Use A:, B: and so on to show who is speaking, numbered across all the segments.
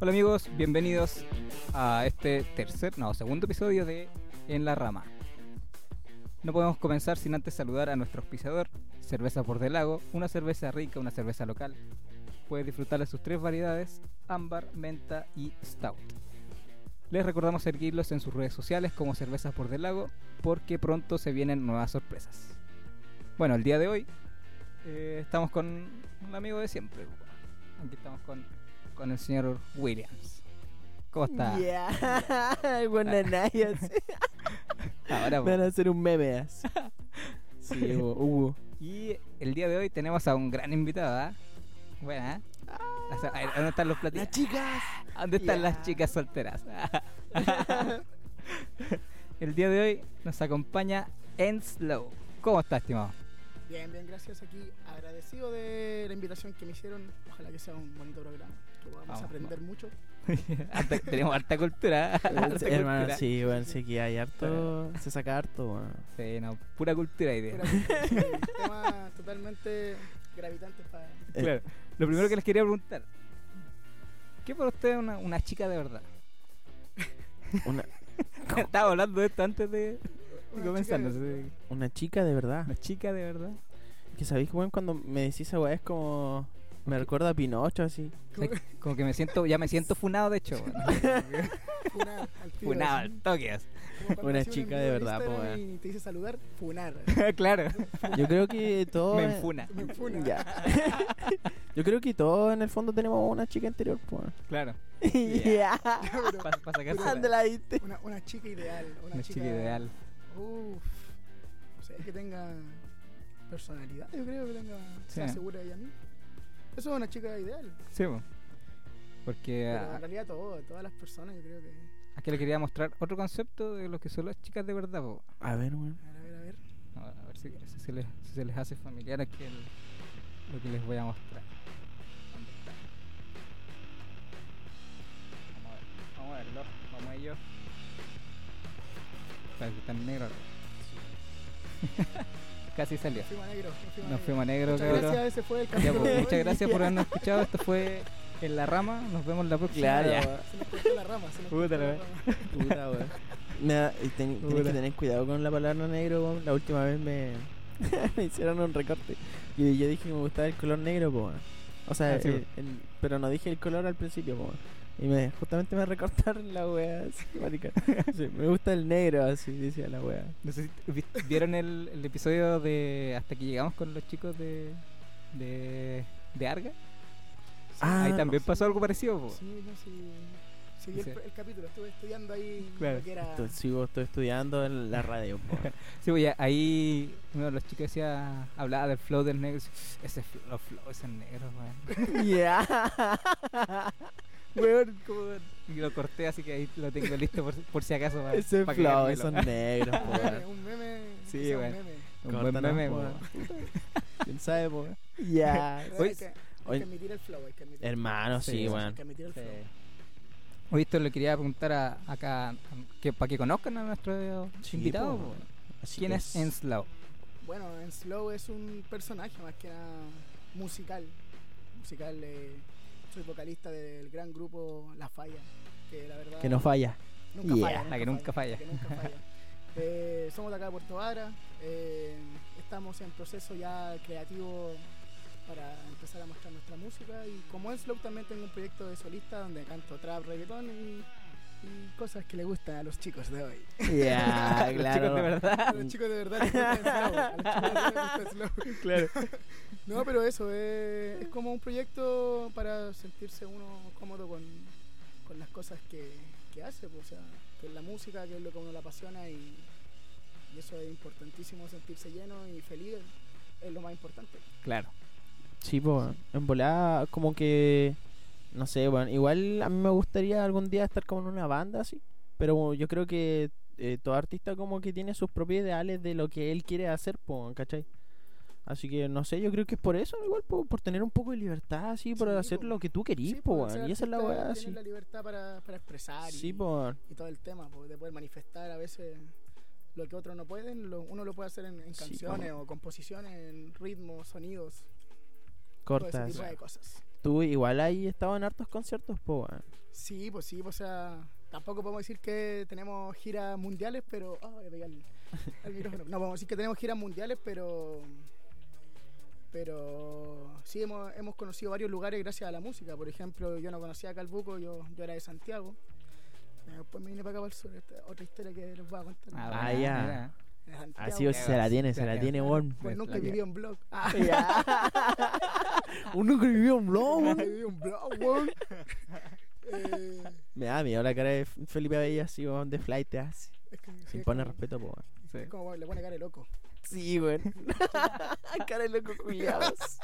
A: Hola amigos, bienvenidos a este tercer, no, segundo episodio de En la Rama. No podemos comenzar sin antes saludar a nuestro auspiciador, Cerveza por del Lago, una cerveza rica, una cerveza local. Puedes disfrutar de sus tres variedades, ámbar, menta y stout. Les recordamos seguirlos en sus redes sociales como Cervezas por del Lago porque pronto se vienen nuevas sorpresas. Bueno, el día de hoy eh, estamos con un amigo de siempre. Aquí estamos con, con el señor Williams. ¿Cómo está?
B: Yeah. Buenas noches.
A: Ahora, po.
B: Van a hacer un meme así. Sí, Hugo. Hugo.
A: Y el día de hoy tenemos a un gran invitado, ¿ah? Bueno, ¿eh? O sea, a ver, ¿Dónde están los platillos?
B: Las chicas.
A: ¿Dónde están
B: Ya.
A: las chicas solteras? El día de hoy nos acompaña Enslow. ¿Cómo estás, estimado?
C: Bien, bien, gracias aquí. Agradecido de la invitación que me hicieron. Ojalá que sea un bonito programa. Que podamos
A: Vamos,
C: aprender mucho.
A: Harta- tenemos harta cultura. ¿ah? harta
B: Sí, hermano,
A: cultura.
B: sí, bueno, sí que hay harto. Se saca harto, bueno.
A: Sí, no, pura cultura ahí de-
C: Pura cultura, sí, temas totalmente gravitantes para.
B: Eh.
A: Claro. Lo primero que les quería preguntar. ¿Qué para usted es una, una chica de verdad?
B: Una,
A: Estaba hablando de esto antes de, de
C: Una
A: comenzar.
C: chica
A: no
C: de-
A: sé.
B: una chica de verdad.
A: Una chica de verdad.
B: Que sabéis, weón, cuando me decís esa weá es como. Me recuerda a Pinocho así.
A: O sea, como que me siento, ya me siento funado de hecho. bueno.
C: Funar al tiro,
A: Funado,
C: así.
A: al toque. así.
C: Como cuando
B: Una
C: hace un
B: chica
C: envío
B: de
C: en
B: verdad, po,
C: Instagram
B: weón.
C: Y te dice saludar, funar.
A: claro.
B: Yo creo que
C: Oh,
B: todo.
C: eh.
A: Me enfuna.
C: Me funa.
B: Ya. Yo creo que todos en el fondo tenemos una chica interior, pues.
A: Claro.
B: Ya.
C: Pero
A: Para
B: ¿Dónde la viste?
C: Una, una chica ideal. Una,
A: Una chica ideal.
C: Uff. O sea, que tenga personalidad, yo creo que tenga. Sea
A: Sí.
C: segura de ella misma. Eso es una chica ideal.
A: Sí, po. Porque
C: Pero
A: a-
C: en realidad, todo, todas las personas, yo creo que.
A: aquí le quería mostrar otro concepto de lo que son las chicas de verdad. po.
B: A ver, weón.
C: A ver, a ver, a ver.
A: A ver, a ver si, si se les, si se les hace familiar aquí el- lo que les voy a mostrar. ¿Dónde está? Vamos a ver, vamos a verlo, vamos a ello. Espera, que está en negro. Casi salió.
C: Fuimos negro.
A: Nos fuimos negro,
C: Muchas
A: cabrón.
C: gracias, ese fue el
A: Ya,
C: capítulo.
A: pues,
C: de hoy.
A: muchas gracias por habernos escuchado. Esto fue En la Rama. Nos vemos la próxima. Ya.
B: Claro,
C: Se nos cortó la rama, se nos
A: Puta
C: cortó
A: la
C: la
A: wea.
C: rama.
B: Puta, weón. Me da- y ten- tienes
A: Puta.
B: que tener cuidado con la palabra negro, weón. La última vez me, me hicieron un recorte. Y yo dije que me gustaba el color negro, po, weón. O sea,
A: Ah, sí,
B: el- el- pero no dije el color al principio, po, weón. Y me, justamente me recortaron la weá, así, marica. Sí, me gusta el negro, así decía la weá.
A: No sé si vi- vieron el, el episodio de Hasta que llegamos con los chicos de, de, de Arga.
B: Ah,
A: Ahí
B: no.
A: también pasó algo parecido. po.
C: Sí, no, sí. Seguí
A: Sí.
C: el, el capítulo, estuve estudiando ahí.
A: Claro.
C: lo que era.
B: Entonces, sigo, estoy estudiando en la radio, po, weón.
A: Sí, pues, ya, ahí uno de los chicos decía, hablaba del flow del negro. y dice, Ese flow, los flows en negro, weón.
B: Ya.
A: Weón, como- Y lo corté, así que ahí lo tengo listo por, por si acaso. pa-
B: Ese
A: pa'
B: flow,
A: cagármelo.
B: esos negros, po,
C: Un meme,
B: weón.
C: un meme.
A: Sí,
C: que sea
A: wea.
C: un meme.
A: Un buen meme, po.
B: Córtanos, po, weón. ¿Quién sabe, po, weón? Ya.
C: Pero
A: Oye,
C: Hay que, hay
B: oye.
C: que admitir el flow, hay que admitir el
B: Hermano,
A: Sí,
B: sí,
A: sí,
B: weón.
C: flow. Hay que admitir el
A: Sí.
C: flow.
A: Oye, esto le quería preguntar a, acá, a- que, para que conozcan a nuestro
B: Sí,
A: invitado.
B: po.
A: po.
B: Así
A: ¿Quién es
B: es.
A: Enslow?
C: Bueno, en Slow es un personaje más que nada musical. Musical, eh, soy vocalista del gran grupo La Falla. Que la verdad.
B: Que no falla.
C: Nunca
B: Yeah.
C: falla.
A: La que nunca falla.
C: la que nunca falla. Eh, somos de acá de Puerto Vara. eh, estamos en proceso ya creativo para empezar a mostrar nuestra música. Y como Enslow también tengo un proyecto de solista donde canto trap, reggaetón y, y cosas que le gustan a los chicos de hoy.
B: Ya,
A: Los
B: claro.
A: chicos de
C: A
A: verdad.
C: los chicos de verdad les gusta Slow. A los chicos de verdad les gusta Slow.
B: Claro.
C: No, pero eso, eh, es como un proyecto para sentirse uno cómodo con, con las cosas que, que hace, pues, o sea, que es la música, que es lo que a uno le apasiona y, y eso es importantísimo, sentirse lleno y feliz es lo más importante.
A: Claro.
B: Sí, po, en volada, como que. No sé, bueno, igual a mí me gustaría algún día estar como en una banda así. Pero yo creo que eh, todo artista, como que tiene sus propios ideales de lo que él quiere hacer, po, ¿cachai? Así que no sé, yo creo que es por eso, igual, po, por tener un poco de libertad así, por
C: Sí,
B: hacer
C: po.
B: lo que tú querís,
C: Sí,
B: po,
C: pues,
B: weón,
C: ser
B: Y esa es la
C: artista
B: weá,
C: tiene
B: sí.
C: la libertad para, para expresar y,
B: Sí, po.
C: y todo el tema, pues, de poder manifestar a veces lo que otros no pueden, lo- uno lo puede hacer en, en
B: Sí,
C: canciones
B: po.
C: o composiciones, en ritmos, sonidos, todo ese
B: Cortas.
C: tipo de cosas.
B: tú igual ahí estado en hartos conciertos, po, weón.
C: Sí, pues sí, pues, o sea, tampoco podemos decir que tenemos giras mundiales, pero. ah, voy a pegar al- al micrófono. No podemos decir que tenemos giras mundiales, pero. Pero sí, hemos, hemos conocido varios lugares gracias a la música. Por ejemplo, yo no conocía a Calbuco, yo, yo era de Santiago. Eh, Después me vine para acá para el sur. esta- otra historia que les voy a contar.
A: Ah,
B: Ah,
A: buena,
B: ya.
A: mira.
C: De Santiago.
B: Así o se la tiene, se la tiene, weón.
C: Pues nunca viví en blog. Ah,
B: Uno que vivió un blog,
C: nunca
B: weón.
C: viví en blog, weón. Eh,
B: Me da miedo la cara de Felipe Abella así, weón, de flight te hace.
C: es que, sí,
B: Sin
C: es
B: poner
C: como-
B: respeto, po, weón.
A: Sí.
C: Es como le pone cara de loco.
B: Sí, weón. cara de loco culiados.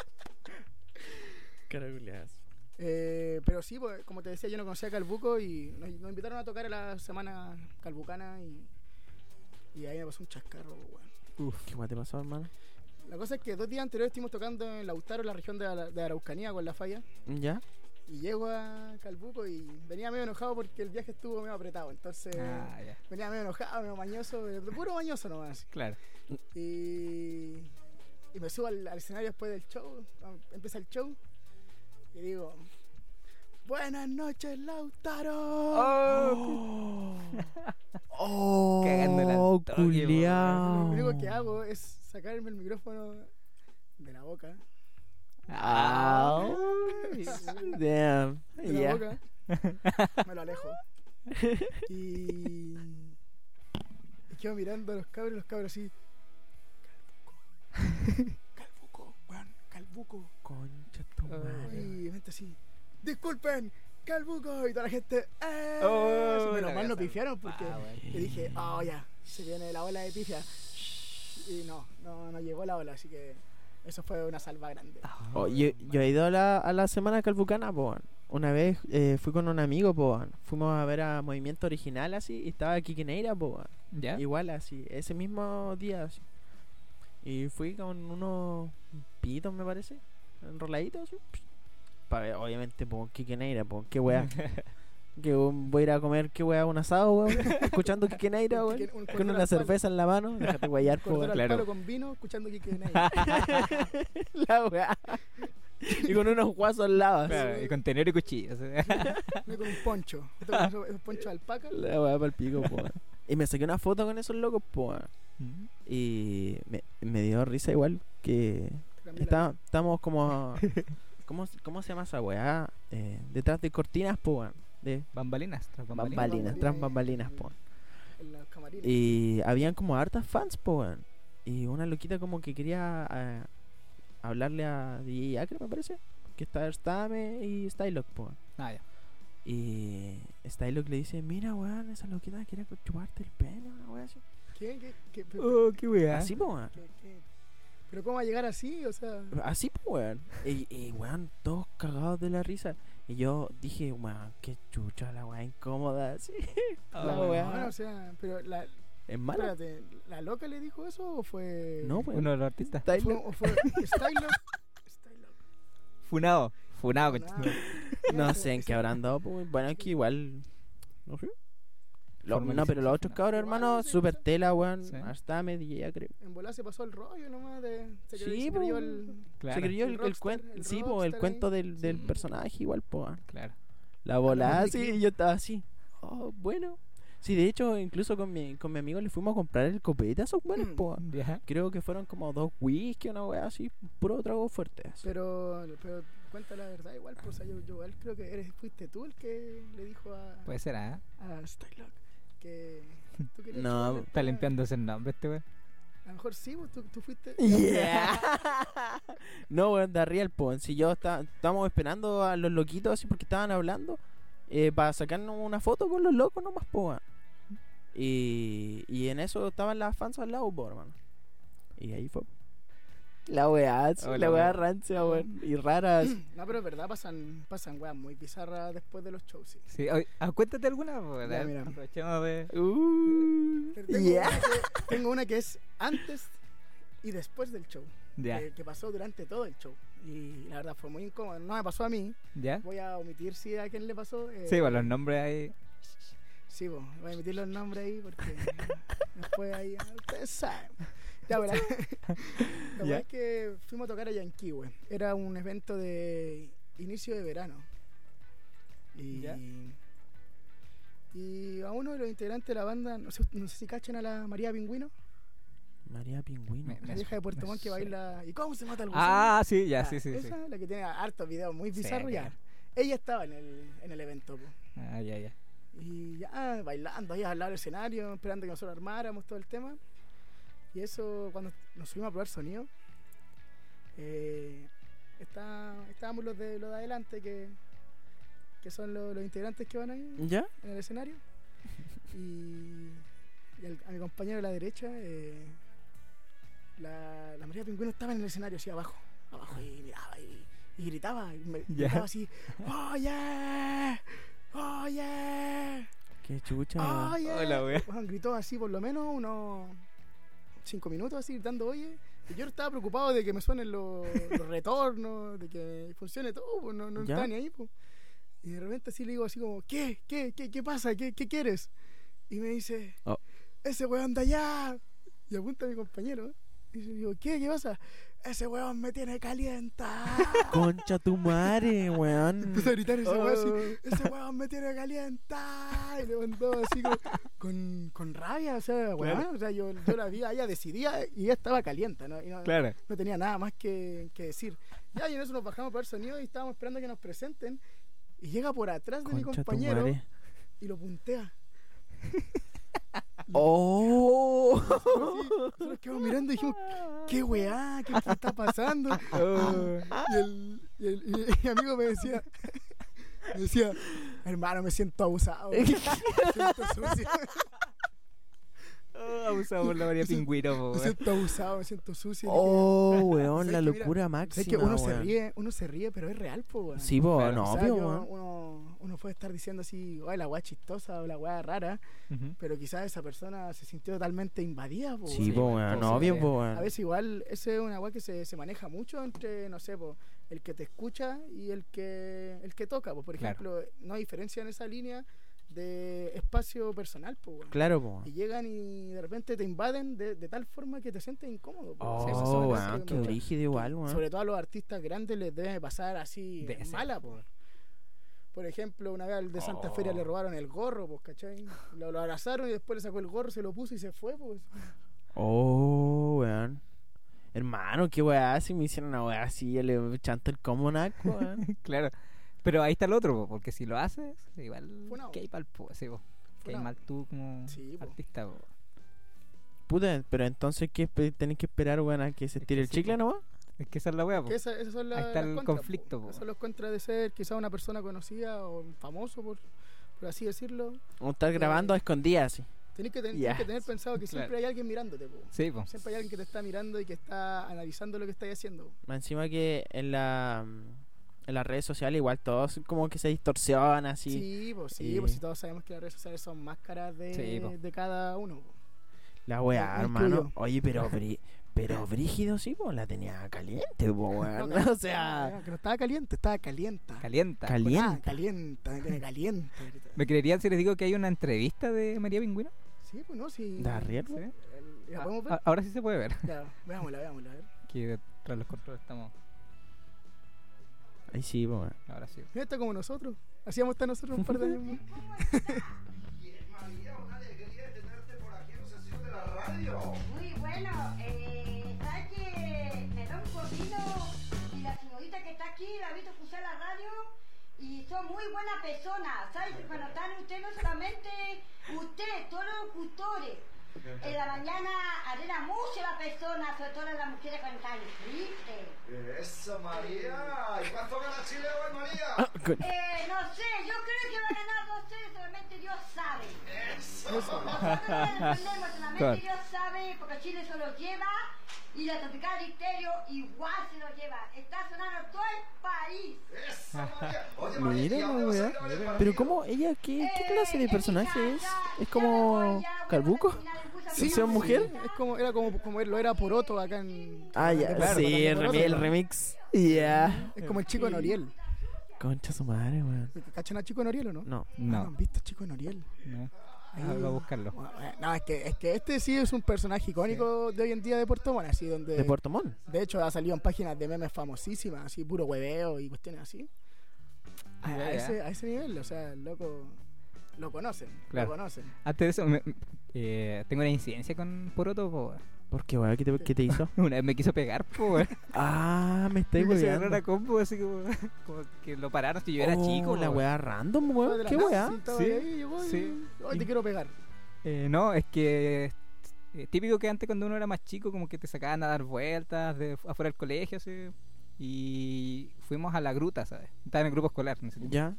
B: cara de culiados.
C: Eh, pero sí, pues, como te decía, yo no conocía a Calbuco y nos, nos invitaron a tocar a la semana calbucana y, y ahí me pasó un chascarro, pues, weón.
B: Uf, ¿qué guay te pasó, hermano?
C: La cosa es que dos días anteriores estuvimos tocando en Lautaro, en la región de, Ara- de Araucanía, con la falla.
B: ¿Ya?
C: Y llego a Calbuco y venía medio enojado porque el viaje estuvo medio apretado. Entonces
A: Ah, ya.
C: venía medio enojado, medio mañoso, pero puro mañoso nomás.
A: Claro.
C: Y, y me subo al, al escenario después del show. ah, Empieza el show. Y digo: Buenas noches, Lautaro.
B: Oh, oh
A: Cagándola al toque, po, weón. Oh.
B: culiao.
C: Lo único que hago es sacarme el micrófono de la boca.
B: Au. Damn.
C: De la
B: Yeah.
C: boca. Me lo alejo. Y. y quedo mirando a los cabros, los cabros así. Calbuco. Calbuco, weón, calbuco.
B: Concha tu madre.
C: Y de repente así, disculpen, Calbuco, y toda la gente, ¡eh!
A: Oh,
C: Así,
A: la
C: menos mal no
A: casa.
C: pifiaron porque
A: Ah, bueno.
C: yo dije, oh ya, se viene la ola de pifia. Y no, no, no llegó la ola, así que eso fue una salva
A: Ah,
C: grande.
B: Oh, yo, yo he ido a la, a la semana calvucana, po. weón. Una vez eh, fui con un amigo, po. weón. Fuimos a ver a Movimiento Original así y estaba Kike Neira, po. weón.
A: ¿Ya?
B: Igual así, ese mismo día así. Y fui con unos pitos, me parece, enroladitos así. Para ver, obviamente, po, Kike Neira, po, qué weá. Que un- voy a ir a comer, qué weá, un asado, weón. Escuchando Kike Neira,
C: Un
B: weón.
C: Quique- Este
B: Con
C: un cordero
B: una
C: al palo.
B: cerveza en la mano, déjate guayar, po,
C: Cordero
B: weón.
C: al
A: Claro.
C: palo con vino, escuchando Kike Ney.
B: La weá. Y con unos guasos lavas.
A: Claro, y con tenedor y cuchillo. o sea.
C: No con un poncho. Esto con esos- esos ponchos de alpaca.
B: La weá pa'l pico, po. weón. Y me saqué una foto con esos locos, po. weón. Y me, me dio risa igual que
C: te cambié la-
B: Está- estamos como. ¿cómo, ¿Cómo se llama esa weá? Eh, detrás de cortinas, po, weón. De
A: Bambalinas. tras
B: bambalinas,
A: bambalinas.
B: tras bambalinas, po.
C: en los camarines.
B: Y habían como hartas fans, po, weón. Y una loquita como que quería eh, hablarle a DJ Acre, me parece. Que está Stame y Stylock, po. weón.
A: Ah, ya.
B: Y Stylock le dice: Mira, weón, esa loquita quiere chuparte el pene, una weá así.
C: ¿Qué? ¿Qué? ¿Qué? ¿Qué?
A: Oh, qué weá.
B: Así, po, weón.
C: ¿Qué? ¿Qué? ¿Pero cómo va a llegar así? O sea,
B: Así, pues, weón. Y, y, weón, todos cagados de la risa. Y yo dije, weón, qué chucha la weá incómoda. Sí,
A: Ah,
B: la
A: bueno.
B: weá.
C: bueno, o sea, pero la,
B: Es mala.
C: Espérate, ¿la loca le dijo eso o fue.?
B: No, pues, weón.
A: Uno de los artistas.
B: Está ahí
C: ¿Fue,
B: lo-
C: o fue Stylo? Stylo.
A: Funado. Funado,
C: Nada.
A: cochino.
B: Ah, No sé en qué habrán dado, pues, weón. Bueno, es que igual. No sé. Lo- no,
A: Formalización
B: pero los otros
A: final.
B: cabros,
C: Igual,
B: hermano,
C: sí,
B: super
C: sí.
B: tela, weón.
A: Sí.
B: Hasta me ya creo.
C: En volar se pasó el rollo nomás de. Se creyó,
B: Sí, pues.
C: se creyó
B: po.
C: el.
A: Claro.
B: Se creyó
C: El
B: el, el,
C: rockstar,
B: cuen-
C: el
B: sí, po, el
C: rockstar ahí.
B: cuento del, del
A: Sí.
B: personaje, igual, pues, weón.
A: Claro.
B: La volada,
C: Hablamos
B: sí,
C: de
B: y yo estaba así. Oh, bueno. Sí, de hecho, incluso con mi, con mi amigo le fuimos a comprar el copete a esos buenos,
C: Mm.
B: po, weón.
A: Ya.
B: Creo que fueron como dos whisky, una weá así, puro trago fuerte. así.
C: Pero, pero cuenta la verdad igual, pues, o sea, yo, yo igual creo que eres, fuiste tú el que le dijo a,
B: Pues.
A: Puede ser, ¿ah?
C: a Stylo que tú querías
B: No,
C: chuparle el
A: Está
C: pene.
A: limpiándose el nombre este weón.
C: A lo mejor sí, pues, tú, tú fuiste.
B: Yeah. no, weón, da real, po. Si yo estaba, estábamos esperando a los loquitos así porque estaban hablando eh, para sacarnos una foto con los locos nomás, po. weón. Y, y en eso estaban las fans al lado, po, hermano. Y ahí fue. La weá, sí,
A: Oh, la
B: la weá
A: weá.
B: rancia, weón. Y raras.
C: No, pero es verdad, pasan, pasan weas muy bizarras después de los shows, sí.
A: Sí, oye, ah, cuéntate alguna, pues,
C: Ya,
A: a ver,
C: mira.
A: aprovechemos de.
B: Uh,
C: Pero Tengo,
B: yeah.
C: una que, tengo una que es antes y después del show.
A: Ya,
C: que, que pasó durante todo el show. Y la verdad fue muy incómodo. No me pasó a mí.
A: ya.
C: Voy a omitir si a quién le pasó. eh,
A: Sí, pues los nombres ahí.
C: Sí, po, voy a omitir los nombres ahí porque después ahí. ah, Ustedes saben. Ya, verá. La
B: Ya.
C: verdad es que fuimos a tocar a Yanquihue. Era un evento de inicio de verano. Y,
A: Ya.
C: y a uno de los integrantes de la banda, no sé, no sé si cachan a la María Pingüino,
B: María Pingüino.
A: Me-
C: la
A: me-
C: vieja de Puerto
B: me
C: Montt que
B: suena.
C: baila. ¿Y cómo se mata el
A: Ah, sí, ya,
C: Ah,
A: sí, sí, sí.
C: Esa, la que tiene hartos videos muy
A: Sí,
C: bizarros ya.
A: claro.
C: Ella estaba en el, en el evento, po.
A: Ah, ya, ya.
C: Y ya, bailando ahí al lado del escenario, esperando que nosotros armáramos todo el tema. Y eso, cuando nos subimos a probar sonido, eh, está, estábamos los de, los de adelante, que, que son los, los integrantes que van ahí
B: ¿Ya?
C: en el escenario. Y, y al- a mi compañero de la derecha, eh, la, la María Pingüino estaba en el escenario, así abajo, abajo, y miraba y, y gritaba, y me,
A: Ya.
C: gritaba así, "Oh, ¡Oye! ¡Oye!
B: Qué chucha.
C: ¡Oye!
A: Hola, wea.
C: Weón, eh, gritó así por lo menos unos cinco minutos así gritando, oye. Y yo estaba preocupado de que me suenen los, los retornos, de que funcione todo, pues, no, no
B: ¿Ya?
C: estaba ni ahí. pues. Y de repente así le digo así como, ¿qué? ¿Qué? ¿Qué, qué pasa? ¿Qué, ¿Qué quieres? Y me dice,
B: Oh.
C: ese weón de allá. Y apunta a mi compañero. ¿eh? Y yo digo, ¿qué? ¿Qué pasa? Ese weón me tiene calienta.
B: Concha tu madre, weón.
C: Empezó a gritar ese weón así.
A: Oh.
C: Ese weón me tiene calienta. Y le mandó así con, con, con rabia. O sea, weón,
A: Claro.
C: o sea, yo, yo la vi a ella decidía y ella estaba caliente, ¿no? Y no,
A: Claro.
C: no tenía nada más que, que decir. Ya, y en eso nos bajamos para el sonido y estábamos esperando que nos presenten. Y llega por atrás de mi
B: Concha tu
C: compañero
B: madre.
C: y lo puntea.
B: Oh.
C: Así, nosotros quedamos mirando y dijimos, qué weá, qué, qué está pasando. Y el, y el- y mi amigo me decía, me decía, hermano, me siento abusado. Me siento sucio.
A: Oh,
C: Ah,
A: abusado por la María Pingüino, po,
C: Me
A: weón.
C: siento abusado, me siento sucio. Y
B: Oh, weón,
C: ¿Sabes
B: la
C: que, mira,
B: locura
C: dije,
B: máxima.
C: "Sé que uno se
B: weón.
C: ríe, uno se ríe, pero es real, po, weón.
B: Sí, po,
A: Claro,
B: no,
C: O sea,
B: obvio,
C: yo- uh,
B: weón.
C: uno, uno puede estar diciendo así, "Ay, la weá chistosa o la weá rara,
A: Ujú.
C: pero quizás esa persona se sintió totalmente invadida. Po,
B: Sí,
A: Sí,
B: po,
A: weón,
B: weón,
A: entonces,
B: obvio,
A: eh,
B: po,
C: A
B: weón.
C: veces igual, ese es una weá que se, se maneja mucho entre, no sé, po, el que te escucha y el que, el que toca. po. Por
A: Claro.
C: ejemplo, no hay diferencia en esa línea de espacio personal. Po, weón.
B: Claro, po.
C: Y llegan y de repente te invaden de, de tal forma que te sientes incómodo. po. O sea, esas
B: Oh,
C: son las
B: weón,
C: que
B: qué
C: me-
B: brígido igual, weón.
C: Sobre todo a los artistas grandes les debe pasar así
A: Debe ser,
C: mala, po. Por ejemplo, una vez al de Santa Feria
B: Oh.
C: le robaron el gorro, pues, ¿cachai? Lo, lo abrazaron y después le sacó el gorro, se lo puso y se fue, pues.
B: Oh, weón. Hermano, qué weá, si me hicieron una weá así, yo le chanto el comonac, weón.
A: Claro. Pero ahí está el otro, po, porque si lo haces, igual.
C: Funao.
A: Que hay pal, po, sí, po. Que hay
C: Funao.
A: mal tú como
C: Sí, po.
A: artista, po.
B: Puta, pero entonces, ¿qué espe- tenéis que esperar, weón, a que se
A: Es
B: tire
A: que
B: el
A: sí,
B: chicle
A: po.
B: nomás?
A: Es que esa es la wea, po.
C: Que esa- esas son las,
A: Ahí está
C: las
A: el
C: contras, po.
A: conflicto, po.
C: Esas son los contras de ser quizá una persona conocida o famoso, por, por así decirlo.
B: O estar grabando a escondidas, así.
C: Tenés que, ten-
B: Ya.
C: tenés que tener pensado que siempre
A: Claro.
C: hay alguien mirándote, po.
A: Sí, po.
C: Siempre hay alguien que te está mirando y que está analizando lo que estás haciendo. po.
B: Más encima que en la mm, en las redes sociales igual todos como que se distorsionan así.
C: Sí, pues sí,
B: Y-
C: pues si todos sabemos que las redes sociales son máscaras de,
A: Sí, po.
C: de cada uno. po.
B: La weá,
C: Me
B: hermano.
C: incluyo.
B: Oye, pero brí- pero brígido sí, pues la tenía caliente, po, weón. o sea,
C: Ah, que no estaba caliente, estaba calienta.
A: Calienta.
C: Ah,
B: caliente.
C: calienta, me tiene caliente. ahorita.
A: ¿Me creerían si les digo que hay una entrevista de María Pingüino?
C: Sí, pues no, sí.
B: ¿Da riesgo?
A: ¿Sí?
C: El- ¿La
A: Ah,
C: podemos ver?
A: a- ahora sí se puede ver.
C: Ya, veámosla, veámosla. a ver.
A: Que tras los controles estamos.
B: Ay, sí, po, weón.
A: Ahora sí.
C: Mira, está como nosotros. Hacíamos está nosotros un par de años más.
D: Muy bueno, eh, calle Melón Corvino y la señorita que está aquí, la ha visto escuchar la radio y son muy buenas personas, ¿sabes? Cuando están ustedes, no solamente ustedes, todos los locutores. En la mañana arena mucho las personas, sobre todo las mujeres cuando están tristes.
E: Eso, María. ¿Y cuánto gana Chile hoy,
B: Ah.
E: María?
D: Eh, no sé, yo creo que va a ganar dos tres, solamente Dios sabe.
E: Eso.
D: Nosotros no la defendemos, solamente Dios sabe, porque Chile se lo lleva y la tropical de Iterio igual se lo lleva. Está sonando todo el país.
E: Eso, María. Oye,
B: Mira
E: ¿y a
B: la
E: dónde vas a
B: weá.
E: ir a ver el
B: Pero
E: partido?
B: cómo ella qué, qué
D: Eh,
B: clase de
D: en mi
B: personaje es?
D: casa,
B: Es
D: ya me
B: como
D: voy, ya voy a
B: Calbuco.
D: terminar el bus a
B: Sí,
D: mi
B: ¿Sea
D: casa.
B: mujer?
C: Es como, era como, como lo era Poroto acá en.
B: Ah, ya,
C: Claro,
B: sí,
C: también
B: el,
C: Poroto,
B: remi- el
C: ¿no?
B: remix. Ya.
C: Es como el chico de Noriel.
B: Concha su madre, weón.
C: ¿Cachan a Chico de Noriel o no?
B: No.
C: Ah,
A: No,
C: ¿Han visto a Chico de Noriel?
A: no. Ah, voy a buscarlo.
C: No, es que, es que este sí es un personaje icónico de hoy en día de Puerto Montt, así donde.
B: De Puerto Montt.
C: de hecho, ha salido en páginas de memes famosísimas, así puro hueveo y cuestiones así. A,
A: Ya,
C: a
A: ya.
C: ese, a ese nivel, o sea, el loco lo conocen,
A: Claro.
C: lo conocen.
A: Antes de eso, me- eh, tengo una incidencia con Poroto, po, weón.
B: ¿Por qué, weón? ¿Qué te, qué te hizo?
A: Una vez me quiso pegar, po, weón.
B: Ah, me estáis
A: Me agarró
B: weón.
A: una combo, así como, como que lo pararon si yo era chico,
B: Oh, La
A: po,
B: weá random,
C: Oh. Fue de
B: weón.
C: la
B: ¿Qué
C: nada,
B: weá?
C: sí, estaba
A: Sí,
C: ahí, llegó y,
A: sí.
C: "Ay,
A: Y-
C: te quiero pegar.
A: Eh, no, es que eh, típico que antes cuando uno era más chico como que te sacaban a dar vueltas de afuera del colegio así, y fuimos a la gruta, ¿sabes? Estaba en el grupo escolar en ese tiempo.
B: Ya.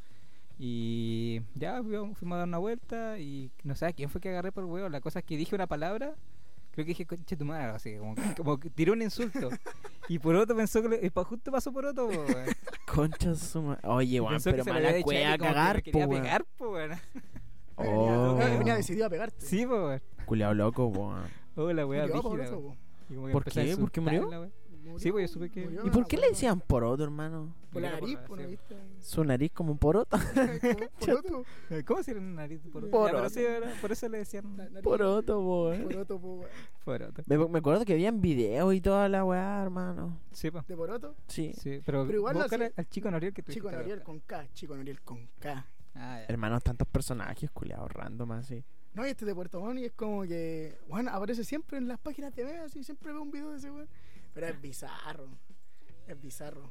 A: y ya fuimos, fuimos a dar una vuelta y no sé a quién fue que agarré por huevo, la cosa es que dije una palabra Creo que dije, concha tu madre, algo así, como, que- como que tiré un insulto. Y por otro pensó que le- y pa- justo pasó por otro, po, weón.
B: Concha suma. Oye,
A: Y
B: weón,
A: pensó que
B: pero
A: se lo había hecho
B: mala
A: a él
B: cueva
A: y
B: a
A: como que me
B: cagar, po,
A: quería
B: weón.
A: pegar, po, weón.
B: Oh.
C: Venía, venía decidido a pegarte.
A: Sí, po, weón.
B: Culeado Oh, loco, po, weón.
A: Oh, la weá,
C: Murió por
A: brígida,
C: eso,
A: weón.
C: po.
A: Y como que
B: ¿Por
A: empecé a
B: qué? ¿Por qué murió?
A: insultarla, weón.
C: Murió,
A: Sí, pues, yo supe que-
C: murió,
B: ¿Y
C: no
B: por
C: me
B: qué le
C: acuerdo.
B: decían poroto, hermano?
C: Por
A: Murió
C: la
A: por
C: nariz,
A: la-
C: por la
A: sí.
C: vista.
B: Su nariz como un poroto.
C: Poroto.
A: ¿Cómo se llama nariz? Por,
B: Por
A: Ya, pero
B: otro.
A: sí, era- por eso le decían
C: Na- nariz,
B: Poroto, po, weón.
C: Poroto, po, weón.
A: por otro.
B: Me, me acuerdo que habían videos y toda la weá, hermano.
A: Sí, po.
C: De Poroto.
B: Sí.
A: Sí, pero,
C: Pero igual lo
A: buscar
C: hacía-
A: al chico Noriel que tú
C: Chico
A: dijiste,
C: Noriel
A: ¿verdad?
C: con K. Chico Noriel con K.
A: Ah, ya.
B: Hermanos, tantos personajes, culeado random así.
C: No, y este de Puerto Montt y es como que, bueno, aparece siempre en las páginas TV, así, siempre veo un video de ese weón. Pero es bizarro, es bizarro.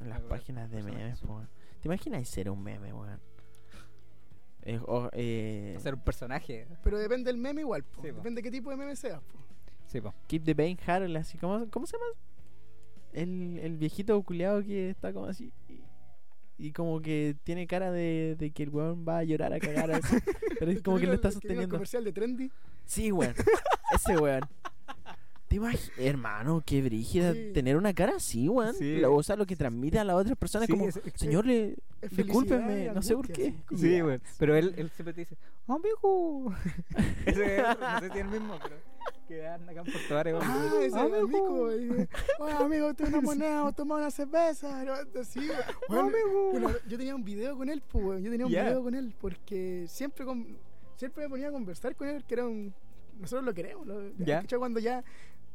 B: En las
A: Algunos
B: páginas de
A: personajes,
B: memes,
A: sí.
B: po, weón. ¿Te imaginas ser un meme, weón? Eh, o- eh,
A: Hacer un personaje.
C: Pero depende del meme igual, po.
A: Sí, po.
C: depende qué tipo de meme seas, po.
A: Sí, po.
B: Keep the Bane Harrell, así. ¿Cómo, cómo se llama? El, el viejito culeado que está como así. Y, y como que tiene cara de, de que el weón va a llorar a cagar así. Pero es como que lo está
C: ¿Vieron- vieron el
B: sosteniendo.
C: comercial de Trendy.
B: Sí, weón. Ese weón. ¿Te imaginas? Hermano, qué brígida
C: Sí.
B: tener una cara así, weón.
A: Sí.
B: Lo- o sea, lo que transmite a las otras personas
A: Sí,
B: como,
A: es- es-
B: señor, le,
C: Es
B: discúlpeme,
C: felicidad y
B: no sé por
C: angustia,
B: qué.
C: así.
A: Sí, weón. Pero él, él siempre te dice, amigo. Ese es otro, no sé si es el mismo, pero que anda acá por toda área.
C: Ah, ese
A: Amigo.
C: amigo. eh. y dice, Hola amigo, te una moneda o toma una cerveza. ¿no? Así, weón.
A: Amigo.
C: Bueno, yo tenía un video con él, pues, weón. Yo tenía un
A: Uh. Ya.
C: video con él porque siempre con- siempre me ponía a conversar con él, que era un. Nosotros lo queremos, lo,
A: Ya.
C: ¿cachai? cuando ya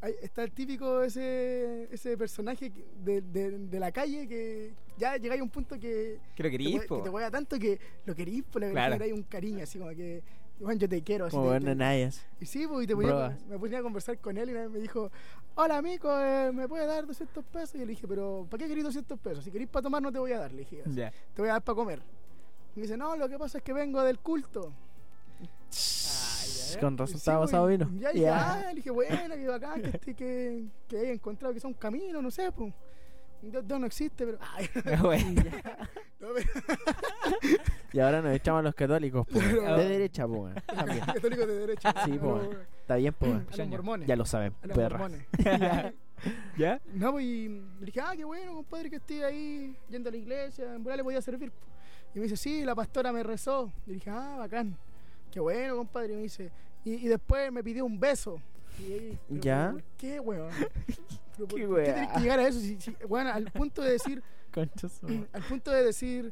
C: hay- está el típico ese, ese personaje que- de, de- de la calle que ya llegáis a un punto que
A: Que lo
C: te,
A: querís,
C: hue-
A: po.
C: que te hueá tanto que lo querís, pues, le
A: Claro.
C: generáis un cariño, así como que, bueno, yo te quiero. Así,
B: como
C: te-
B: weón
C: te-
B: Anayas.
C: y sí, pues, y te ponía,
B: Brogas.
C: me ponía a conversar con él y una vez me dijo, hola amigo, eh, ¿me puedes dar 200 pesos? Y yo le dije, pero ¿para qué querés 200 pesos? Si querés para tomar no te voy a dar, le dije, así,
A: Ya.
C: te voy a dar para comer. Y me dice, no, lo que pasa es que vengo del culto.
B: Con
C: Y sí,
B: razón estaba
C: pues,
B: pasado vino.
C: y Ya, dije,
B: Ya.
C: ah, le dije, bueno, que bacán, que, este- que, que haya encontrado que sea un camino, no sé, pues. Dios, Dios no existe, pero... Ay,
A: Bueno,
C: no, pero
B: Y ahora nos echamos a los católicos, po, weón.
A: Pero-
B: De derecha, po, weón. También.
C: católicos de derecha.
B: Sí,
C: no,
B: pues. Está bien, po, weón.
C: A los mormones.
B: Ya lo saben,
C: a los
B: perra.
C: mormones.
A: ¿Ya?
C: No, pues y le dije, ah, qué bueno, compadre, que esté ahí yendo a la iglesia, en verdad le podía servir. po". Y me dice, sí, la pastora me rezó. Y le dije, ah, bacán, qué bueno, compadre. Y me dice, y, y después me pidió un beso. Y ahí, pero,
B: ¿Ya?
C: ¿por ¿Qué, weón? Pero, ¿por
B: Qué
C: ¿Qué,
B: weá.
C: tenés que llegar a eso? Si, si- weón, al punto de decir,
B: Concha su madre.
C: al punto de decir,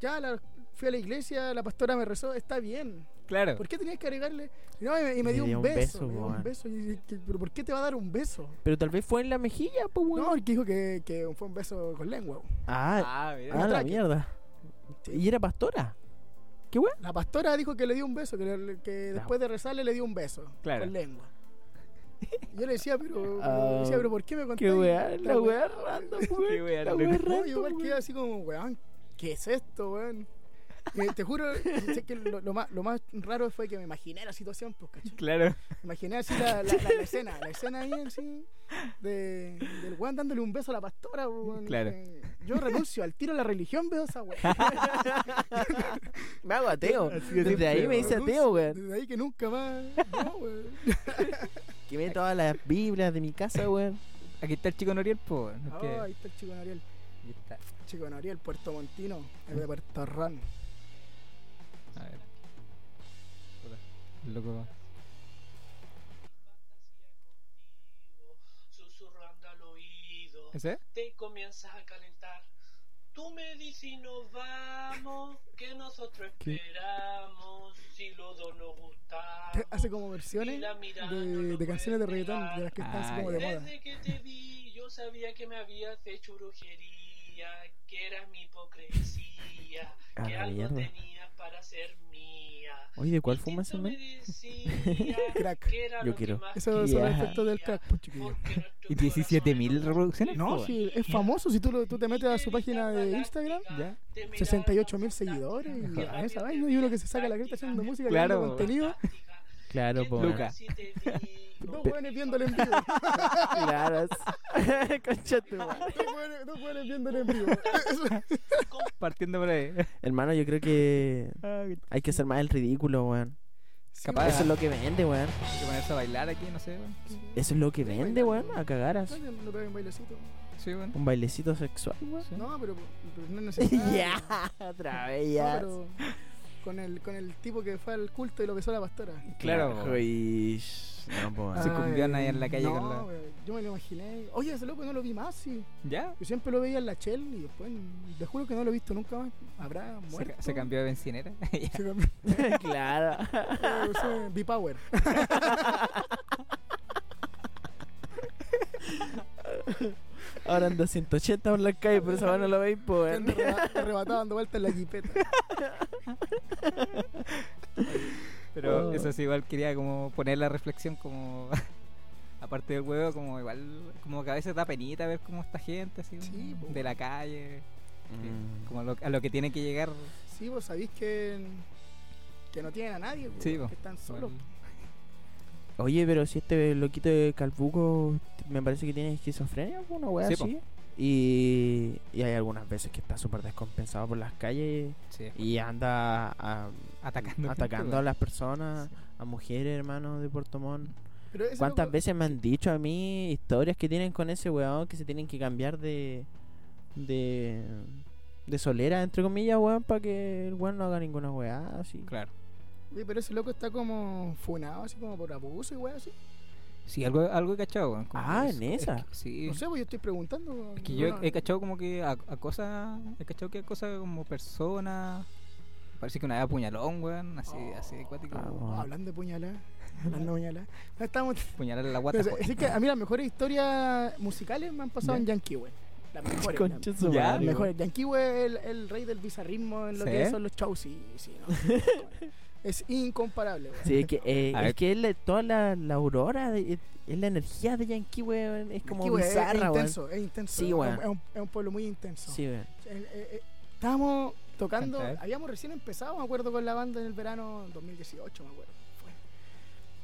C: ya la- fui a la iglesia, la pastora me rezó, está bien.
A: Claro.
C: ¿Por qué tenías que agregarle? Y no, y me, y me dio un beso. me dio un
B: weón.
C: beso. Y dije, pero ¿por qué te va a dar un beso?
B: Pero tal vez fue en la mejilla, po, weón.
C: No, el que dijo que, que fue un beso con lengua.
B: Ah,
A: Ah,
B: ah,
A: mira.
B: la
C: atraque.
B: mierda.
C: Sí.
B: Y era pastora.
C: La pastora dijo que le dio un beso, que, le- que
B: La-
C: después de rezarle le dio un beso
A: Claro.
C: con lengua. Y yo le decía, pero, pero-
B: Ah,
C: decía, pero ¿por qué me contaste?
B: Qué weá, la weá random, weón.
A: Qué weá
B: La
A: loco.
B: weá
C: No, yo
B: random,
C: igual
B: weón.
C: quedé así como, weón, ¿qué es esto, weón? Eh, te juro, sé que lo, lo más, lo más raro fue que me imaginé la situación, pues, ¿cachai?
A: Claro.
C: Me Imaginé así la, la- la- la escena, la escena ahí, así, de, del weón dándole un beso a la pastora, weón.
A: Claro.
C: Eh, Yo renuncio al tiro a la religión, veo esa weá.
B: Me hago ateo.
A: Así de
B: Desde ahí
A: simple,
B: me
A: weón.
B: dice ateo, weón.
C: Desde ahí que nunca más. No, weón.
B: Quemé todas las Biblias de mi casa, weón.
A: Aquí está el chico Noriel, po.
C: Ah,
A: ¿no? Que-
C: ahí está el chico Noriel.
A: Aquí está.
C: Chico Noriel, Puerto Montino, el de Puerto Ran.
A: A ver. Puta, el Loco.
F: susurrando al oído.
A: ¿Ese?
F: Te comienzas a calentar. Tú me dices y nos vamos, que nosotros
A: ¿Qué?
F: esperamos, si los dos nos gustamos.
C: Te- Hace como versiones de, de canciones de
B: Ah,
C: reggaetón, de las que están así como de moda.
F: Desde que te vi, yo sabía que me habías hecho brujería. decía que era mi hipocresía,
B: A
F: que
B: la
F: algo
B: mierda.
F: tenía para ser mía.
B: Oye, ¿de cuál
F: Mi
B: fuma
F: tito
B: ese
F: me
B: men?
F: decía
C: Crack.
F: que era
B: Yo
F: lo que
B: quiero.
F: más
C: Eso son los
F: quería,
C: efectos del crack, pues, chiquillo.
F: porque nuestro
A: ¿Y 17.000
F: corazón
A: reproducciones?
F: no
C: No,
F: se
C: sí, es
F: podía.
C: famoso. Si tú, lo- tú te metes a su página de Instagram,
A: ¿Ya?
F: Te miraba
C: 68 mil
F: con tanta
C: seguidores y
A: Ajá.
C: a esa vaina. Y uno que se saca la cresta haciendo música,
A: Claro,
C: creando contenido.
F: táctica,
B: Claro,
F: que
B: po.
A: Lucas.
F: casi te digo,
C: Dos hueones viéndolo en vivo.
B: Claro. es- Concha tu madre.
C: Dos hueones- Dos hueones viéndolo en vivo.
A: Partiendo por ahí.
B: Hermano, yo creo que hay que ser más el ridículo, weón.
A: Ah, Capaz.
B: Eso es lo que vende, weón.
A: Hay que ponerse a bailar aquí, no sé. weón.
B: Eso es lo que vende, weón. A cagaras.
C: No, no peguen bailecito.
A: Sí, bueno.
B: Un bailecito sexual, weón.
A: Sí.
C: No, pero, pero no es
B: Ya,
C: necesario.
B: otra vez
C: No,
B: ya.
C: pero con el, con el tipo que fue al culto y lo besó la pastora.
A: Claro, po.
B: Y... No, po, weón.
A: Se cumbión ahí en la calle
C: No,
A: con la-
C: wey, yo me lo imaginé. Oye, ese loco no lo vi más, sí.
A: ¿Ya?
C: Yo siempre lo veía en la Shell y después, te juro que no lo he visto nunca más. Habrá
A: Se,
C: muerto.
A: ca- se cambió de bencinera. Ya.
C: Se cambió.
B: claro.
C: Eh, usé B-Power.
B: Ahora anda 180 por la calle, pero esa mano no lo veis, po,
C: Te
B: weón.
C: arreba- te arrebataba dando vueltas en la jipeta.
A: Pero
B: Oh.
A: eso sí, igual quería como poner la reflexión como... Aparte del huevo, como igual... Como que a veces da penita ver cómo está gente, así,
C: Sí, po.
A: de la calle. que-
B: Mm.
A: Como a lo, a lo que tiene que llegar.
C: Sí, vos sabéis que, que no tienen a nadie.
A: Sí,
C: po,
A: po.
C: que están solos.
A: Igual-
B: Oye, pero si este loquito de Calbuco t- me parece que tiene esquizofrenia, po, una weá
A: Sí, po.
B: así. Y, y hay algunas veces que está súper descompensado por las calles
A: Sí,
B: y anda ah,
A: atacando. gente,
B: atacando a
A: weón.
B: las personas, a mujeres, hermano, de Puerto Montt.
C: Pero ese
B: ¿Cuántas
C: loco-
B: veces me han dicho a mí historias que tienen con ese weón que se tienen que cambiar de. de. de solera, entre comillas, weón, para que el weón no haga ninguna weá así?
A: Claro.
C: Oye, pero ese loco está como funado, así como por abuso y wey, así.
A: Sí, algo, algo he cachado, weón, como
B: Ah,
A: que
B: en
A: es-
B: esa.
A: es que- sí.
C: No sé, pues yo estoy preguntando. weón. Ah,
A: Es que
C: No,
A: yo
C: no,
A: he cachado como que a, a cosas. He cachado que a cosas como personas. Parece que una vez apuñalón, weón. Así,
C: Oh.
A: así acuático.
B: Ah,
A: apuñalar
B: bueno.
C: no, Hablando de puñalada. Hablando de puñalada. No, estamos.
A: en la guata. pues.
C: no sé,
A: joder.
C: es que a mí las mejores historias musicales me han pasado
A: Ya.
C: en Yankee, wey. Las mejores. las-
B: Concha su
A: Ya,
B: madre,
C: las
A: mejor.
B: weón.
C: mejores. Yankee, wey, el, el rey del bizarrismo en lo
A: ¿Sí?
C: que son los shows. Sí, sí, no. es incomparable, wey.
B: Sí, es que, eh,
A: A
B: es
A: ver.
B: que él, toda la, la aurora, de- es, es la energía de Yankee, weón, es como
C: Yankee, wey, es- es,
B: bizarra, weón.
C: intenso, es intenso.
B: Sí,
C: es un-
B: weón.
C: Es, un, es un pueblo muy intenso.
B: Sí, weón.
C: El- eh, eh, estábamos tocando,
A: Canta, eh.
C: habíamos recién empezado, me acuerdo, con la banda en el verano 2018, me acuerdo. fue.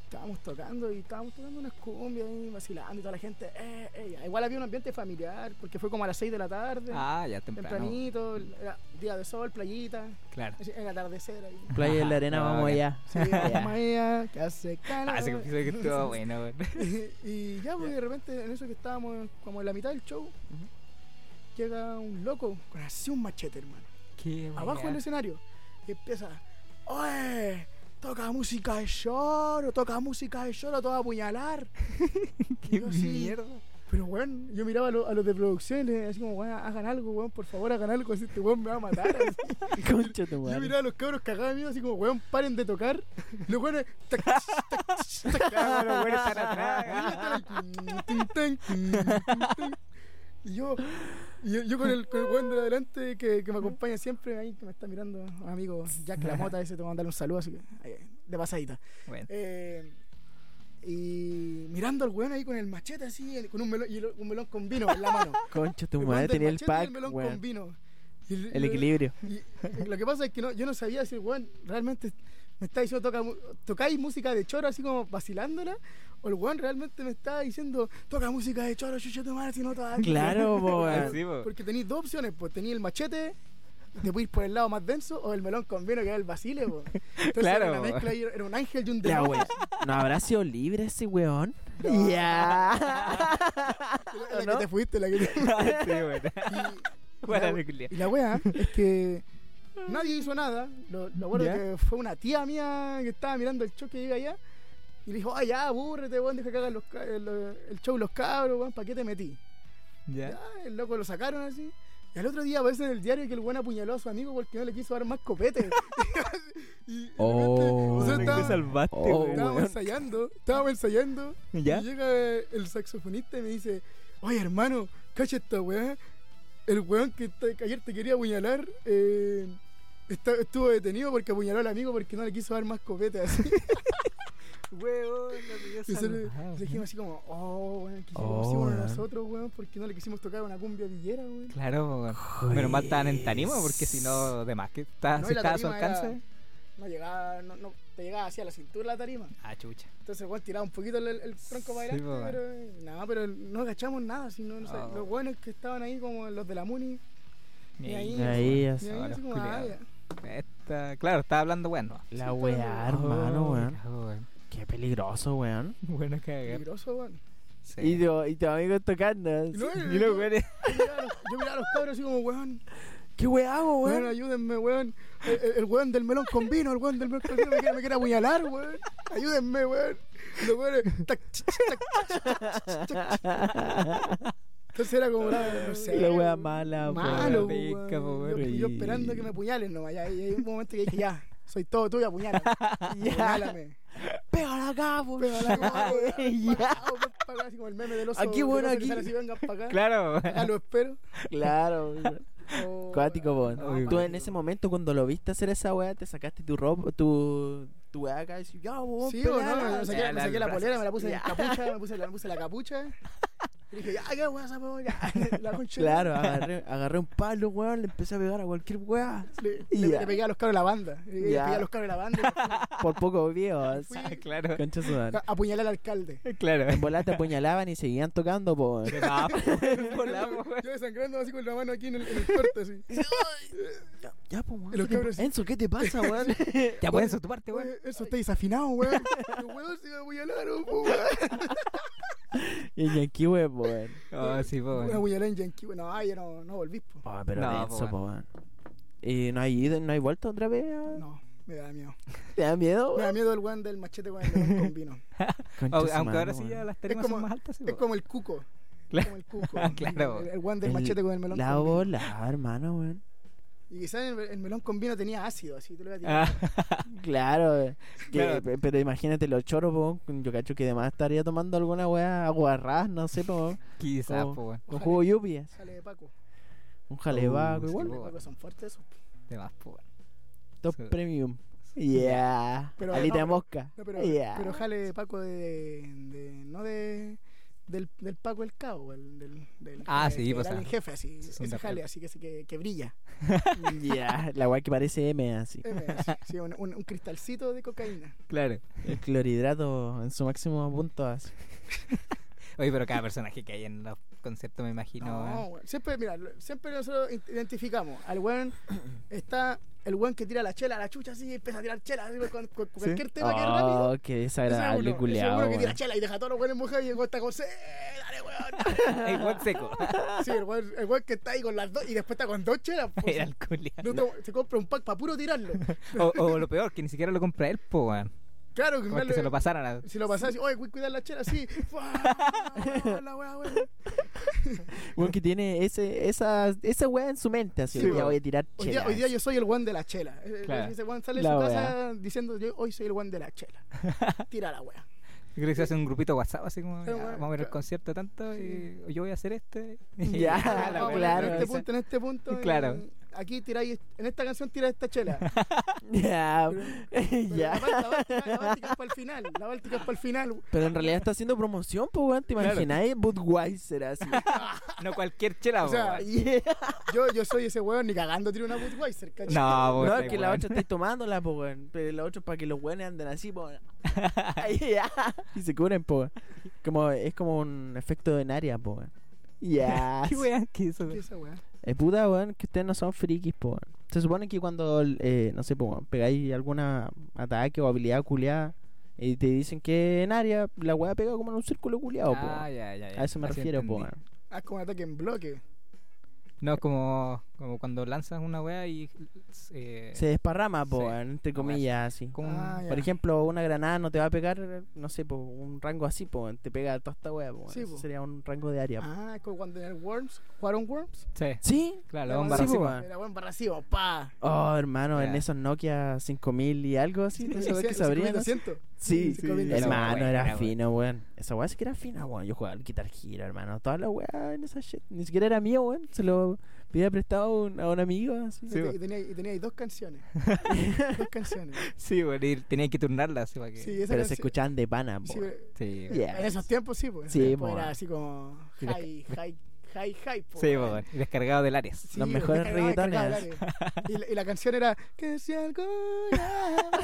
C: Estábamos tocando y estábamos tocando unas cumbias y vacilando y toda la gente. eh, eh, ya. Igual había un ambiente familiar, porque fue como a las 6 de la tarde,
A: Ah, ya temprano.
C: tempranito, era día de sol, playita,
A: Claro.
C: así, el atardecer ahí.
B: Playa de la Arena,
A: Ah,
B: vamos
A: ya.
B: allá.
C: Sí, vamos allá, que hace calor.
A: Ah, ese episodio que estuvo bueno, weón.
C: y ya, pues de repente, en eso que estábamos como en la mitad del show, llega un loco con así un machete, hermano.
A: Qué
C: abajo del
A: weá.
C: escenario y empieza oye toca música de lloro toca música de lloro te voy a apuñalar
A: Qué
C: Yo así,
A: mierda.
C: pero bueno yo miraba a, lo- a los de producción y le decía así como "Weón, hagan algo weón por favor hagan algo así este weón me va a matar así.
B: Concha tu
C: yo
B: madre.
C: miraba a los cabros cagados de miedo así como weón paren de tocar los weones tac, tac, tac, tac.
A: Claro, weón, están atrás.
C: Tin, tin, tin, tin. Y yo, y yo, yo con el, con el weón de adelante que, que me acompaña siempre ahí, que me está mirando, un amigo Jack La Mota, ese te voy a mandar un saludo, así que, ahí, de pasadita.
A: Bueno,
C: Eh, y mirando al weón ahí con el machete así, el- con un melón, y el- un melón con vino en la mano.
B: Concha tu
C: El weón
B: madre,
C: del
B: tenía el
C: machete y
B: pack,
C: melón con
B: weón.
C: vino. Y el-
B: El
C: y-
B: equilibrio.
C: y y lo que pasa es que no, yo no sabía si el weón realmente me está diciendo toca, mu- tocáis música de choro así como vacilándola. O el weón realmente me está diciendo toca música de choro, chucha tu madre, si no toca.
B: Claro, po,
A: Ah,
B: weón.
A: sí, po.
C: Porque tenéis dos opciones, pues tenéis el machete, te puedes ir por el lado más denso, o el melón con vino que es el basile, po. Entonces
A: Claro,
C: era una
A: po.
C: mezcla ahí, era un ángel y
B: La
C: un demonio.
B: weón. ¿No habrá sido libre ese weón?
C: No.
B: Ya.
C: La que
B: ¿no?
C: te fuiste, la que
A: Sí,
C: te
A: weón. Buena de culiar.
C: Y la wea es que nadie hizo nada. Lo, lo bueno
A: ¿Ya?
C: que fue una tía mía que estaba mirando el show que llega allá. Y le dijo, ah, ya, aburrete, weón, deja que hagan los ca- el, el show los cabros, weón, ¿para qué te metí?
A: Ya.
C: Ya, el loco lo sacaron así. Y al otro día aparece en el diario que el weón apuñaló a su amigo porque no le quiso dar más copete. y de
B: Oh.
C: repente, nosotros
B: Me
A: Te
C: estábamos-
A: salvaste,
B: Oh,
A: weón.
C: estábamos
B: weón.
C: ensayando, estábamos ensayando
A: ¿Ya?
C: y llega el saxofonista y me dice, oye hermano, cacha esta weá. el weón que, te- que ayer te quería apuñalar eh, está- estuvo detenido porque apuñaló al amigo porque no le quiso dar más copetas. así.
A: Weón, no te dio
C: Y nosotros
A: salvado, weón.
C: le dijimos así como, oh, weón, ¿qué hicimos,
A: Oh,
C: hicimos
A: weón.
C: nosotros, weón? Porque no le quisimos tocar una cumbia villera, weón.
A: Claro, weón. Menos mal estaban en tarima porque si no, de más que está,
C: No,
A: si
C: y la
A: está a su
C: tarima era-
A: alcance.
C: No llegaba, no, no, te llegaba así a la cintura la tarima.
A: Ah, chucha.
C: Entonces el weón tiraba un poquito el, el tronco para
A: Sí, pues,
C: adelante,
A: po, weón.
C: pero eh, nada, pero no agachamos nada, sino no sé,
A: Oh.
C: los buenos que estaban ahí como los de la Muni, y ahí,
B: Ahí,
C: y
B: así.
C: ahí
A: Ah, los
C: así como,
A: culiados.
C: ah, ya.
A: Esta- claro, estaba hablando bueno.
B: La weá, hermano, weón.
A: weón.
B: Qué peligroso, weón.
A: Bueno, cagar.
C: peligroso, weón.
A: Sí.
B: Y, tu, y tu amigo tocando. así.
C: no,
B: Y los
C: no.
B: weones,
C: Yo miraba a los- yo miraba a los cabros así como, weón,
B: ¿Qué weá hago,
C: weón,
B: weón?
C: ayúdenme, weón. El, el- el weón del melón con vino, el weón del melón con vino me quiere, me quiere apuñalar, weón. Ayúdenme, weón. Los weones, tac, ch, ch, tac, ch, ch, tac, ch. Entonces era como, la, no sé.
B: La wea mala,
C: Malo,
A: weón. Rica, po,
C: weón. Yo,
A: weón.
C: yo esperando que me apuñalen nomás. ya, Y hay un momento que dije, ya, soy todo tuyo, apuñálame. Apuñálame.
B: Pégala acá,
C: Pero la weá, weón,
B: Ah, Ya.
C: pa'lao, ven pa' acá, así como el meme del oso-
B: Aquí,
C: del
B: weón,
C: oso que
B: aquí.
C: sale así, vengan pa' acá.
A: Claro, weón.
C: Acá lo espero.
B: Claro, weón.
C: Oh,
B: Cuático,
A: Uy,
B: weón. Tú
A: cuático.
B: en ese momento, cuando lo viste hacer esa weá, te sacaste tu ropa, tu, tu weá acá y dices, ya, weón.
C: Sí, o
B: pégala".
C: no, me saqué, me
A: Pégala
C: saqué
A: al
C: la
A: brazo.
C: polera, me la puse
B: Ya.
C: en capucha, me puse, la- me puse la capucha. Y dije, ya, qué weá esa polera. La concha. de-
B: Claro, agarré, agarré un palo, weón, le empecé a pegar a cualquier weá.
C: Le,
B: Ya.
C: le- le pegué a los cabros de la banda. Le, le
B: Ya.
C: pegué a los cabros de la banda.
B: Por poco viejo. así.
A: Ah, claro.
B: Concha su
C: y
B: madre.
C: fui a- Apuñalé al alcalde.
A: Claro.
B: En bola te apuñalaban y seguían tocando, po. weón.
A: Ah, volamos, weón.
C: Yo desangrando así con la mano aquí en el, en el corte, así.
B: Ya, ya, po, weón.
C: Y los
B: ¿Qué te-
C: cabros-
B: Enzo, ¿qué te pasa, weón?
A: Ya puedes su parte, weón.
C: Oye, Eso está desafinado, weón. Los weón se me apuñalaron, po, weón.
B: y aquí, weón, po, weón.
A: Oh, sí, po,
C: Me
A: weón.
C: apuñalé en Yankee. No, ay, ya no, no volví, po.
B: Oh, pero
A: No,
B: Enzo,
A: po,
B: po, weón. ¿Y no hay ido, no hay vuelto otra vez? a-
C: No, me da miedo.
B: ¿Te da miedo,
C: Me
B: weón?
C: da miedo el weón del machete con el melón con vino.
B: Concha
A: Au-
B: su
A: Aunque
B: madre,
A: ahora sí
B: weón.
A: ya las
C: Es
A: tarimas
C: como-
A: son más altas, sí, pues.
C: Es
A: po.
C: como el cuco.
A: Claro.
C: Como el cuco.
A: Ah, claro.
C: El, el weón del
B: El-
C: machete con el melón
B: La
C: con vino.
B: bola, hermano, weón.
C: Y quizás el, el melón con vino tenía ácido, así tú lo ibas a tirar.
A: Ah,
B: Claro, weón. Que-
A: Claro.
B: pe- pero imagínate los choros, po. weón. Yo cacho que además estaría tomando alguna weá aguarrás, no sé, po. weón.
A: quizás,
B: Como-
A: po, weón.
B: Con jugo lluvias.
C: Sale de Paco.
B: Un jalebaco,
A: Uh,
B: igual.
A: Ah. sí, po,
C: Paco son fuertes esos.
A: De más, po, pues, weón.
B: Top
A: Sí.
B: premium. Yeah.
C: Uh, Pero,
B: Alita
C: no,
B: de
C: pero-
B: mosca.
C: No, pero,
B: yeah.
C: pero jale de Paco de, de- No de. Del, del Paco el Cabo, el, del, del.
A: Ah,
C: el-
A: sí,
C: el
A: pues,
C: alien
A: ah.
C: jefe, así.
A: Son
C: Ese
A: de
C: jale,
A: acuerdo.
C: así que, así que, que brilla.
B: Yeah, La weá que parece M así.
C: Eh, sí, sí, un, un- un cristalcito de cocaína.
A: Claro.
B: El clorhidrato en su máximo punto así.
A: Oye, pero cada personaje que hay en los conciertos, me imagino.
C: No,
A: weón.
C: weón. Siempre, mira, lo- siempre nosotros in- identificamos al weón. Está el weón que tira la chela, la chucha, así, y empieza a tirar chela, así, con, con cualquier tema que es rápido.
B: Oh, qué
C: Ese es uno,
B: desagradable,
C: ese es uno
B: culiao.
C: que
B: weón.
C: tira chela y deja a todos los weones mojados y el weón está con "Sí, dale weón.
A: El weón seco.
C: Sí, el weón, el weón que está ahí con las dos y después está con dos chelas. po.
A: Era el culiao.
C: No toma- se compra un pack para puro tirarlo.
A: O, o lo peor, que ni siquiera lo compra él, po, weón.
C: Claro,
A: Como es que se lo pasaran a.
C: si lo pasas así, oye, cu- cuidar la chela así. ¡Fua! la weá, weón.
B: Weón que tiene ese, esa, esa weá en su mente así.
C: Sí,
B: ya
C: weón.
B: voy a tirar
C: Hoy día,
B: chela.
C: hoy día yo soy el weón de la chela. Eh,
A: Claro.
C: Ese weón sale de
B: La
C: su
B: weá.
C: casa diciendo, yo hoy soy el weón de la chela. Tira la weá.
A: Yo creo que se hace un grupito WhatsApp, así como.
C: Sí,
A: ya,
C: weón,
A: vamos a ir al
C: claro.
A: concierto tanto y yo voy a hacer este.
B: Ya,
A: Ah, la
B: no,
A: weón,
B: claro,
C: En
A: esa-
C: este punto, en este punto. eh,
A: Claro.
C: Aquí tiráis, en esta canción tiráis esta chela.
B: Ya.
C: Pero
B: ya.
C: La, Bal- la Báltica- la Báltica es para el final. La Báltica es para el final.
B: Pero en realidad está haciendo promoción, pues, weón. ¿Te
A: Claro.
B: imagináis? Budweiser así.
A: No cualquier chela,
C: O sea,
A: weón.
B: Yeah.
C: Yo, yo soy ese weón, ni cagando tiro una Budweiser, ¿cachai?
A: No, weón.
B: No, es que la
A: weón.
B: otra estáis tomándola, po, weón. Pero la otra es para que los weones anden así, po. Ay, ya. y se curen, po. weón. Como, es como un efecto en área, po. weón. Ya.
A: ¿Qué weón que eso?
C: ¿Qué es esa weá?
B: Es puta, weón, que ustedes no son frikis, po. weón. Se supone que cuando, eh, no sé, po, weón, pegáis alguna ataque o habilidad culiada y te dicen que en área, la weá pega como en un círculo culiado, po.
A: Ah,
B: weón.
A: ya, ya, ya.
B: A eso me
A: Así
B: refiero, po.
A: entendí.
B: weón.
C: Ah, es como un ataque en bloque.
A: No, como, como cuando lanzas una weá y. eh,
B: Se desparrama, po,
A: Sí.
B: weón, entre
A: La weá
B: comillas, así.
A: como un-
C: Ah, ya.
B: Por ejemplo, una granada no te va a pegar, no sé, po, un rango así, po, te pega toda esta wea, po,
C: Sí,
B: eso
C: po.
B: sería un rango de área. po.
C: Ah, es como cuando en el Worms, jugaron Worms.
A: Sí,
B: ¿Sí?
A: claro,
C: La
A: la bomba
C: weá-
B: sí,
A: racimo.
B: po.
C: Era buen barracibo, pa.
B: Oh, hermano, en
A: Ya.
B: esos Nokia 5000 y algo así, de esas weas que se abrían. así.
C: 5.200.
B: Sí,
C: Sí,
B: sí,
C: 5000.
B: hermano,
A: Era
B: era
A: buena,
B: fino, weón. Esa wea sí que era fina, weón. Yo jugaba al Guitar Hero, hermano. Toda la wea en esa shit. Ni siquiera era mío, weón. Se lo Pide prestado a un, a un amigo, así.
C: Y
A: Sí,
C: te-
A: bueno.
C: y, tenía, y tenía ahí dos canciones. dos canciones.
A: Sí, bueno, y tenía que turnarlas, ¿sí? Para que...
C: Sí, esa
B: Pero
C: canción-
B: se escuchaban de pana, po.
C: sí, pero-
A: Sí,
B: Yeah.
C: En esos tiempos sí, pues.
B: Sí,
C: Después
B: po.
C: era así como
B: Y desca-
C: high, high, high, high. po,
A: sí,
C: weón.
A: bueno, y descargado del Ares.
C: Sí,
B: Los
C: pues,
B: mejores
C: descargaba, descargaba
B: reggaetones.
C: el área. Y, la- y la canción era Que si alguna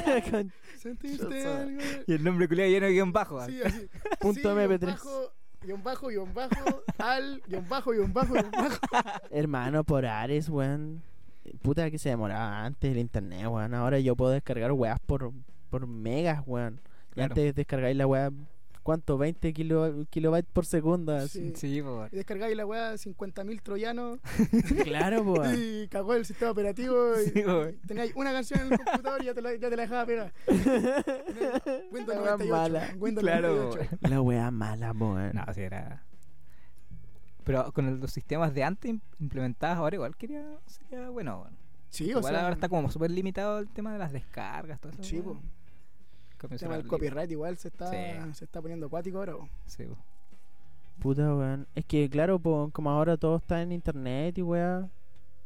C: vez
B: Con-
C: sentiste
B: Yo
C: algo
A: Y el nombre culiado lleno de guión bajo. ah.
C: Sí, así
B: Punto
C: Sí,
B: MP3.
C: Guión bajo, guión bajo, guión bajo Al, guión bajo, guión bajo, guión bajo
B: Hermano, por Ares, weón. Puta que se demoraba antes el internet, weón. Ahora yo puedo descargar weas por, por megas, weón. Y
A: Claro.
B: antes descargáis la wea, ¿cuánto? 20 kilo, kilobytes por segundo. así.
C: Sí.
A: Sí, po, weón.
C: Y descargáis la weá 50.000 troyanos
B: Claro, po, weón.
C: Y cagó el sistema operativo y,
A: Sí, weón.
C: y teníais una canción en el computador Y ya te la, ya te la dejaba pegar Windows
B: La wea
C: 98
B: mala.
C: Windows
A: Claro,
C: 98.
A: weón.
B: La wea mala, po, weón.
A: No, sí era. Pero con el- los sistemas de antes im- implementados ahora igual quería, sería bueno. weón.
C: Sí, o
A: Igual
C: sea
A: ahora está Mm. como súper limitado el tema de las descargas, todo eso.
C: Sí,
A: weón.
C: po.
A: Cambio
C: El tema del
A: celular libre.
C: copyright igual se está,
A: Sí.
C: se está poniendo acuático ahora po.
A: Sí, po.
B: Puta, weón. Es que, claro, po, como ahora todo está en internet y weá.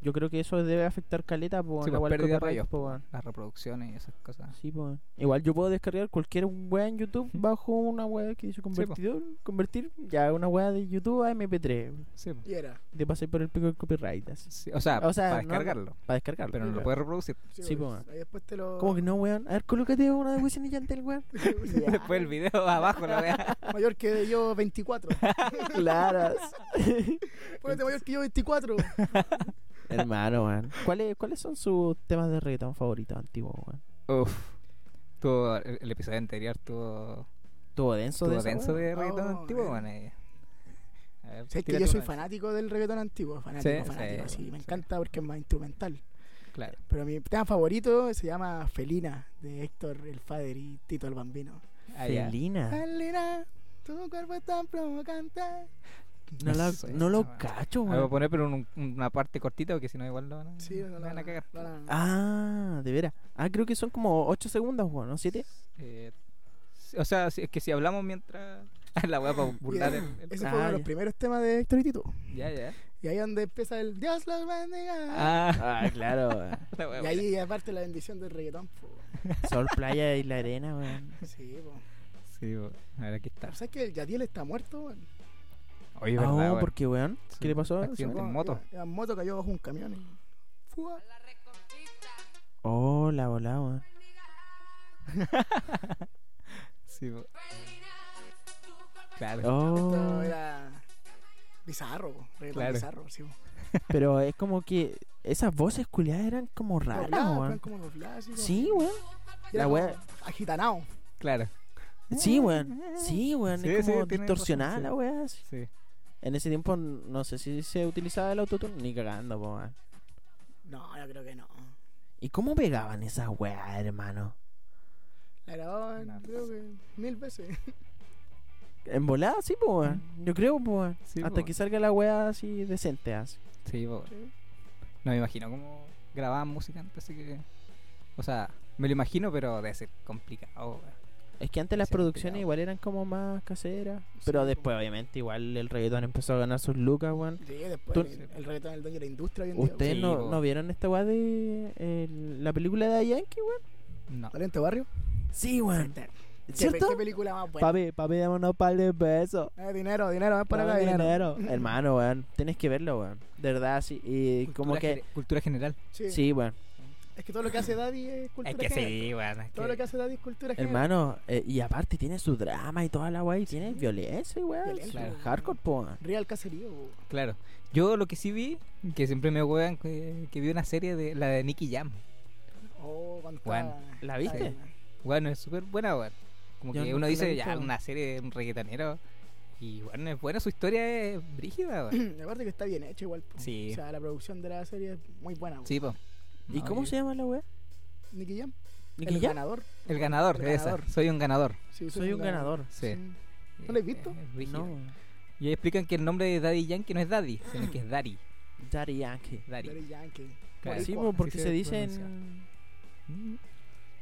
B: Yo creo que eso debe afectar caleta, po,
A: Sí,
B: la
A: pues,
B: wea del
A: pérdida de
B: copyright,
A: rayos,
B: po,
A: po,
B: weón.
A: las reproducciones y esas cosas.
B: Sí, po. Igual yo puedo descargar cualquier weá en YouTube bajo una weá que dice
A: po.
B: convertidor. Convertir ya una weá de YouTube a MP3.
A: Sí, po.
C: Y era
B: Te pasé por el pico del copyright así,
A: Sí, o, sea,
B: O sea,
A: para
B: no-
A: descargarlo,
B: para descargarlo.
A: pero no lo
B: weón.
A: puedes reproducir.
B: Sí, po,
C: pues,
B: weón.
C: Ahí después te lo
B: ¿Cómo que no, weón? A ver, colócate una de Wisin y Yandel, weón. Ya.
A: Después el video abajo, la vea.
C: Mayor que yo 24
B: Claro.
C: Ponete mayor que yo 24
B: Hermano, weón. ¿Cuáles, ¿Cuáles son sus temas de reggaetón favoritos antiguos, weón?
A: Uf. Tuvo, el, el episodio anterior tuvo,
B: ¿Tuvo denso
A: tuvo
B: de esa,
A: denso
B: weón?
A: de reggaetón
C: Oh,
A: antiguo,
C: eh.
A: bueno, eh. A ver,
C: Sí, es que
A: tírate
C: yo soy
A: una.
C: fanático del reggaetón antiguo, fanático,
A: Sí,
C: fanático,
A: sí,
C: sí,
A: bueno,
C: me
A: sí.
C: encanta porque es más instrumental.
A: Claro.
C: Pero mi tema favorito se llama Felina, de Héctor el Fader y Tito el Bambino.
A: Ah, ya.
B: Felina.
C: Felina, tu cuerpo es tan provocante.
B: No, la-
A: sé,
B: no lo
A: weón.
B: cacho,
A: Ah, Voy a
B: weón.
A: poner pero un- una parte cortita porque si no igual lo van a,
C: Sí, no, no,
A: lo van a
C: no,
A: cagar.
C: no, no, no.
B: Ah, de veras. Ah, creo que son como 8 segundos, weón, ¿no? 7.
A: Eh, o sea, si- es que si hablamos mientras... la weá para burlar
C: Y, eh,
A: el... el-
C: Ese fue
B: Ah,
C: uno de los
B: ya.
C: primeros temas de Héctor y Tito.
A: Ya, ya.
C: Y ahí donde empieza el Dios los bendiga.
A: Ah,
B: Ah, claro, weón.
A: la weá.
C: y ahí aparte la bendición del reggaetón. po.
B: Sol, playa y la arena, weón.
C: Sí, po.
A: Sí, weón. a ver, aquí está.
C: Pero ¿sabes que el Yadiel está muerto? weón?
A: Oye,
B: Ah,
A: verdad, weón.
B: porque, weón.
A: Sí,
B: ¿Qué le pasó?
A: accidente. En
C: Iba-
A: moto.
C: iba En moto cayó bajo un camión. y- Fua.
B: Oh, la volá, weón.
A: Sí, weón. Claro.
B: Oh.
C: Esto era bizarro, po, reggaetón
A: Claro.
C: bizarro, sí. po.
B: Pero es como que esas voces culiadas eran como
C: Doblado,
B: raras,
C: plan
B: weón.
C: como doblado, así como-
B: Sí, weón. La
C: Era como
B: wea.
C: Agitanado.
A: Claro.
B: Sí, weón. Sí, weón.
A: Sí,
B: es
A: sí,
B: como
A: tiene
B: distorsionada
A: razón, sí.
B: la weá. así.
A: Sí.
B: En ese tiempo, no sé si se utilizaba el autotune ni cagando, po, weón.
C: No, yo creo que no.
B: ¿Y cómo pegaban esas weas, hermano?
C: La grababan,
A: No.
C: creo que mil veces.
B: En volada, sí, po, weón. Yo creo, po, weón.
A: Sí, po,
B: Hasta
A: weón.
B: que salga la wea así decente, así.
A: Sí, po.
C: Sí.
A: No me imagino cómo grababan música antes, así que. O sea, me lo imagino, pero debe ser complicado. weón.
B: Es que antes las
A: Sí, han
B: producciones
A: pegado.
B: igual eran como más caseras.
C: Sí,
B: Pero
C: po.
B: después, obviamente, igual el reggaetón empezó a ganar sus lucas, weón.
C: Sí, después
B: Tú-
C: el, el reggaetón del dueño de la industria hoy en día.
B: ¿Ustedes
A: Sí,
B: no,
A: po.
B: no vieron esta weá de eh, la película de Yankee, weón?
A: No.
C: ¿Valente Barrio?
B: Sí, weón.
C: Este, ¿Qué,
B: ¿Cierto?
C: pe- qué película más buena?
B: Papi, papi, dame unos par de pesos.
C: Eh, dinero, dinero, ven para
B: Dame
C: acá, dinero.
B: dinero. Hermano, weón. Tienes que verlo, weón. De verdad, sí. Y
A: Cultura
B: como que.
A: gene- Cultura general.
C: Sí.
B: Sí, weón.
C: Es que todo lo que hace Daddy es cultura
A: Es que
C: general.
A: sí, weón. es
C: Todo
A: que-
C: lo que hace Daddy es cultura general.
B: Hermano, eh, y aparte tiene su drama y toda la weá. Y tiene violencia, weón.
C: Violencia,
A: Claro.
C: po.
B: Hardcore, po. weón.
C: Real caserío. po.
A: Claro. Yo lo que sí vi, que siempre me huevan, que, que vi una serie de la de Nicky Jam.
C: Oh, cuando
A: Juan,
C: estaba-
B: ¿la viste?
C: estaba-
A: Bueno, es súper buena, weón. Como
B: Yo
A: que
B: nunca
A: uno
B: la he
A: dice,
B: visto,
A: ya,
B: weón.
A: una serie de un reggaetonero. Y bueno, es buena, su historia es brígida, weón.
C: Aparte que está bien hecho igual. po.
A: Sí.
C: O sea, la producción de la serie es muy buena. po.
A: Sí, po.
B: ¿Y
A: No,
B: cómo
A: yo-
B: se llama la weá?
C: Nicky Jam,
B: ¿Nicky
C: el
B: Jam?
C: ganador.
A: El ganador,
C: El
A: esa.
C: ganador.
A: Soy un ganador.
C: Sí,
B: Soy un ganador.
A: Sí. Eh,
C: Sí. ¿No la has visto?
A: Es brígido.
B: No, weón.
A: Y ahí explican que el nombre de Daddy Yankee no es Daddy, sino que es Daddy.
B: Daddy Yankee.
A: Daddy.
C: Daddy Yankee.
A: Claro.
B: Pues Sí,
C: Así
B: po, porque
A: se
B: se dicen.
A: pronuncia. Mm.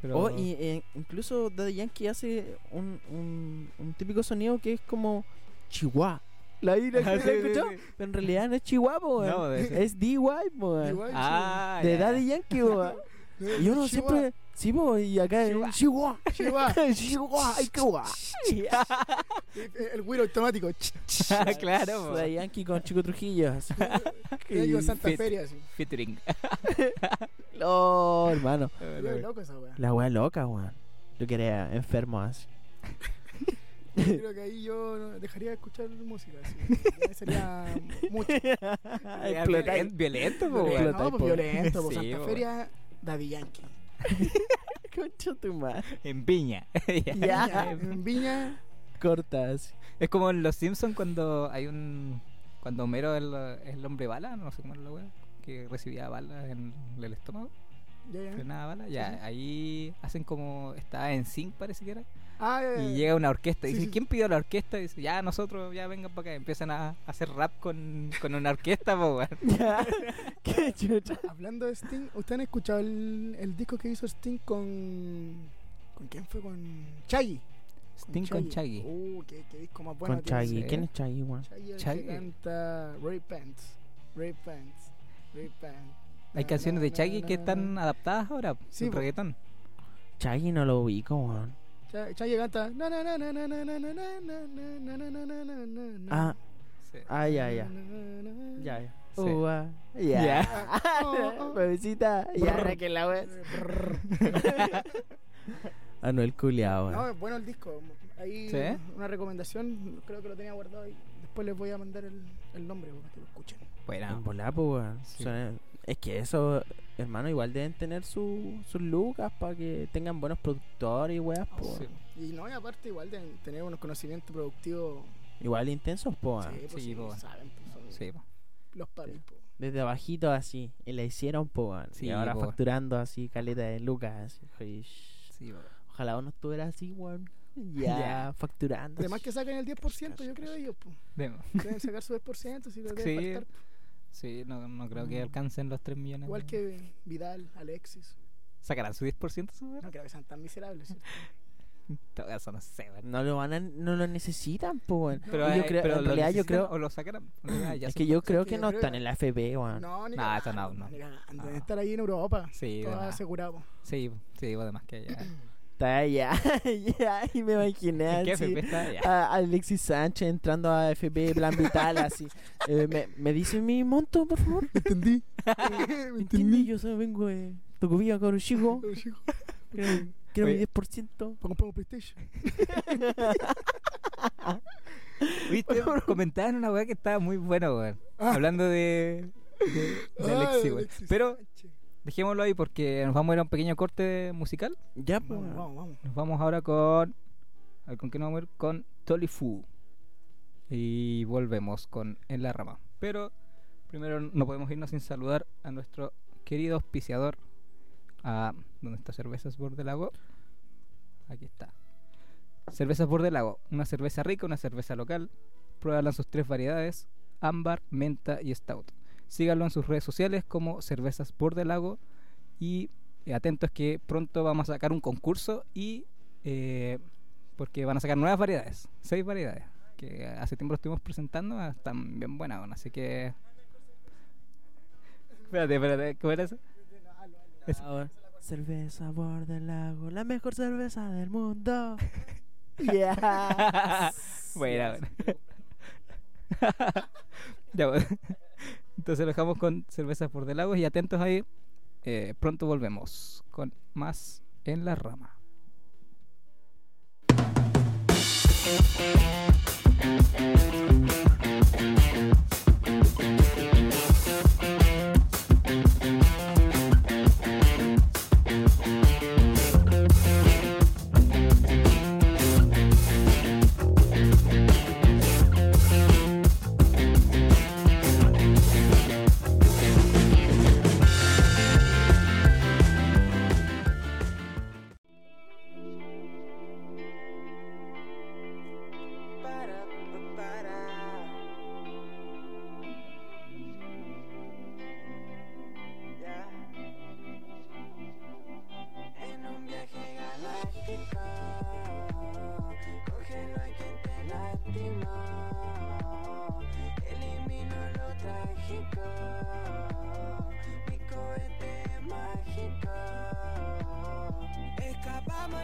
A: Pero...
B: Oh, y eh, incluso Daddy Yankee hace un, un, un típico sonido que es como chihuahua. La ira
A: Ah,
B: que
A: sí,
B: la
A: sí,
B: escuchó.
A: sí.
B: Pero en realidad no es Chihuahua, po, weón.
A: No, de-
B: es DY, po, weón.
C: Igual, Eh,
A: Ah,
B: De
A: ya, ya.
B: Daddy Yankee, po, weón. Y uno siempre. Sí, po, y acá. Chihuahua.
A: Ah.
C: Chihuahua.
B: Chihuahua. Ay, qué guay.
C: El, el güiro automático.
A: Ah, claro, po.
B: Daddy Yankee con Chico Trujillo. así.
C: Era yo en Santa
A: Fit.
C: Feria, así.
A: Featuring.
B: No, hermano.
C: Era loco esa weá.
B: La weá loca, weón. Yo quería enfermo así.
C: Yo Creo que ahí yo no- dejaría de escuchar música. Así. Ya Sería
B: Pues
C: mucho.
A: Era
B: Explotar.
A: violen- Violento, po,
B: Violento.
A: weón.
C: no, pues violento. Pues,
A: Sí,
C: Santa
A: po.
C: Feria, Daddy Yankee.
B: Concha tu madre.
A: En piña. Ya.
B: Ya.
C: En Viña,
B: Corta así.
A: Es como en Los Simpsons cuando hay un. Cuando Homero es el, el hombre bala, no sé cómo es la weá, que recibía balas en el estómago,
C: ya, ya.
A: frenaba balas. Ya, ahí hacen como. Estaba en zinc, parece que era.
C: Ah, ya,
A: Y
C: ya.
A: llega una orquesta. Y
C: Sí,
A: dice,
C: sí.
A: ¿quién pidió la orquesta? Y dice, ya nosotros, ya vengan para acá. Empiezan a, a hacer rap con, con una orquesta, po, weón.
B: Ya. Qué chucha.
C: Hablando de Sting, ¿ustedes han escuchado el, el disco que hizo Sting con. ¿Con quién fue? Con Chaggy.
A: Sting con Chaggy.
C: Uh, qué, qué disco más bueno.
B: con
C: tiene ese.
B: Chaggy.
A: sé.
B: ¿Quién es Chaggy, weón?
C: Chaggy el
A: Chaggy.
C: que canta Ray Pants. Ray Pants. Ray Pants.
A: Hay
C: Na,
A: canciones
C: na,
A: de
C: na,
A: Chaggy
C: na,
A: que
C: na,
A: están
C: na.
A: adaptadas ahora,
C: Sí,
A: sin
C: po.
A: reggaetón.
B: Chaggy no lo ubico, weón.
C: Cha- Chaggy canta. na, na, na, na, na, na, na, na, na, na, na, na, na, na, na, na, na.
B: Ah, ah, ya, ya.
C: Na, na, na.
B: Ya, ya.
A: Sí.
B: Ua, ya.
A: Ya.
C: Oh, oh.
B: Bebecita, ya
C: Brr.
B: no que la wea.
C: Brr.
B: Anuel culiao.
C: No,
B: weón.
C: es bueno el disco. Ahí
A: ¿Sí?
C: una recomendación, creo que lo tenía guardado ahí. Después les voy a mandar el, el nombre para que lo escuchen.
A: Bueno,
B: En volá, po, weón.
A: Sí.
B: Son- es que eso, hermano, igual deben tener su- sus lucas para que tengan buenos productores y weas, po.
A: sí.
B: weón.
C: Y no, y aparte igual de tener unos conocimientos productivos.
B: Igual intensos, po. weón.
C: sí, pues,
A: sí,
C: sí,
A: po.
C: saben, pues, son
A: Sí, po.
C: los pues. papis. po.
B: Desde abajito así. Y la hicieron, po. weón.
A: Sí,
B: y ahora
A: po.
B: facturando así, caleta de lucas. así. Uish.
A: Sí, po.
B: Ojalá uno estuviera así, weón. Ya,
A: Ya.
B: facturando.
C: Además que sacan el 10%, yo creo ellos. po.
A: Demo.
C: Deben sacar su 10% si les debe
A: Sí.
C: faltar. po.
A: Sí, no, no creo
B: Mm.
A: que alcancen los 3 millones.
C: Igual
A: de-
C: que Vidal, Alexis.
A: ¿Sacarán su 10% su
C: No creo que sean tan miserables. ¿cierto?
A: Todo eso no sé, weón.
B: No lo van a, no lo necesitan, po, weón.
A: Pero,
B: Y yo
A: eh,
B: creo-
A: pero
B: en
A: lo
B: realidad yo
A: necesitan
B: creo-
A: O lo sacarán. Ah, ya
B: es
A: sé.
B: que yo creo
C: que
B: que
C: yo
B: no
C: creo-
B: están en la FB, weón.
C: No, ni
A: No,
C: cagando,
A: eso no, no.
C: ni cagando.
A: No.
C: Deben estar ahí en Europa.
A: Sí,
C: todo
A: nada.
C: asegurado.
A: Sí, po. sí, po, además que ya.
B: Está allá, ya, y me imaginé
A: Es que
B: así,
A: FP pues, está ya.
B: a Alexis Sánchez entrando a FB Plan Vital, así. Eh, me, ¿Me dice mi monto, por favor?
C: Entendí.
B: ¿Entiendes? Yo solo vengo de Tocubilla, cabrón chico. Quiero, quiero mi
A: Oye.
B: 10%.
C: Para comprar un PlayStation.
A: ¿Viste? Comentaban una weá que estaba muy buena, weón.
B: Ah.
A: Hablando de. de, de
C: Ah,
A: Alexis, weón.
C: Alexis
A: Pero
C: Sánchez.
A: dejémoslo ahí porque nos vamos a ir a un pequeño corte musical.
B: Ya, pues.
C: Vamos,
B: weón.
C: vamos, vamos.
A: Nos vamos ahora con. A ver, ¿con qué nos vamos a ir? Con Tolifu. Y volvemos con En la Rama. Pero primero no podemos irnos sin saludar a nuestro querido auspiciador. A, ¿Dónde está Cervezas Bordelago? Aquí está. Cervezas Bordelago. Una cerveza rica, una cerveza local. Pruébala en sus tres variedades: ámbar, menta y stout. Síganlo en sus redes sociales como Cervezas Bordelago. Y eh, atentos que pronto vamos a sacar un concurso y eh, porque van a sacar nuevas variedades, seis variedades que hace tiempo lo estuvimos presentando, ah, están bien buenas, bueno, así que espérate, espérate, ¿cómo era eso? Es-
B: Ahora, cerveza por del lago, la mejor cerveza del mundo. Ya.
A: Bueno, bueno. Ya, bueno. Entonces lo dejamos con cervezas por del lago y atentos ahí. eh, pronto volvemos con más en la rama.
G: Ba-da-ba-ba-da.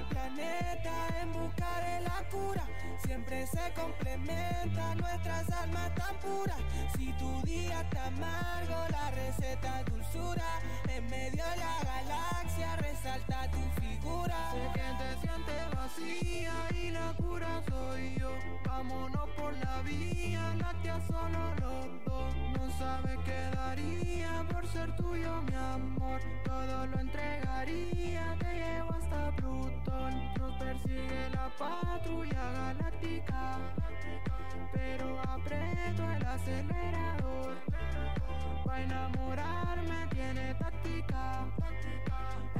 G: planeta en buscar de la cura. Siempre se complementan nuestras almas tan puras. Si tu día está amargo, la receta es dulzura. En medio de la galaxia resalta tu figura. Sé que te sientes vacía y la cura soy yo. Vámonos por la vía, late solo los dos. No sabes qué daría por ser tuyo, mi amor. Todo lo entregaría, te llevo hasta Plutón. Nos persigue la patrulla galáctica, pero aprieto el acelerador. Pa' enamorarme tiene táctica.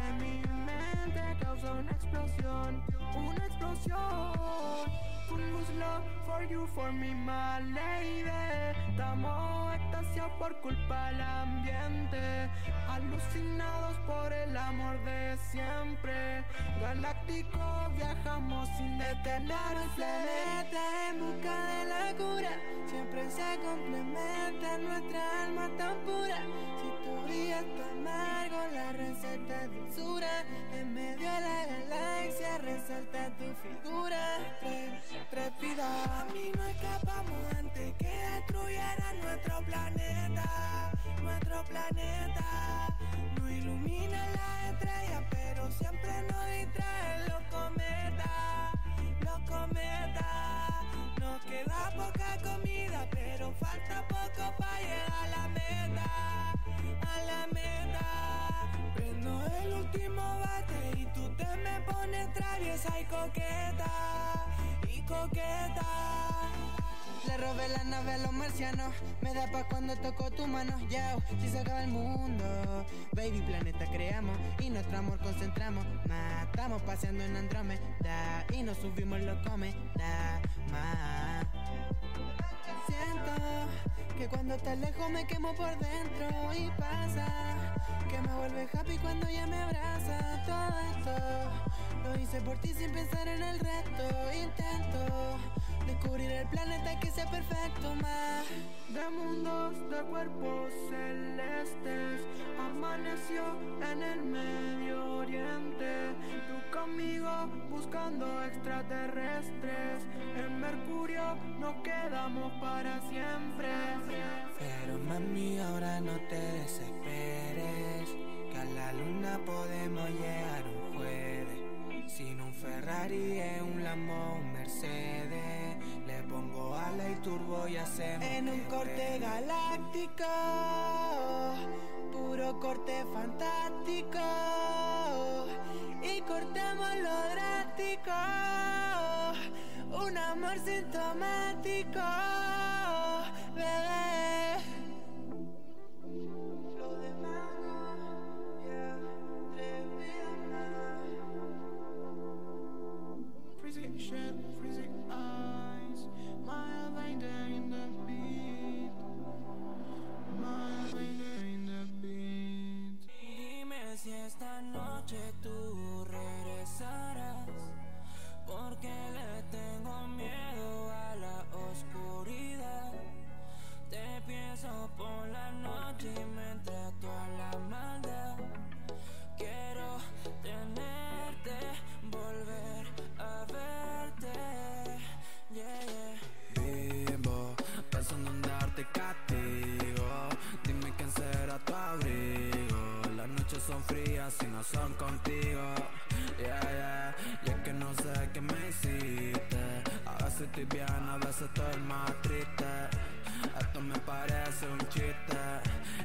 G: En mi mente causa una explosión, una explosión. Full lose love for you, for me, my lady. Estamos extasiados por culpa del ambiente, alucinados por el amor de siempre. Galáctico viajamos sin detener el planeta en busca de la cura. Siempre se complementa nuestra alma tan pura. Si tu día está amargo, la receta es dulzura. En medio de la galaxia resalta tu figura. Tre- Trepida. A mí no escapamos antes que destruyeran nuestro planeta. Nuestro planeta. No ilumina las estrellas, pero siempre nos distraen los cometas. Los cometas. Nos queda poca comida, pero falta poco para llegar a la meta. A la meta. Prendo el último bate y tú te me pones traviesa y coqueta. Y coqueta. Le robé la nave a los marcianos. Me da paz cuando toco tu mano. Ya, si se acaba el mundo. Baby, planeta creamos y nuestro amor concentramos. Matamos paseando en Andrómeda y nos subimos los cometas. Más. Siento que cuando estás lejos me quemo por dentro y pasa que me vuelve happy cuando ya me abraza. Todo esto lo hice por ti sin pensar en el resto. Intento Descubrir el planeta que sea perfecto más De mundos de cuerpos celestes Amaneció en el Medio Oriente Tú conmigo buscando extraterrestres En Mercurio nos quedamos para siempre Pero mami ahora no te desesperes Que a la luna podemos llegar un jueves sin un Ferrari es un Lambo, un Mercedes. Le pongo ala y turbo y hacemos. En un corte galáctico, puro corte fantástico. Y cortamos lo drástico. Un amor sintomático, bebé. Lo demás, ya, tres vidas más. Freezing shit, freezing eyes. My binder in the beat. My binder in the beat. Dime si esta noche tú regresarás. Porque le tengo miedo a la oscuridad. Te pienso por la noche y me trato a la maldad. Quiero tenerte, volver a verte. Yeah, yeah. Vivo pensando en darte castigo. Dime quién será tu abrigo. Las noches son frías si no son contigo. Yeah, yeah. Y es que no sé qué me hiciste. A veces estoy bien, a veces estoy más triste. Esto me parece un chiste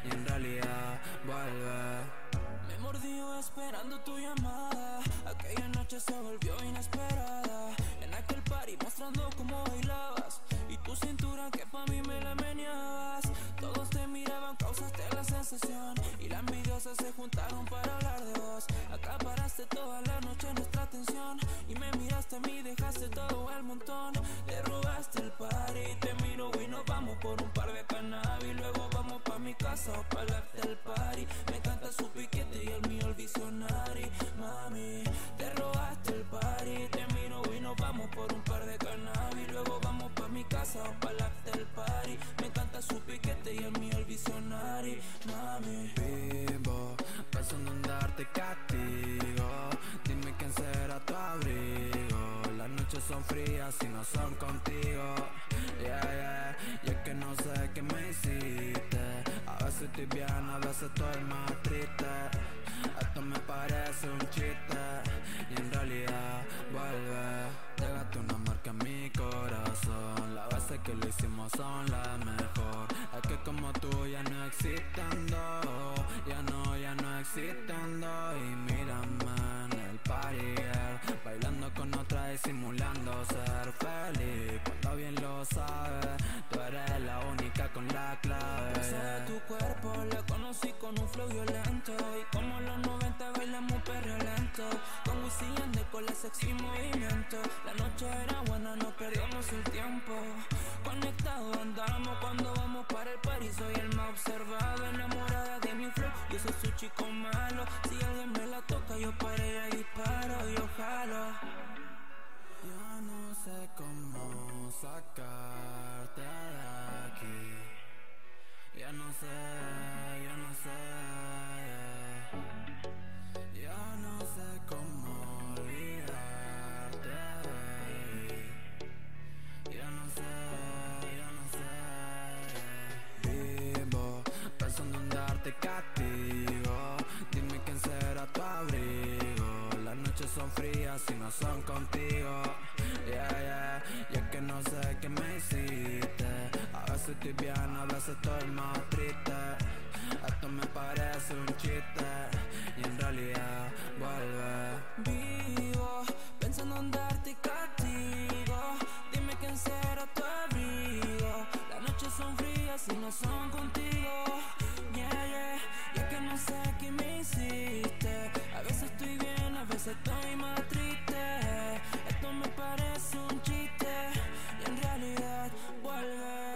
G: y en realidad vuelve. Me mordió esperando tu llamada. Aquella noche se volvió inesperada. En aquel party mostrando cómo bailabas. Y tu cintura que pa' mí me la meneabas. Todos te miraban, causaste la sensación. Y las envidiosas se juntaron para hablar de vos. Acaparaste toda la noche nuestra atención. Y me miraste a mí, dejaste todo el montón. Te robaste el party, te miro y nos vamos por un par de cannabis. Luego vamos pa' mi casa o pa' el after party. Me encanta su piquete y el mío el visionary. Mami, te robaste el party, te miro y nos vamos por un par de cannabis. Luego vamos pa' mi casa o pa' el after party. Me encanta su piquete y el mío el visionary. Mami, vivo pensando en darte castigo. Dime quién será tu abrigo.
H: a veces estoy más triste. Esto me parece un chiste y en realidad vuelve. Llegaste una marca en mi corazón. Las veces que lo hicimos son las mejor. Es que como tú ya no existen dos, ya no, ya no existen dos. Y mírame en el party, yeah. bailando con otra y simulando ser feliz. Cuando bien lo sabes, tú eres la única con la clave. yeah.
G: de tu cuerpo la conocí con un flow violento Y como los 90 bailamos perro lento Con Wisin y Yandel con la sexy movimiento La noche era buena, no perdíamos el tiempo Conectados andamos cuando vamos para el party Soy el más observado, enamorada de mi flow Yo soy su chico malo Si alguien me la toca yo para ella disparo Yo jalo
H: Ya no sé cómo sacarte de aquí. Ya no sé, ya no sé. Ya no sé cómo olvidarte de ahí. Ya no sé, ya no sé. Vivo pensando en darte castigo. Dime quién será tu abrigo. Las noches son frías si no son contigo. Yeah, yeah. Y es que no sé qué me hiciste. A veces estoy bien, a veces estoy más triste. Esto me parece un chiste. Y en realidad vuelve.
G: vivo Pensando en darte castigo Dime quién será tu abrigo Las noches son frías y no son contigo Yeah, yeah Ya que no sé qué me hiciste A veces estoy bien, a veces estoy más triste Esto me parece un chiste Y en realidad vuelve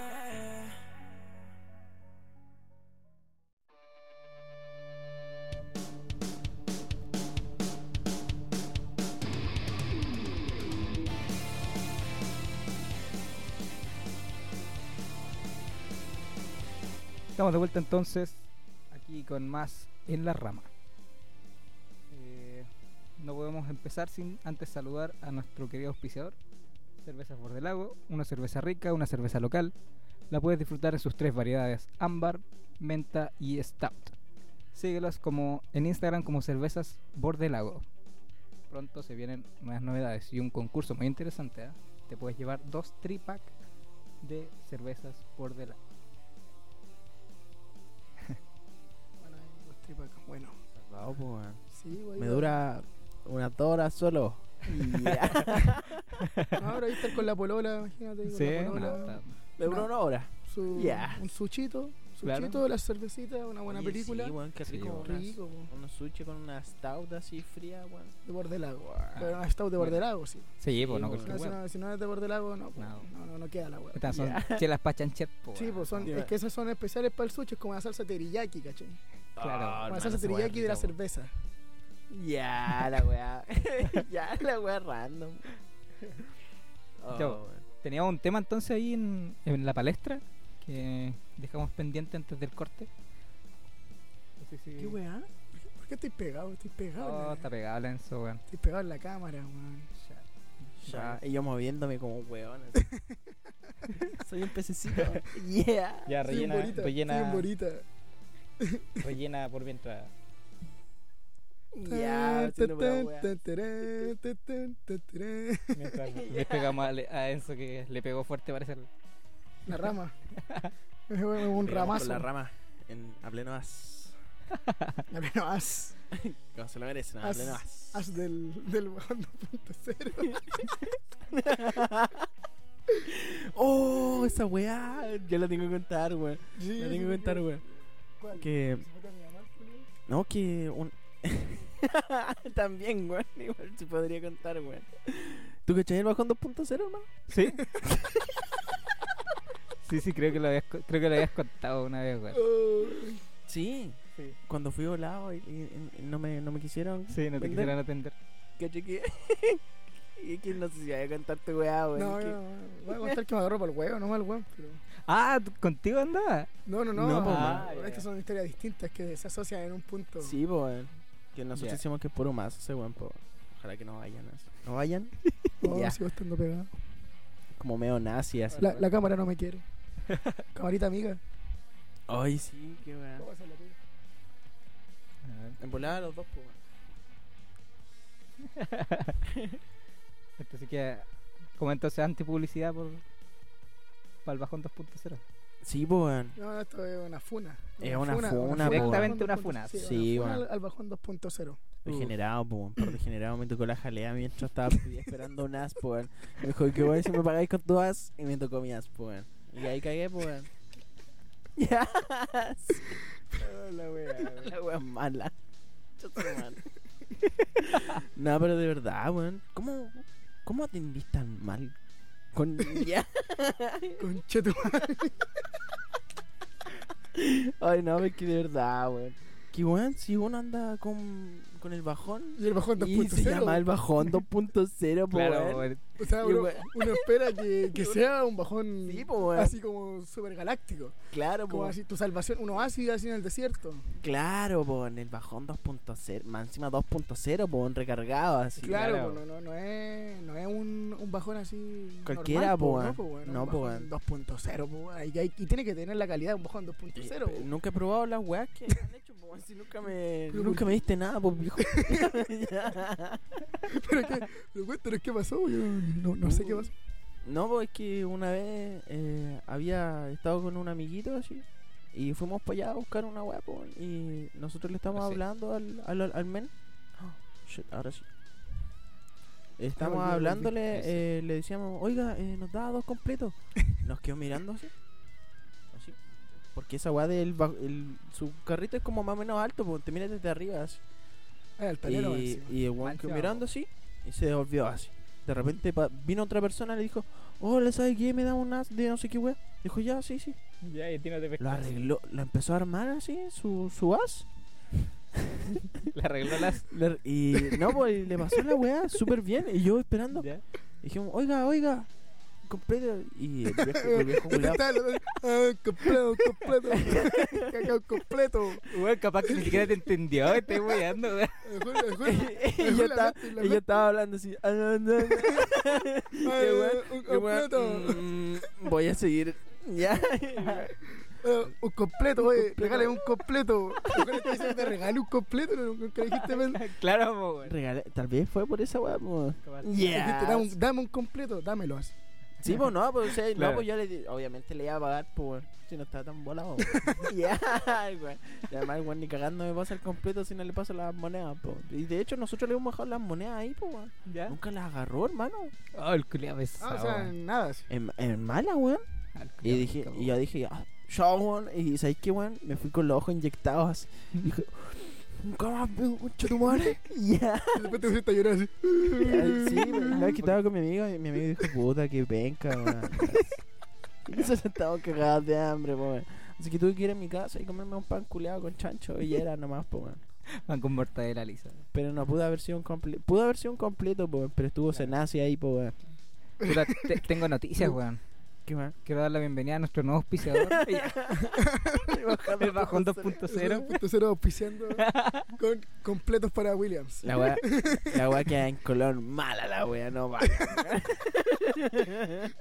A: Estamos de vuelta entonces aquí con más en la rama. Eh, no podemos empezar sin antes saludar a nuestro querido auspiciador. Cervezas Bordelago, una cerveza rica, una cerveza local. La puedes disfrutar en sus tres variedades, ámbar, menta y stout. Síguelos como en Instagram como Cervezas Bordelago. Pronto se vienen nuevas novedades y un concurso muy interesante. ¿eh? Te puedes llevar dos tripack de cervezas Bordelago.
C: Bueno, ahí los tripas, bueno. Sí, güey.
B: Me dura unas dos horas solo.
C: No, ahora ahí estar con la polola, imagínate. con la
A: no,
C: polola,
A: está-
B: Me dura
C: No.
B: una hora.
C: su-
B: Ya.
C: Un suchito,
A: Claro.
C: suchito, las cervecitas, una buena
B: Oye,
C: película.
B: Sí, weón, qué
A: Sí,
B: rico.
A: weón.
B: unas-
C: Rico, weón.
B: unos sushi con una stout así fría, weón.
C: De Bordelago. Pero no, está de Bordelago, sí.
A: Sí, pues no,
B: Sí,
A: cualquier
C: No, si,
A: hueá.
C: no, si no es de Bordelago, no, pues,
A: No.
C: no. no, no queda la hueá.
A: Estas son chelas pa' chanchar, po,
C: Sí,
A: weón.
C: pues son,
B: Ya.
C: es que esas son especiales para el sushi, es como la salsa teriyaki, ¿cachai?
A: Claro.
B: Ah,
C: Como
B: hermano,
C: la salsa
B: esa weá
C: teriyaki de la
B: rica, weón.
A: pues.
C: cerveza.
B: Ya, la weá. ya, la weá random. Oh,
A: Ya,
B: weón.
A: Teníamos un tema entonces ahí en, en la palestra que dejamos pendiente antes del corte. No sé si-
C: ¿Qué eh. weá? ¿Por qué estoy pegado? Estoy pegado. en
A: Oh,
C: la-
A: está pegado Lenzo, weón.
C: Estoy pegado en la cámara, weón.
A: Ya.
B: Ya, y yo moviéndome como weón. así. Soy un pececito. Yeah.
A: Ya,
C: Soy un
A: rellena,
C: borita, soy un
A: rellena,
C: borita.
A: rellena por mientras.
B: Ya, haciendo pura weá.
C: Tan, tarán, tan, tan, tan, tarán.
A: mientras le pegamos a, Le- a Enzo que le pegó fuerte parece. el-
C: La rama. Es un
B: Pegamos
C: ramazo.
B: Con la rama. En, a pleno as.
C: La pleno as.
B: Como se lo merecen, a
C: As.
B: pleno as.
C: As del, del weón 2.0.
B: Oh, esa weá. Yo la tengo que contar, weón.
C: Sí,
B: La tengo que
C: sí,
B: contar,
C: sí.
B: weón.
C: ¿Cuál?
B: Que.
C: ¿Se fue a mi mamá, Julio?
B: No, que un... También, weón. Igual se podría contar, weón. ¿Tú cachai el bajón 2.0, hermano?
A: ¿Sí? sí, sí, creo que lo habías, co- creo que lo habías contado una vez,
C: Oh,
A: weón.
B: Sí. Cuando fui volado y, y- y no, me, no me quisieron.
A: Sí, no te
B: ¿Vender?
A: quisieran atender.
B: Caché que... y que no sé si voy a contar tu weá, weón.
C: No,
B: que-
C: no, no, voy a contar que me agarró para el huevo, no mal weón, pero...
A: Ah, ¿tú- ¿contigo andaba?
C: No, no, no,
B: No, po,
C: ah,
B: man.
C: estas son historias distintas que se asocian en un punto.
B: Sí, po, weón. Que nosotros
A: Ya.
B: decimos que es puro más ese weón, po. Ojalá que no vayan. a eso. No vayan.
C: Oh,
B: ya.
C: sigo estando pegado.
B: Como medio nazi, así. Ah.
C: La, la cámara no me quiere. Camarita amiga.
B: Ay, sí, qué weá.
C: No, esa es la tuya.
B: En volada los dos, pues, weón.
A: Esto sí Este, que. Como entonces antipublicidad por. Para el bajón 2.0.
B: Sí, pues, weón.
C: No, esto es una funa.
B: Es una funa, po.
A: Directamente una funa.
B: Sí,
C: Sí, una
B: bueno.
C: funa al, al bajón 2.0.
B: Regenerado, pues, weón. Por regenerado me tocó la jalea mientras estaba esperando un as, pues, weón. Me dijo que, weón, si me pagáis con tu as, y me tocó mi as, pues, weón. Y ahí cagué, pues, weón. Ya.
C: La wea, wea.
B: La wea mala. Chuta tu madre. no, pero de verdad, weón. ¿Cómo, ¿Cómo atendís tan mal? Con. Ya.
C: Concha tu madre.
B: Ay, no, es que de verdad, weón. Que weón, si uno anda con, con el bajón.
C: Y el bajón
B: Y
C: 2.0.
B: se llama el bajón 2.0, po,
A: Claro,
B: weón.
A: weón.
C: O sea,
B: y el
C: uno,
B: wea-
C: uno espera que, que sea un bajón
B: Sí, po, weón.
C: Mm. así como supergaláctico.
B: Claro, po.
C: Como así tu salvación, un oasis así en el desierto.
B: Claro, po. En el bajón 2.0. Más encima 2.0, po. un Recargado así.
C: claro,
A: claro.
C: po, no, no, no es, no es un, un bajón así.
B: Cualquiera,
C: normal,
B: po,
C: po,
B: weón.
C: no, po, weón,
B: No,
C: un
B: po,
C: bajón 2.0, po, weón. Y, hay- y tiene que tener la calidad de un bajón 2.0.
B: Eh,
C: po.
B: Nunca he probado las weas que han hecho, po. Si nunca me.
C: Pero
B: Nunca
C: por-
B: me diste nada, po, viejo.
C: Pero, que, pero cuéntanos qué pasó, yo no, no sé qué pasó.
B: No, pues es que una vez eh, había estado con un amiguito así y fuimos para allá a buscar una weá, po, y nosotros le estábamos
A: Sí.
B: hablando al, al, al men. Ah, shit, ahora sí. Estamos
C: volví, volví.
B: hablándole,
A: Eso.
B: eh, le decíamos, oiga, eh, nos da dos completos. Nos quedó mirando así. Así. Porque esa weá del. ba- el- su carrito es como más o menos alto, porque te mira desde arriba así.
C: Ah, el talero
B: Y,
C: encima.
B: y el weón
A: Mal
B: quedó
A: llevado.
B: mirando así y se devolvió así. De repente pa- vino otra persona y le dijo, hola, ¿sabes qué? Me da un as de no sé qué weón. Dijo, ya, sí, sí.
A: Ya, y tírate
B: Lo arregló, lo empezó a armar así, su, su as.
A: Le arregló las.
B: Le ar- y no, pues le pasó la weá súper bien. Y yo esperando.
A: Ya.
B: Dijimos, oiga, oiga, completo. Y el viejo, el viejo
C: Este
B: culiao-
C: talero, ah, completo, completo. Cacao completo.
A: Weón, capaz que ni siquiera te entendió. Te estoy weando, weón.
C: El juego- el juego- el
B: ella,
C: juego la
B: estaba,
C: mente, la
B: ella
C: mente.
B: estaba hablando así. "Ah, no, no, no". Y el
C: Ah,
B: weón-
C: un
B: y el weón,
C: completo.
B: "Mm, voy a seguir. Ya.
C: Ah, un completo,
B: Un
C: oye,
B: completo.
C: regale un completo. Yo creo que dice, Te regalé un completo, no, nunca dijiste, men.
A: Claro, po, weón.
B: Regala- tal vez fue por esa weá, po.
A: Capaz.
C: Dijiste, dame un, dame un completo, dámelo así.
B: Sí, pues no, pues, o sea,
A: Claro.
B: no, pues yo le di- obviamente le iba a pagar, pues, weón, si no estaba tan volado. Ya, weón. Y además, weón, ni cagando me pasa el completo si no le paso las monedas, pues. Y de hecho, nosotros le hemos bajado las monedas ahí, pues, weón.
A: ¿Ya?
B: Nunca las agarró, hermano.
A: Oh, el culiao
C: Ah,
A: pesado.
C: o sea,
A: weón.
C: nada. así.
B: En, en mala, weón.
A: Ah, el
B: Y,
A: culiao
B: dije,
A: pesado.
B: y yo dije, ah, yo, weón. Y ¿sabes qué, weón? Me fui con los ojos inyectados así. Dije, nunca más veo mucho tu madre. Ya.
C: Y después te pusiste a llorar así.
B: Sí, no, es que estaba con mi amigo y mi amigo dijo, puta, que penca, weón. Y nosotros estábamos cagados de hambre, po, weón. Así que tuve que ir a mi casa y comerme un pan culeado con chancho y era nomás, po, weón.
A: Van con mortadela lisa.
B: Pero no pudo haber sido un completo, pudo haber sido un completo, po, weón, pero estuvo cenazi ahí, po, weón.
A: Puta, te- tengo
C: Uh.
A: noticias, weón.
B: ¿Qué más?
A: Quiero dar la bienvenida a nuestro nuevo auspiciador. el bajón 2.0.
C: 2.0 auspiciando con completos para Williams.
B: La weá, la weá queda en color mala, la weá, no vaya. weón.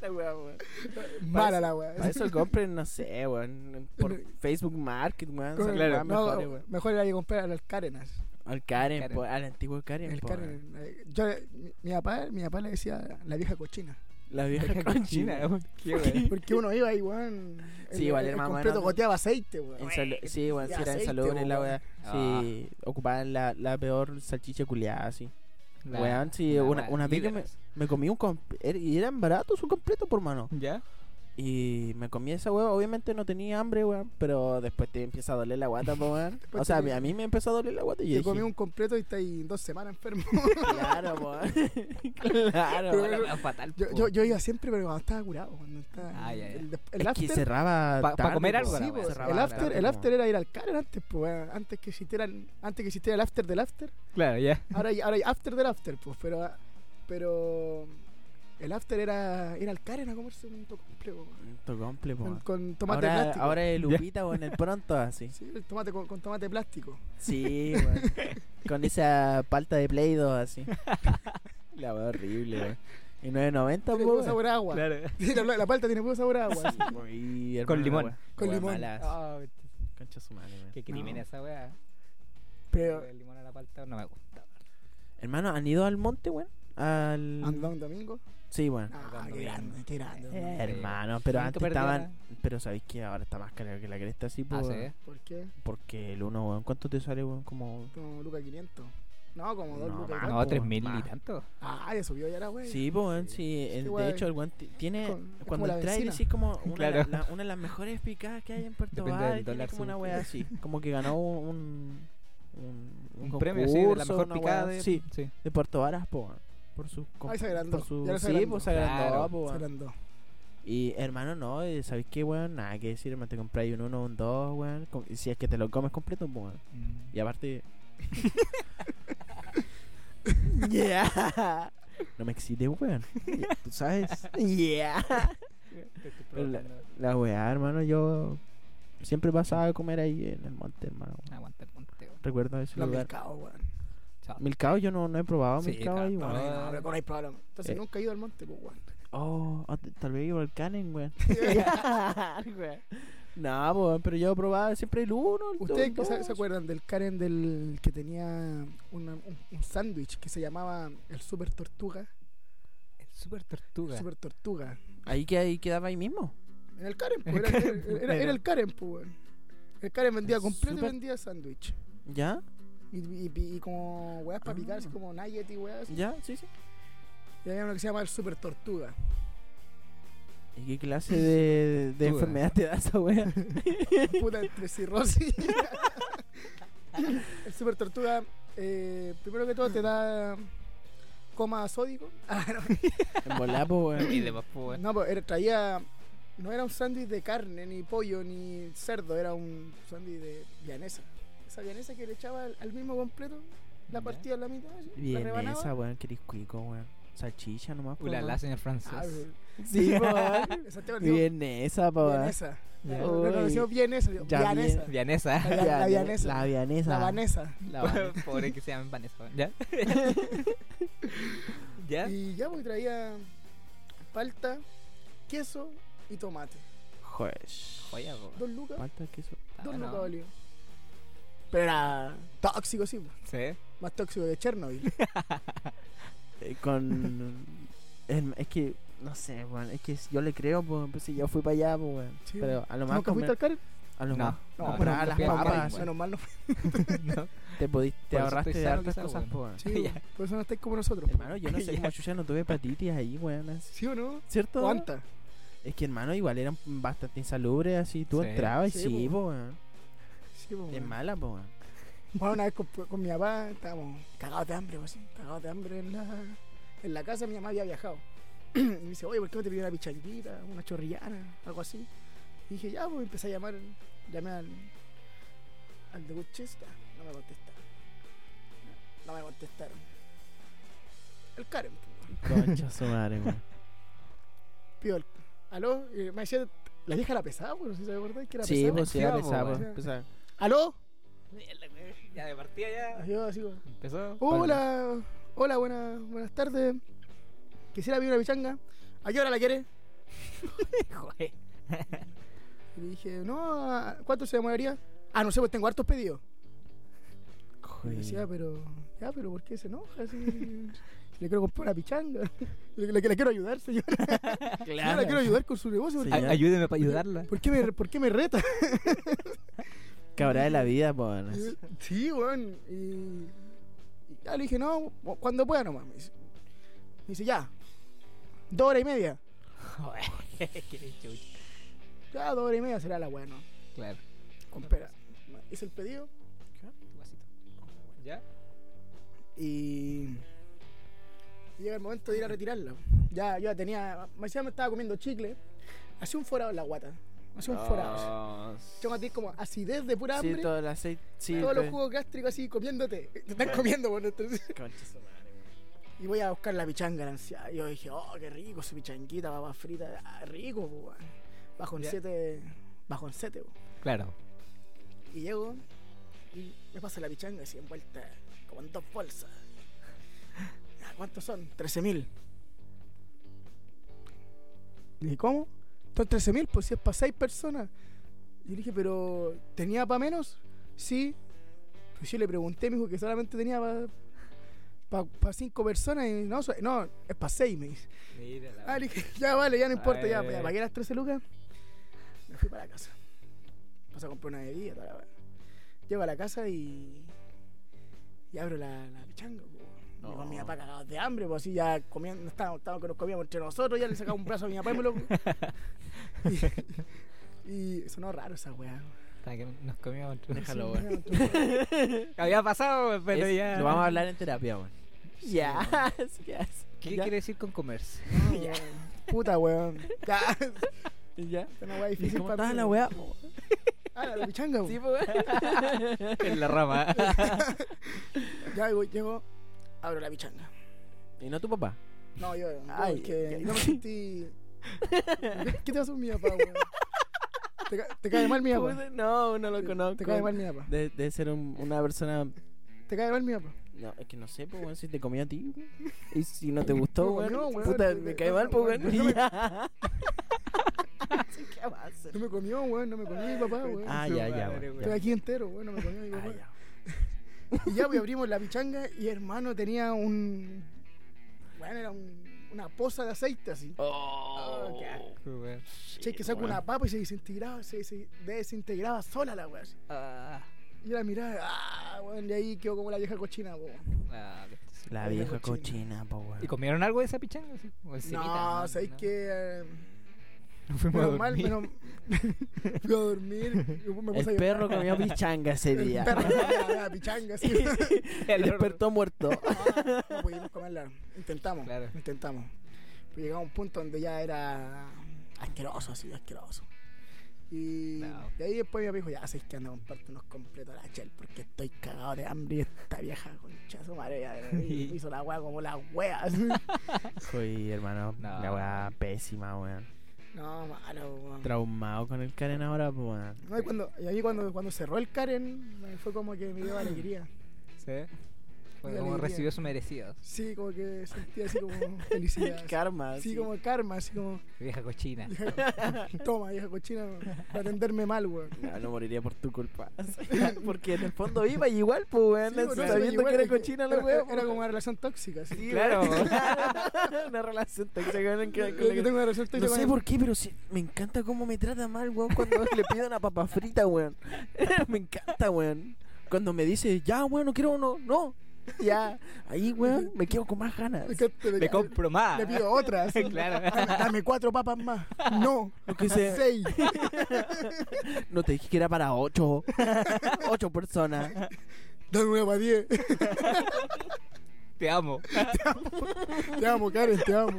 B: La weá, weón.
C: Mala la weá.
B: Para eso compren, no sé, weón. Por Facebook Market, weón.
C: Con-
B: esas
A: Claro.
B: weas mejores,
C: no,
B: weón.
C: mejor era que comprar al Carenas.
B: Al Karen,
A: Karen.
B: po, al antiguo Karen.
C: El
B: po, weón.
C: Karen. eh, Yo, mi, mi papá, mi papá le decía la vieja cochina.
B: La vieja
A: China,
B: cochina.
A: weón. Qué weón.
C: Porque uno iba y weón.
B: Sí,
C: el-
B: igual
C: el,
B: era más o
C: completo
B: menos-
C: goteaba aceite, weón.
B: Insal- Sí, weón,
C: de
B: si era
C: aceite, Ah.
B: insalubre la
C: po,
B: weá.
A: weón.
B: Sí, ocupaban la, la peor salchicha culiada, sí.
A: La-
B: Weón, sí, una,
A: weá,
B: una vez yo me,
A: líderes.
B: me comí un completo. Y eran baratos un completo por mano.
A: ¿Ya?
B: Y me comí esa weá. Obviamente no tenía hambre, weón. Pero después te empieza a doler la guata, po, weón.
C: Después
B: O sea, a mí,
C: te-
B: a mí me empezó a doler la guata. Y yo
C: Te
B: dije,
C: comí un completo y está ahí dos semanas enfermo.
B: Claro, po. claro.
A: Pero la
B: weón.
A: weá fatal.
C: Yo,
A: po.
B: Oh.
C: yo, yo iba siempre, pero cuando estaba curado. Cuando estaba,
A: Ah, ya, ya.
C: El, des- el
B: Es que
C: after,
B: cerraba.
A: Pa- pa
B: tarde,
A: comer
B: po.
A: algo,
B: Sí,
A: la
B: po,
A: wea.
B: cerraba
C: el, after,
B: tarde,
C: el
B: po.
C: after era ir al Karen antes, pues, weón. Antes que existieran, antes que existiera el after del after.
A: Claro, ya.
C: Ahora hay, ahora hay after del after, pues, pero. Pero. El after era ir al Karen a comerse un completo, weón.
B: Tu comple, po.
C: Con, con tomate
B: Ahora,
C: plástico.
B: ahora el Lupita o en el pronto así.
C: Sí, el tomate con, con tomate plástico.
B: Sí, weón. Con esa palta de Play 2 así. La wea horrible, weón. Y 9.90,
C: Tiene puro
B: po.
C: sabor a agua.
A: Claro.
C: Sí, La, la palta tiene puro sabor a agua. sí.
B: weón. Y,
A: Con
B: hermano,
A: limón.
B: wea-
C: Con
B: wea
C: limón.
B: mala, así.
A: Ah,
B: Concha su madre, weón.
A: Que crimen
C: No.
A: esa weá.
C: Pero,
A: El limón a la palta no me gusta.
B: Hermano, ¿han ido al monte, weón? Al...
C: ¿andaba un domingo?
B: Sí, weón.
C: Mm. Ah,
A: Andaba
C: qué
A: bien.
C: grande, qué
B: Eh,
C: grande.
B: hermano, pero
A: Tanto
B: antes
A: perdió
B: estaban... Pero sabéis que ahora está más caro que la cresta, sí,
A: Ah,
B: pues,
A: sí, ¿eh?
C: ¿Por qué?
B: Porque el uno, weón, ¿cuánto te sale, weón? Como...
C: Como Luca 500. No, como dos
B: No,
C: lucas.
B: más.
C: igual.
A: No,
B: pues,
A: 3.000 y
B: más.
A: tanto.
C: Ah, ya subió ya la wey.
B: Sí, pues, weón, sí. el-
C: weón,
B: de hecho, el weón ti- tiene...
C: con- es como
B: cuando
C: la
B: entra y
C: benzina.
B: decís como una, de
A: Claro.
B: la- la- una de las mejores picadas que hay en Puerto
A: Depende
B: Varas,
A: del
B: tiene
A: dólar
B: como una
A: sur.
B: wea así. Como que ganó un... Un,
A: Un premio, sí, de la
B: concurso,
A: mejor
B: una
A: picada
B: wea-
A: de...
B: Sí, de Puerto Varas, po, weón, por su...
C: Ahí se agrandó,
B: por su-
C: ya lo se
B: sí,
C: agrandó.
B: pues se agrandó,
A: Claro,
B: po, weón.
C: Serán dos.
B: Y hermano, no, eh, ¿sabéis qué, weón? Nada que decir, hermano, te compráis un 1, un 2, weón. Com- Si es que te lo comes completo, pues, weón.
A: Mm.
B: Y aparte... yeah. No me excites, weón. Tú sabes. Yeah.
A: Te estoy
B: Pero la-
A: provocando.
B: La weá, hermano, yo siempre pasaba a comer ahí en el monte, hermano.
A: Aguanta el monte, weón.
B: Recuerdo ese
C: Los
B: lugar.
C: mercados, weón.
A: Chao.
B: Milcao, yo no, no he probado
A: Sí,
B: Milcao ahí,
A: claro.
B: weón.
C: No, no, pero por ahí probablemente. Entonces
B: Ah. Eh.
C: nunca he ido al monte, pues, weón.
B: Oh, ah, t- tal vez iba al Canen, weón. Weón. no, weón, pero yo probaba siempre el uno, el
C: ¿Ustedes
B: dos,
C: se,
B: el
C: se
B: dos.
C: acuerdan del Karen del que tenía una- un, un sándwich que se llamaba el Super Tortuga?
A: El super tortuga.
C: Super Tortuga.
B: Ahí, que, ahí quedaba ahí mismo.
C: En el Karen, pues,
A: El
C: era,
A: Karen,
C: era- era- era el Karen, pues, weón. El Karen vendía
B: El
C: completo
B: Super-
C: y vendía sándwich.
B: ¿Ya?
C: Y, y- y- y como weas para picar, así
B: Ah.
C: como nugget y weas.
B: ¿Ya? Sí, sí.
C: Y había uno que se llama el Super Tortuga.
B: ¿Y qué clase de, de
A: Tú,
B: enfermedad te da esa weá?
C: Puta entre cirrosis. el Super Tortuga, eh, primero que todo, te da coma sódico. Ah, no.
B: en volá, po, weón.
A: Y de más, pues, weón.
C: No, pues era- traía. No era un sándwich de carne, ni pollo, ni cerdo, era un sándwich de vianesa. Esa vianesa que le echaba al, al mismo completo,
A: Ya.
C: la partida en la mitad, así, la
B: Bien
C: rebanaba.
B: esa, weón, que eres cuico, weón. Salchicha nomás, po,
A: Ulala,
B: ¿no?
A: señor
C: Ah,
A: francés.
C: pero-
B: Sí, po, weón.
C: en Santiago le digo,
B: Bien esa, po, weón.
C: vianesa.
A: Ya.
C: Lo
B: Uy.
C: conocimos vianesa, digo,
B: Ya, bien.
C: vianesa.
A: Vianesa.
C: La- la
B: Viane-
C: vianesa.
B: La vianesa.
C: La vanesa.
B: La van-
A: Pobre que se llamen Vanessa. weón. ¿Ya?
B: ¿Eh?
A: ¿Ya?
C: Y ya, pues traía palta, queso y tomate.
B: Joder.
A: Joya, po, weón.
C: Dos lucas,
B: Falta de queso.
A: Ah,
C: dos
A: no.
C: lucas valió. Pero era tóxico, sí, pues.
A: Sí.
C: más tóxico que Chernobyl.
B: Eh, con... Herm- es que... No sé, weón. Es que yo le creo, po, pues, si yo fui para allá, po, weón.
C: Sí.
B: Pero a lo más...
C: ¿Nunca
B: comer-
C: fuiste al Karen?
B: A lo
A: No,
B: más...
A: no,
B: comprar
A: no,
B: las
A: fui a comprar,
B: papas.
A: weón.
C: Menos mal no
A: No.
B: Te, podí- te
A: Por eso
B: ahorraste
A: estoy
B: de
A: sano
B: hartas
A: quizá,
B: cosas,
A: weón.
B: po, weón.
C: Sí, por eso no estáis como nosotros. pues. po.
B: Hermano, yo no sé
A: Ya.
B: cómo chucha no tuve hepatitis ahí, weón. así.
C: ¿Sí o no?
B: ¿Cierto?
C: ¿Cuánta?
B: Es que, hermano, igual eran bastante insalubres, así. Tú
A: Sí.
B: entrabas y
C: Sí,
B: sí,
C: po.
B: po, weón.
C: Sí, pues, po,
B: Es
C: weón.
B: mala, po, weón.
C: Bueno, una vez con, con mi papá estábamos cagados de hambre, pues, sí, cagados de hambre en la, en la casa. Mi mamá había viajado. y me dice, oye, ¿por qué no te pidió una pichanguita, una chorrillana, algo así? Y dije, ya, pues empecé a llamar, llamé al, al de Winchester. No me contestaron. No me contestaron. El Karen, pues, weón.
B: Concha su madre, weón.
C: pidió el. ¿Aló? Y me decía, la vieja la pesada, pues, no sé si se acuerdan que era
B: Sí,
C: pesada.
B: pues sí,
A: Sí,
B: ahora
A: po,
B: sabe,
C: weón.
B: pues, sabe.
C: ¿Aló?
A: Ya de partida
C: Y
A: ya.
C: Yo así como,
A: Empezó.
C: Hola, hola, buenas, buenas tardes. Quisiera pedir una pichanga. ¿A qué hora la quieres?
A: Joder.
C: Y le dije, no, ¿a ¿cuánto se demoraría? Ah, no sé, pues tengo hartos pedidos. Y le decía, pero, ya, pero ¿por qué se enoja? Si, si le quiero comprar una pichanga. Le, le- le quiero ayudar, señora. Yo la quiero ayudar con su negocio. ¿Por,
B: Sí.
A: Ay- Ayúdeme para ayudarla.
C: por qué, me, por qué me reta?
B: Cabra de la vida, pues, po. weón.
C: Y yo, Sí, weón. Y, y ya le dije, no, cuando pueda nomás. Me dice, me dice ya, dos horas y media.
A: Joder. Qué chucha.
C: Ya, dos horas y media será la buena.
A: Claro.
C: Espera, hice el pedido
A: Tu vasito. ¿Ya?
C: y y llega el momento de ir a retirarla. Ya, yo ya tenía, me decía, me estaba comiendo chicle, hacía un forado en la guata, hacía un forado. Yo me como acidez de pura hambre,
B: Ah. Sí, todo el aceite. Sí, pues,
C: todos los
B: todo-
C: jugos gástricos así comiéndote, te están comiendo por entonces.
B: Concha su madre, weón.
C: Y voy a buscar la pichanga, la ansiedad. Y Yo dije, oh, qué rico, su pichanguita, papa frita, ah, rico, po, weón. bajo en
A: Ya.
C: siete, bajo en siete, po.
A: Claro.
C: Y llego y me pasa la pichanga así envuelta, como en dos bolsas. Ah, ¿Cuántos son? 13.000. ¿Y dije, cómo? Son 13.000, pues si es para seis personas. Yo le dije, pero ¿tenía para menos? Sí. Pues yo le pregunté, me dijo que solamente tenía para cinco personas y no, so- no es para seis, me dice.
A: Mira la
C: Ah, le dije, ya vale, ya no importa, ya,
A: Ay.
B: Eh.
C: ya pagué las 13 lucas. Me fui para la casa. Pasé a comprar una bebida, toda la wea. Llego a la casa y. Y abro la, la pichanga, po. Y con mi papá cagados de hambre, pues así ya comían, no estábamos, estábamos que nos comíamos entre nosotros, ya le sacaba un brazo a mi papá y me lo. Y, y sonó raro esa weá.
A: puta que nos comíamos entre
B: Déjalo,
A: nosotros.
B: weón.
A: Había pasado, pero
B: Es-
A: ya.
B: Lo vamos a hablar en terapia, weón.
C: Ya,
B: yes.
A: ¿Qué
B: ya.
A: quiere decir con comerse?
C: ya. Puta weón. Ya. Es
B: ¿Ya?
C: una weá
B: ¿Y
C: difícil
B: cómo estaba
C: mí.
B: la weá?
C: Ah, la pichanga, po.
B: Sí, po,
A: pues.
B: weón.
A: en la rama.
C: Ya voy, llego, abro la pichanga.
B: ¿Y no tu papá?
C: No, yo, yo
B: Ay,
C: es que
B: ay.
C: no me sentí. ¿Qué- ¿Qué te hace un mi papá, weón? ¿Te, ca- te cae mal mi papá?
B: Puta, Pues, No, no lo conozco.
C: Te cae mal mi papá.
B: De- Debe ser un- una persona.
C: Te cae mal mi papá.
B: No, es que no sé, pues, weón, si te comió a ti. weón. Y si no te gustó,
C: No,
B: weón.
C: no, weón,
B: puta,
C: no,
B: me
C: no,
B: cae mal, pues, weón.
C: no, no, no,
B: Ya. ¿Qué va a hacer?
C: No me comió, weón, no me comió mi papá, weón.
B: Ah, ya, ya,
A: Madre,
B: weón.
C: Estoy
B: ya.
C: aquí entero, weón, no me comió mi
B: Ah,
C: papá.
B: ya.
C: Y ya, pues abrimos la pichanga y hermano tenía un. Bueno, era un- una poza de aceite así.
B: Oh,
C: Oh, qué asco.
A: Weón.
C: Che, que saco una papa y se desintegraba, se, se desintegraba sola la weá. así.
A: Ah,
C: Y la miraba, ah, weón, y ahí quedó como la vieja cochina, po, weón.
A: ah, qué asco.
B: La vieja cochina, pues, po, weón.
A: ¿Y comieron algo de esa pichanga? Sí, o encimita,
C: No, sabéis
A: No.
C: que. eh,
A: Nos fuimos a
C: Menos mal,
A: dormir.
C: menos. Fui a dormir. y Me puse
B: El
C: a llorar.
B: perro comió pichanga ese
C: El
B: día.
C: perro comió la pichanga, sí.
B: Y despertó muerto.
C: Ah, no pudimos comerla. Intentamos,
A: Claro.
C: intentamos. Pero llegamos a un punto donde ya era asqueroso, así, asqueroso. Y,
A: No.
C: y ahí después mi amigo dijo, ya, sabes que anda, compártenos completo la chel, porque estoy cagado de hambre y esta vieja concha de su madre ya, me hizo la wea como la wea.
B: Soy, hermano,
A: No.
B: la weá pésima, weón.
C: no, malo,
B: Mm.
C: weón.
B: Traumado con el Karen ahora, po, weón.
C: No, y, cuando, y ahí cuando, cuando cerró el Karen, eh, fue como que me dio alegría.
A: Sí. Fue
C: Una
A: como
C: alegría.
A: recibió su merecido.
C: Sí, como que sentí así como felicidad. así.
B: Karma.
C: Sí, como karma, así como,
A: Vieja cochina.
C: toma, vieja cochina, para atenderme mal, weón.
B: No, no moriría por tu culpa. Porque en el fondo iba y igual, pues, weón.
C: Sí, bueno,
B: sabiendo
C: igual,
B: que era
C: es que
B: cochina la
C: era-
B: weá.
C: Era, como una relación tóxica. Sí,
B: Claro. una relación tóxica con el que-
C: Yo
B: con la que-
C: tengo una relación tóxica.
B: No sé
C: con-
B: por qué, pero sí, me encanta cómo me trata mal, weón, cuando le pido una papa frita, weón. me encanta, weón. Cuando me dice, ya, weón, no quiero uno, no. Ya, ahí, weón, me quedo con más ganas.
C: Es que te-
A: Me compro más.
C: le pido otra. sí.
A: claro.
C: Dame, dame cuatro papas más. No,
B: Lo que se-
C: seis.
B: no te dije que era para ocho. ocho personas.
C: Dame una para diez.
A: Te amo.
C: Te amo, Karen, te amo.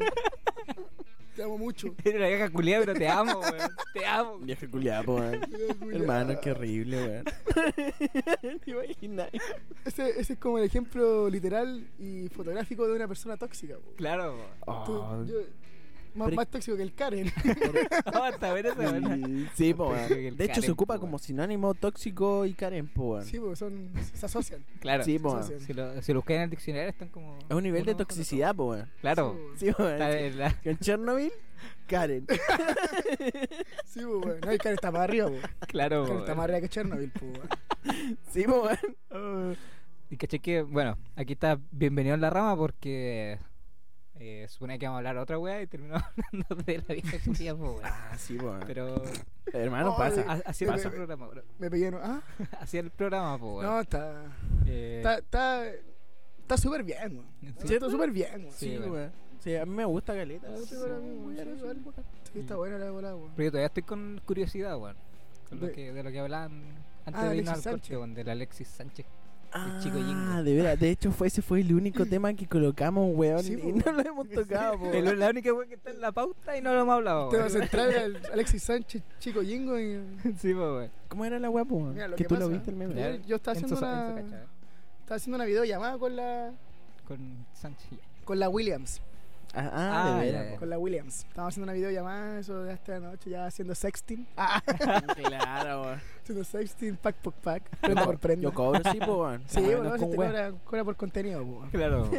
C: Te amo mucho.
A: Eres una vieja culiada, pero te amo, weón. Te amo.
B: Vieja culiada, po, weón. Hermano, qué horrible, weón. ¿Te imaginas?
C: Ese, ese es como el ejemplo literal y fotográfico de una persona tóxica. po.
A: Claro, weón.
B: Oh,
A: Ah.
C: Tú- yo- más,
B: Pero-
C: más tóxico que el Karen.
A: Hasta ver esa weón.
B: sí, sí, po, weón.
A: Tóxico que el
B: De hecho, se
A: Karen,
B: ocupa
A: po,
B: como sinónimo tóxico y Karen, po, weón.
C: Sí, porque son, se asocian.
A: Claro.
B: Sí, po,
C: se
B: weón.
C: asocian.
A: Si lo, si lo buscáis en el diccionario están como...
B: Es un nivel de
A: uno con
B: toxicidad, po, weón.
A: otro. Claro.
C: Sí,
B: Sí, weón.
A: Está en la-
B: Con Chernobyl, Karen.
C: Sí, pues, bueno. No, el Karen está más arriba, pues.
A: Claro,
C: Karen está
A: weón.
C: más arriba que Chernobyl, pues. bueno.
B: Sí, po, weón.
A: Y caché que, bueno, aquí está bienvenido en la rama porque eh, supone que vamos a hablar otra weá y terminamos hablando de la vieja culia, po, weón.
B: Ah, sí, po, weón.
A: Pero
B: Hermano,
C: Oh,
B: pasa.
C: de-
A: ha- hacía
C: Pasa.
A: el programa, bro.
C: Me pegué, ¿no? Ah,
A: Hacía el programa, po, weón.
C: no, está.
A: Eh,
C: Está, está, está súper bien, weón.
A: sí.
C: Está súper bien, weón.
A: Sí,
B: Sí,
A: weón.
B: weón. Sí, a mí me gusta Caleta.
C: Sí,
B: Sí,
C: para mí, weón, sí, igual, weón. Sí, está buena la bola, weón.
A: Pero yo todavía estoy con curiosidad, weón. Con lo
C: De-
A: que, de lo que hablaban antes
C: Ah,
A: de irnos
C: Alexis
A: al corte,
C: Sánchez.
A: weón, del Alexis Sánchez.
B: Ah,
A: chico Jingo.
B: de veras. De hecho, fue, ese fue el único tema que colocamos, weón.
C: Sí,
B: y no
C: po,
B: lo hemos tocado, po.
C: pues.
B: weón.
A: El- la única weón que está en la pauta y no lo hemos hablado,
C: Oh. Te vas
A: weón.
C: a entrar al Alexis Sánchez, chico Jingo. Y...
A: Sí, po, weón.
B: ¿Cómo era la weá, po, weón?
C: Mira, lo
B: que
C: que
B: tú lo
C: pasa-
B: viste el meme.
A: Ya.
C: Yo, yo estaba, haciendo
A: Enzo Sa-
C: una,
A: Enzo Cacha, eh,
C: estaba haciendo una videollamada con la,
A: Con Sánchez. ya.
C: con la Williams.
B: Ah, ah,
A: Ah,
B: de
A: ya,
B: veras.
A: ya.
C: Con la Williams. Estábamos haciendo una videollamada, eso de hasta la noche, ya haciendo sexting.
B: po. Claro, weón.
C: To the safe steam, pack, pack, pack. Prenda por prenda.
B: Yo cobro, sí, pues, weón.
C: Sí, este
B: Bueno,
C: bueno,
B: con
C: si te
B: wea.
C: cobra, cobra por contenido, po.
A: Claro.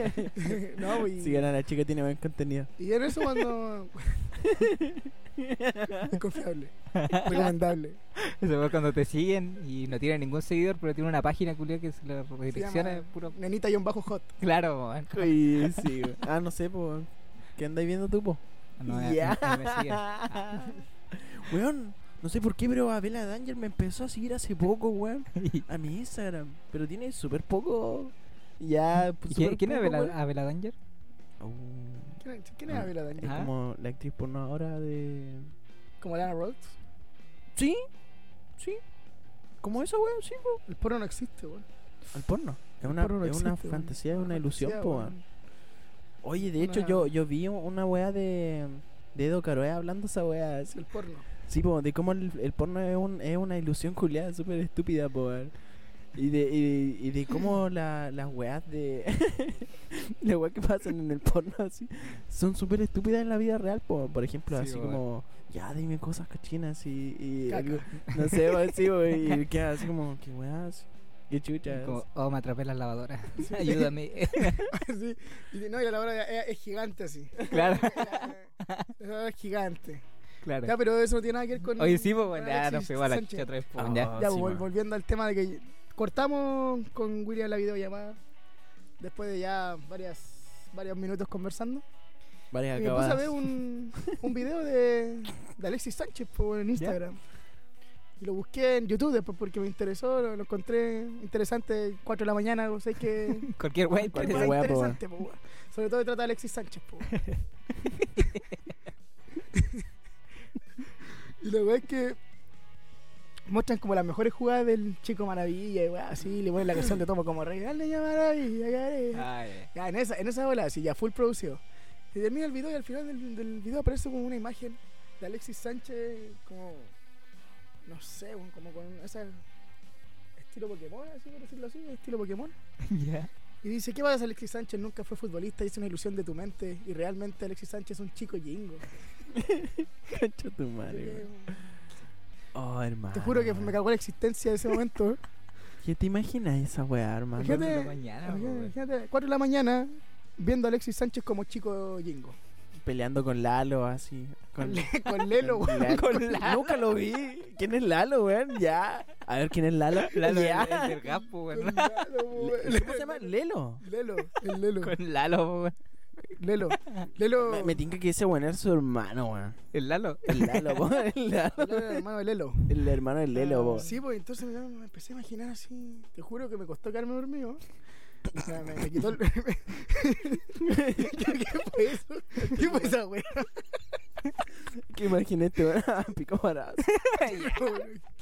C: No, y,
B: Si gana la chica, tiene buen contenido.
C: y en eso cuando... es confiable, recomendable.
A: Eso es cuando te siguen y no tienen ningún seguidor, pero tiene una página culia que se la redirecciona.
C: llama-
A: puro...
C: Nenita y un bajo hot.
A: Claro, weón.
B: Oye, sí, weón. Ah, no sé, pues, weón. ¿Qué andáis viendo tú, po?
A: No, no,
B: Ya.
A: no me siguen.
B: Weón, no sé por qué, pero Abela Danger me empezó a seguir hace poco, weón. A mi Instagram. Pero tiene súper poco. Ya, pues,
A: ¿Y quién,
B: súper
A: quién es
B: poco,
A: Abela,
B: weón.
A: Abela Danger?
B: Oh.
C: ¿Quién es- ¿Quién es Abela Daniel?
A: Ah.
B: Es como la actriz porno ahora de.
C: ¿Como Lana Rhodes?
B: Sí, sí. Como esa weón, sí, po.
C: El porno no existe, weón.
B: El porno. Es
C: El
B: una,
C: porno no
B: es una
C: existe, weón.
B: fantasía, es una ilusión,
C: Sí,
B: po, weón. Oye, de hecho,
C: Una-
B: yo, yo vi una weá de. De Edo Caroe hablando esa weá.
C: Es el porno.
B: Sí, po, de cómo el, el porno es, un- es una ilusión culiada súper estúpida, po, weón. Y de, y, y de cómo la- las weas de. las weas que pasan en el porno así. Son súper estúpidas en la vida real, po. Por ejemplo,
A: Sí,
B: así
A: po,
B: como. Ya, dime cosas cochinas y. y
C: Caca.
B: algo- no sé, po, sí, po, Y queda así como. ¿Qué weas? ¿Qué chuchas?
A: Como, oh, me atrapé en las lavadoras. Ayúdame.
C: sí. Y no, y a la hora de- es, es gigante así.
A: claro,
C: Es, es gigante. Ya,
A: claro.
C: pero eso no tiene nada que ver con.
A: Oye, sí, pues, bueno,
C: con
A: ya nos
C: Alexis
A: pegó a la
C: Sánchez.
A: chicha otra vez. pues,
B: Ah,
A: ya.
C: Ya,
B: sí,
C: vol-
B: man.
C: volviendo al tema de que cortamos con William la videollamada después de ya varias varios minutos conversando.
B: Varias
C: Y me puse a
B: acabadas.
C: ver un, un video de, de Alexis Sánchez pues, en Instagram. Y lo busqué en YouTube después porque me interesó, lo, lo encontré interesante, 4 de la mañana, o sea, es que...
A: Cualquier wey.
B: Cualquier
C: Cosa
B: wea, po,
C: interesante, po, wea. Sobre todo se trata de Alexis Sánchez, po, wea. Y la wea es que muestran como las mejores jugadas del Chico Maravilla, y wea, así, le ponen la canción de Tomo como rey, dale ya Maravilla, ya,
B: Ah.
C: ya". Ya, en esa, en esa ola, así, ya full producido. Y termina el video y al final del, del video aparece como una imagen de Alexis Sánchez, como, no sé, weón, como con ese estilo Pokémon, así por decirlo así, estilo Pokémon.
A: Ya.
C: Y dice, ¿qué pasa? Alexis Sánchez nunca fue futbolista, es una ilusión de tu mente. Y realmente Alexis Sánchez es un chico jingo.
B: Concha tu madre, weón. Oh, hermano.
C: Te juro que me cagó la existencia de ese momento. ¿eh?
B: ¿Qué te imaginas esa weá, hermano?
A: Cuatro
C: Fíjate-
A: de la
B: Ah,
A: mañana, po, weón.
C: Imagínate, 4 de la mañana, viendo a Alexis Sánchez como chico jingo.
B: Peleando con Lalo, así. Con,
C: Con, Le- con Lelo,
B: con
C: weón.
B: Lalo. Nunca lo vi. ¿Quién es Lalo, weón? Ya. A ver, ¿quién es Lalo?
A: Lalo,
B: Ya.
A: el, el del gapo,
C: Con
A: weón.
C: Lalo, weón.
B: Le- ¿Cómo se llama? Lelo.
C: Lelo, el Lelo,
A: Con Lalo, po, weón.
C: Lelo, Lelo,
B: Me, me tinca que ese weón era su hermano, weón.
A: El Lalo.
B: El Lalo, po, el Lalo.
C: Lelo era el hermano de Lelo.
B: El hermano del Lelo, po.
C: Sí, pues entonces me, me empecé a imaginar así. Te juro que me costó quedarme dormido. O sea, me, me quitó el. ¿Qué, qué fue eso? ¿Qué fue esa wea?
B: Que imagínate, weón. Pico parado.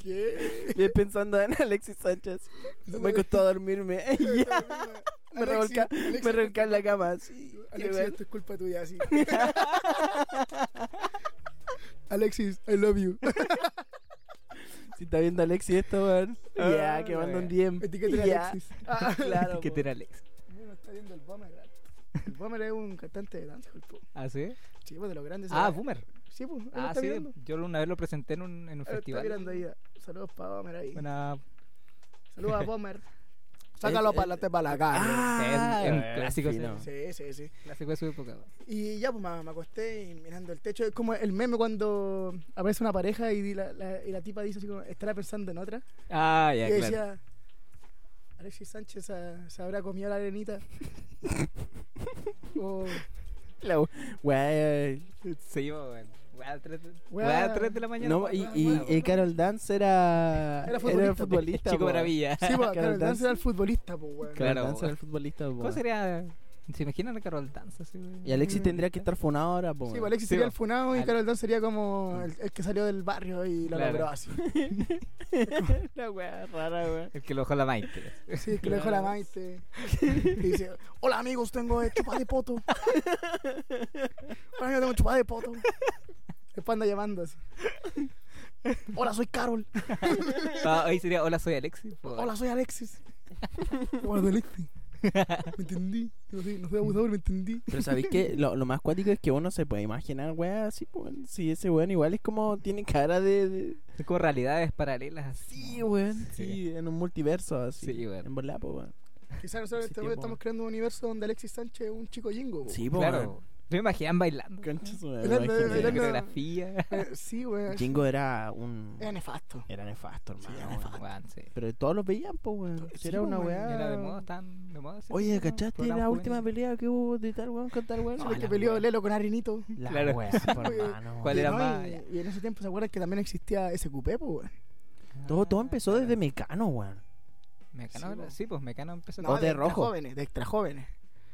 C: ¿Qué?
B: Yo pensando en Alexis Sánchez. Me costó dormirme. Ya. Me revolca, me revolca en la cama. así.
C: Alexis, esto es culpa tuya, sí. Alexis, I love you.
B: Si está viendo Alexis esto, weón. Ya,
A: Ah,
B: que
A: la
B: manda un
A: wea.
B: DM.
C: Etiqueta de
B: Ya.
C: Alexis. Ah,
B: Claro.
A: ¿Qué
B: po.
A: te era Alex?
C: mira, está viendo el Bomber. El Bomber es un cantante de dancehall, po.
A: ¿Ah, sí?
C: Sí, pues de los grandes.
A: Ah, Boomer.
C: Sí, pues. él
A: Ah,
C: está
A: sí.
C: mirando.
A: Yo una vez lo presenté en un, en un
C: Él Está mirando
A: festival.
C: ahí. Saludos para Bomber ahí.
A: Buena-
C: Saludos a Bomber. Sácalo para adelante para la cara.
B: Ah,
A: es un
B: eh,
A: clásico,
B: fino.
A: sí.
C: Sí, sí, sí.
A: Clásico de su época, weón.
C: Y ya pues me, me acosté y mirando el techo. Es como el meme cuando aparece una pareja y la, la- y la tipa dice así como, estará pensando en otra.
A: Ah, ya,
C: y yo
A: claro.
C: decía, Alexis Sánchez se, se habrá comido la arenita. o
A: "Oh".
B: La wea.
A: Sí, po, weón. Weá, tres de-
C: Weá.
A: weá, tres de la mañana.
B: No,
A: po,
B: y,
A: weón,
B: y,
A: weón.
B: y Carol Dance era.
C: Era futbolista,
B: futbolista,
A: Chico
B: po.
A: Maravilla.
C: Sí, pues, claro, el
B: Dance.
C: dancer era el futbolista, pues,
B: Carol
C: weón.
A: Claro,
B: Dance
A: po.
B: era el futbolista, po.
A: ¿Cómo sería? ¿Se imaginan a Carol Danza? así, weón?
B: Y Alexis tendría que estar fonado ahora, po.
C: Sí,
B: weón.
C: pues Alexis
A: Sí,
C: sería
A: po.
C: el funado y
A: Al-
C: Carol Dance sería como el, el que salió del barrio y lo
A: Claro.
C: logró así.
B: La wea rara, wea.
A: El que lo dejó la Michael.
C: Sí, que lo dejó la Maite. Y dice, hola amigos, tengo eh, chupada de poto. Hola amigos, tengo chupada de poto. Después anda llamando así. Hola, soy Carol.
A: Ah, No, ahí sería Hola, soy Alexis. pues. po, weón.
C: Hola, soy Alexis. Hola, soy Alexis. ¿Me entendí? No soy, no soy abusador, ¿me entendí?
B: Pero sabéis que lo, lo más cuático es que uno se puede imaginar, weá, así, pues, si ese weón igual es como, tiene cara de... de-
A: Es como realidades paralelas.
B: Sí, weón, sí,
A: Sí.
B: en un multiverso, así.
A: Sí, weón.
B: En verdad, pues, weón.
C: Quizás nosotros en
B: Sí,
C: este
B: tío,
C: momento
B: po.
C: estamos creando un universo donde Alexis Sánchez es un chico jingo. po.
B: Sí, pues,
A: Claro. Me imaginan bailando.
B: weón. Concha su
C: Era-
B: madre,
C: era-
A: Con la
B: imagínate.
C: era-
A: coreografía.
C: Eh, sí, güey.
B: Jingo era un...
C: Era nefasto.
B: Era nefasto, hermano.
C: era
B: weón.
C: nefasto.
A: Weón, sí.
B: Pero todos los veían, pues, weón.
C: Sí,
B: Si era una
C: weón,
B: weá...
A: Era de moda, tan de moda. ese
B: Oye,
A: programa,
B: ¿cachaste
A: programa
B: la última
A: juvenil.
B: pelea que hubo de tal weón con tal weón?
C: No, el que peleó Lelo con Arenito.
B: La
A: Claro.
B: weá, pues, hermano.
A: ¿Cuál
C: Y
A: era
C: no,
A: más?
C: y-
A: Ya.
C: Y en ese tiempo, ¿se acuerdan que también existía ese cupé, pues, güey?
B: Todo, todo
A: Ah,
B: empezó
A: claro.
B: desde Mecano, weón.
A: Mecano,
C: Sí,
A: era-
C: po.
A: sí, pues Mecano empezó.
B: No, O de
C: extra
B: rojo.
C: jóvenes, de extra jóvenes.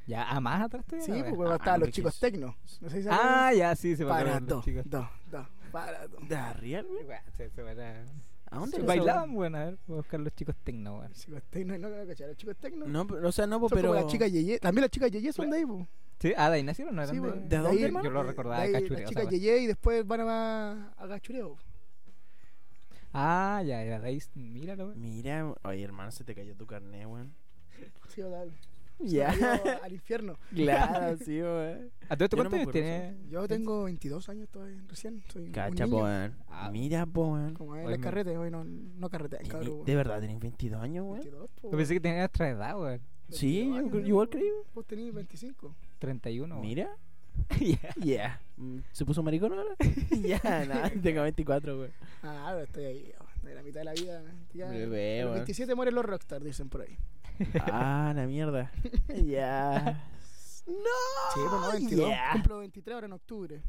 A: Ya, a más atrás todavía
C: Sí,
A: la
C: pues,
A: wea.
C: güey,
B: Ah,
C: estaban los
B: porque
C: chicos
B: es-
C: tecno. No sé si se acuerdan.
A: Ah, ya, sí, se me
C: Para
A: acuerdan los
C: dos,
A: chicos.
C: dos, dos, para dos.
B: ¿De Arriel, weón?
A: Weón, se- se me era-
B: ¿A dónde
A: Se
B: era esa weá?
A: Bailaban, weón, a ver, voy a buscar los chicos tecno, weón.
C: Chicos tecno, no, no, cachar, los chicos tecno.
B: No, pero- o sea, no, pues,
C: Son
B: pero...
C: como las chicas Yeye. También las chicas Yeye son de ahí, pues.
A: Sí, ah, de ahí nacieron, no eran
C: Sí,
A: de...
C: pues,
B: ¿De dónde,
C: ahí,
B: hermano?
A: Yo lo recordaba de
C: ahí
A: Cachureo,
C: Las
A: esa
C: chicas
A: wea.
C: Yeye y después van a, a Cachureo. pues.
A: Ah, ya, ya, de ahí, míralo, weón.
B: Mira, oye, hermano, se te cayó tu carnet, weón.
C: Sí, o tal.
B: Ya.
C: Yo, Al infierno.
B: Claro, sí, weón.
A: ¿A todo esto
B: Yo no
A: cuántos
B: me
A: años
B: acuerdo,
A: tiene?
C: Yo tengo 22 años todavía, recién. Soy
B: Cacha, pues,
C: un
B: po,
C: niño.
B: weón.
A: Ah.
B: Mira, po, weón.
C: Como es
A: Hoy
C: el
A: me-
C: carrete, hoy no, no carretean,
B: Tiene-
C: cabrón. pues.
B: ¿De verdad tenés 22 años, weón?
C: 22, po,
A: Yo pensé que tenía otra edad, weón.
B: Sí,
C: 22
B: yo
C: años,
B: cre-
C: ¿no?
B: igual creí.
C: Vos tenés 25.
A: 31, weón.
B: Mira.
A: Ya.
B: Yeah. Mm, ¿Se puso maricón ahora? Ya, nada, tengo 24, weón.
C: Ah, ahora estoy ahí, oh, de la mitad de la vida. Ya,
B: Bebé,
C: a los
B: weón.
A: ¿eh?
C: 27 mueren los rockstars, dicen por ahí.
B: Ah, la mierda. Ya.
C: Sí, pues no,
B: ¡No!
C: 22.
B: ya.
C: Cumplo 23 ahora en octubre.
A: mira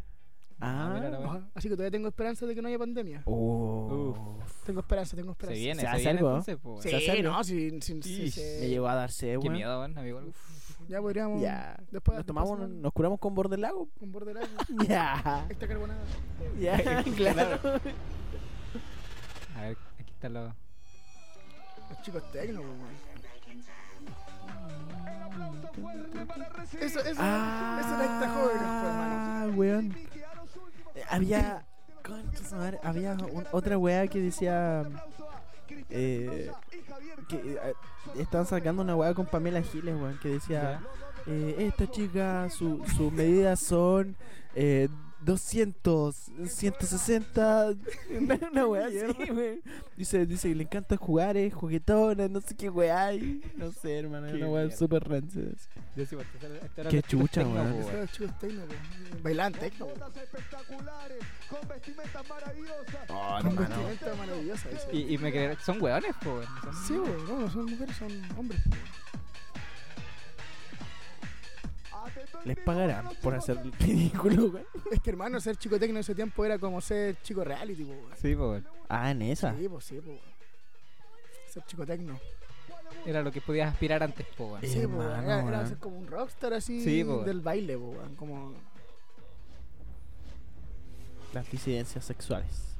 A: la
B: Ah.
A: weá.
C: Ajá, Así que todavía tengo esperanza de que no haya pandemia.
B: Oh.
C: Tengo esperanza, tengo
A: Se
C: esperanza.
A: viene,
B: se
A: se,
B: hace
A: viene
B: algo, ¿eh?
A: entonces, pues,
C: Sí,
A: weón.
C: no, si, si, si,
A: Ish,
C: se-
B: Me llegó a dar sed,
A: Qué
B: weón.
A: miedo, weón, amigo.
C: Ya podríamos.
B: Ya.
C: Después
B: Nos tomamos,
C: después
B: nos curamos con borde del lago.
C: con borde
B: Ya.
C: Esta carbonada.
B: Ya, claro.
A: A ver, aquí está lo...
C: Los chicos tecno, po, weón. Eso, eso, eso era esta joven, po, hermano.
B: Ah, weón. Eh, Había. Concha su madre, había un- otra weá que decía. Eh, que eh, estaban sacando una weá con Pamela Giles, weón. Que decía: eh, Esta chica, su- sus medidas son eh, 200, 160. Una, una weá así, weón. Dice, dice que le encanta jugar, es juguetona, no sé qué weá. y No sé, hermano,
A: Qué
B: una weá
A: mierda.
B: súper rancia.
A: Yo sí, pues, esta era- esta era
B: Qué
A: los chicos
B: chucha,
A: tecno,
B: weón.
A: pues,
C: Eso era los chicos tecno, po. Bailaban tecno. po.
B: Oh,
C: Con vestimenta maravillosa. eso.
A: Y, y me creerán que son hueones, po, weón. Son-
C: Sí, po, no, no son mujeres, son hombres.
B: Ah. Les pagarán por hacer el ridículo, weón.
C: Es que, hermano, ser chico tecno en ese tiempo era como ser chico reality, po, weón.
A: Sí, po, weón.
B: Ah, en esa.
C: Sí, po, sí, po. Ser chico tecno.
A: Era lo que podías aspirar antes, po, weón.
C: Sí, po,
B: Hermano,
C: era, era
B: weón.
C: ser como un rockstar así
A: Sí, po.
C: del baile, po, weón, como...
B: Las disidencias sexuales.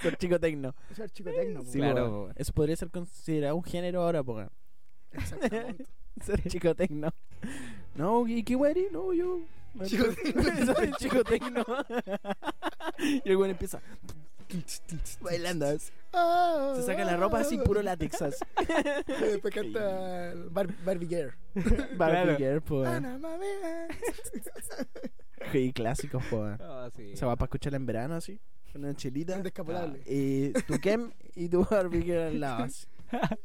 B: Ser chico tecno.
C: Ser chico tecno, po,
B: Sí,
A: Claro,
B: po.
A: po, weón.
B: Eso podría ser considerado un género ahora, po. weón.
C: Exactamente.
B: Ser chico tecno. No, ¿y qué weón? No, yo.
C: Chico tecno.
B: Soy chico tecno. y el weón empieza bailando. así. Se saca la ropa así, puro látex. así.
C: Y después canta el Bar Barbie Girl.
B: Barbie Girl, po. weón.
C: Ana, mami.
B: Sí, clásicos, po. weón.
A: Ah, sí.
B: Se va para escucharla en verano así. Con una chelita.
C: Un descapotable.
B: Y tu Kem y tu Barbie Girl al lado así.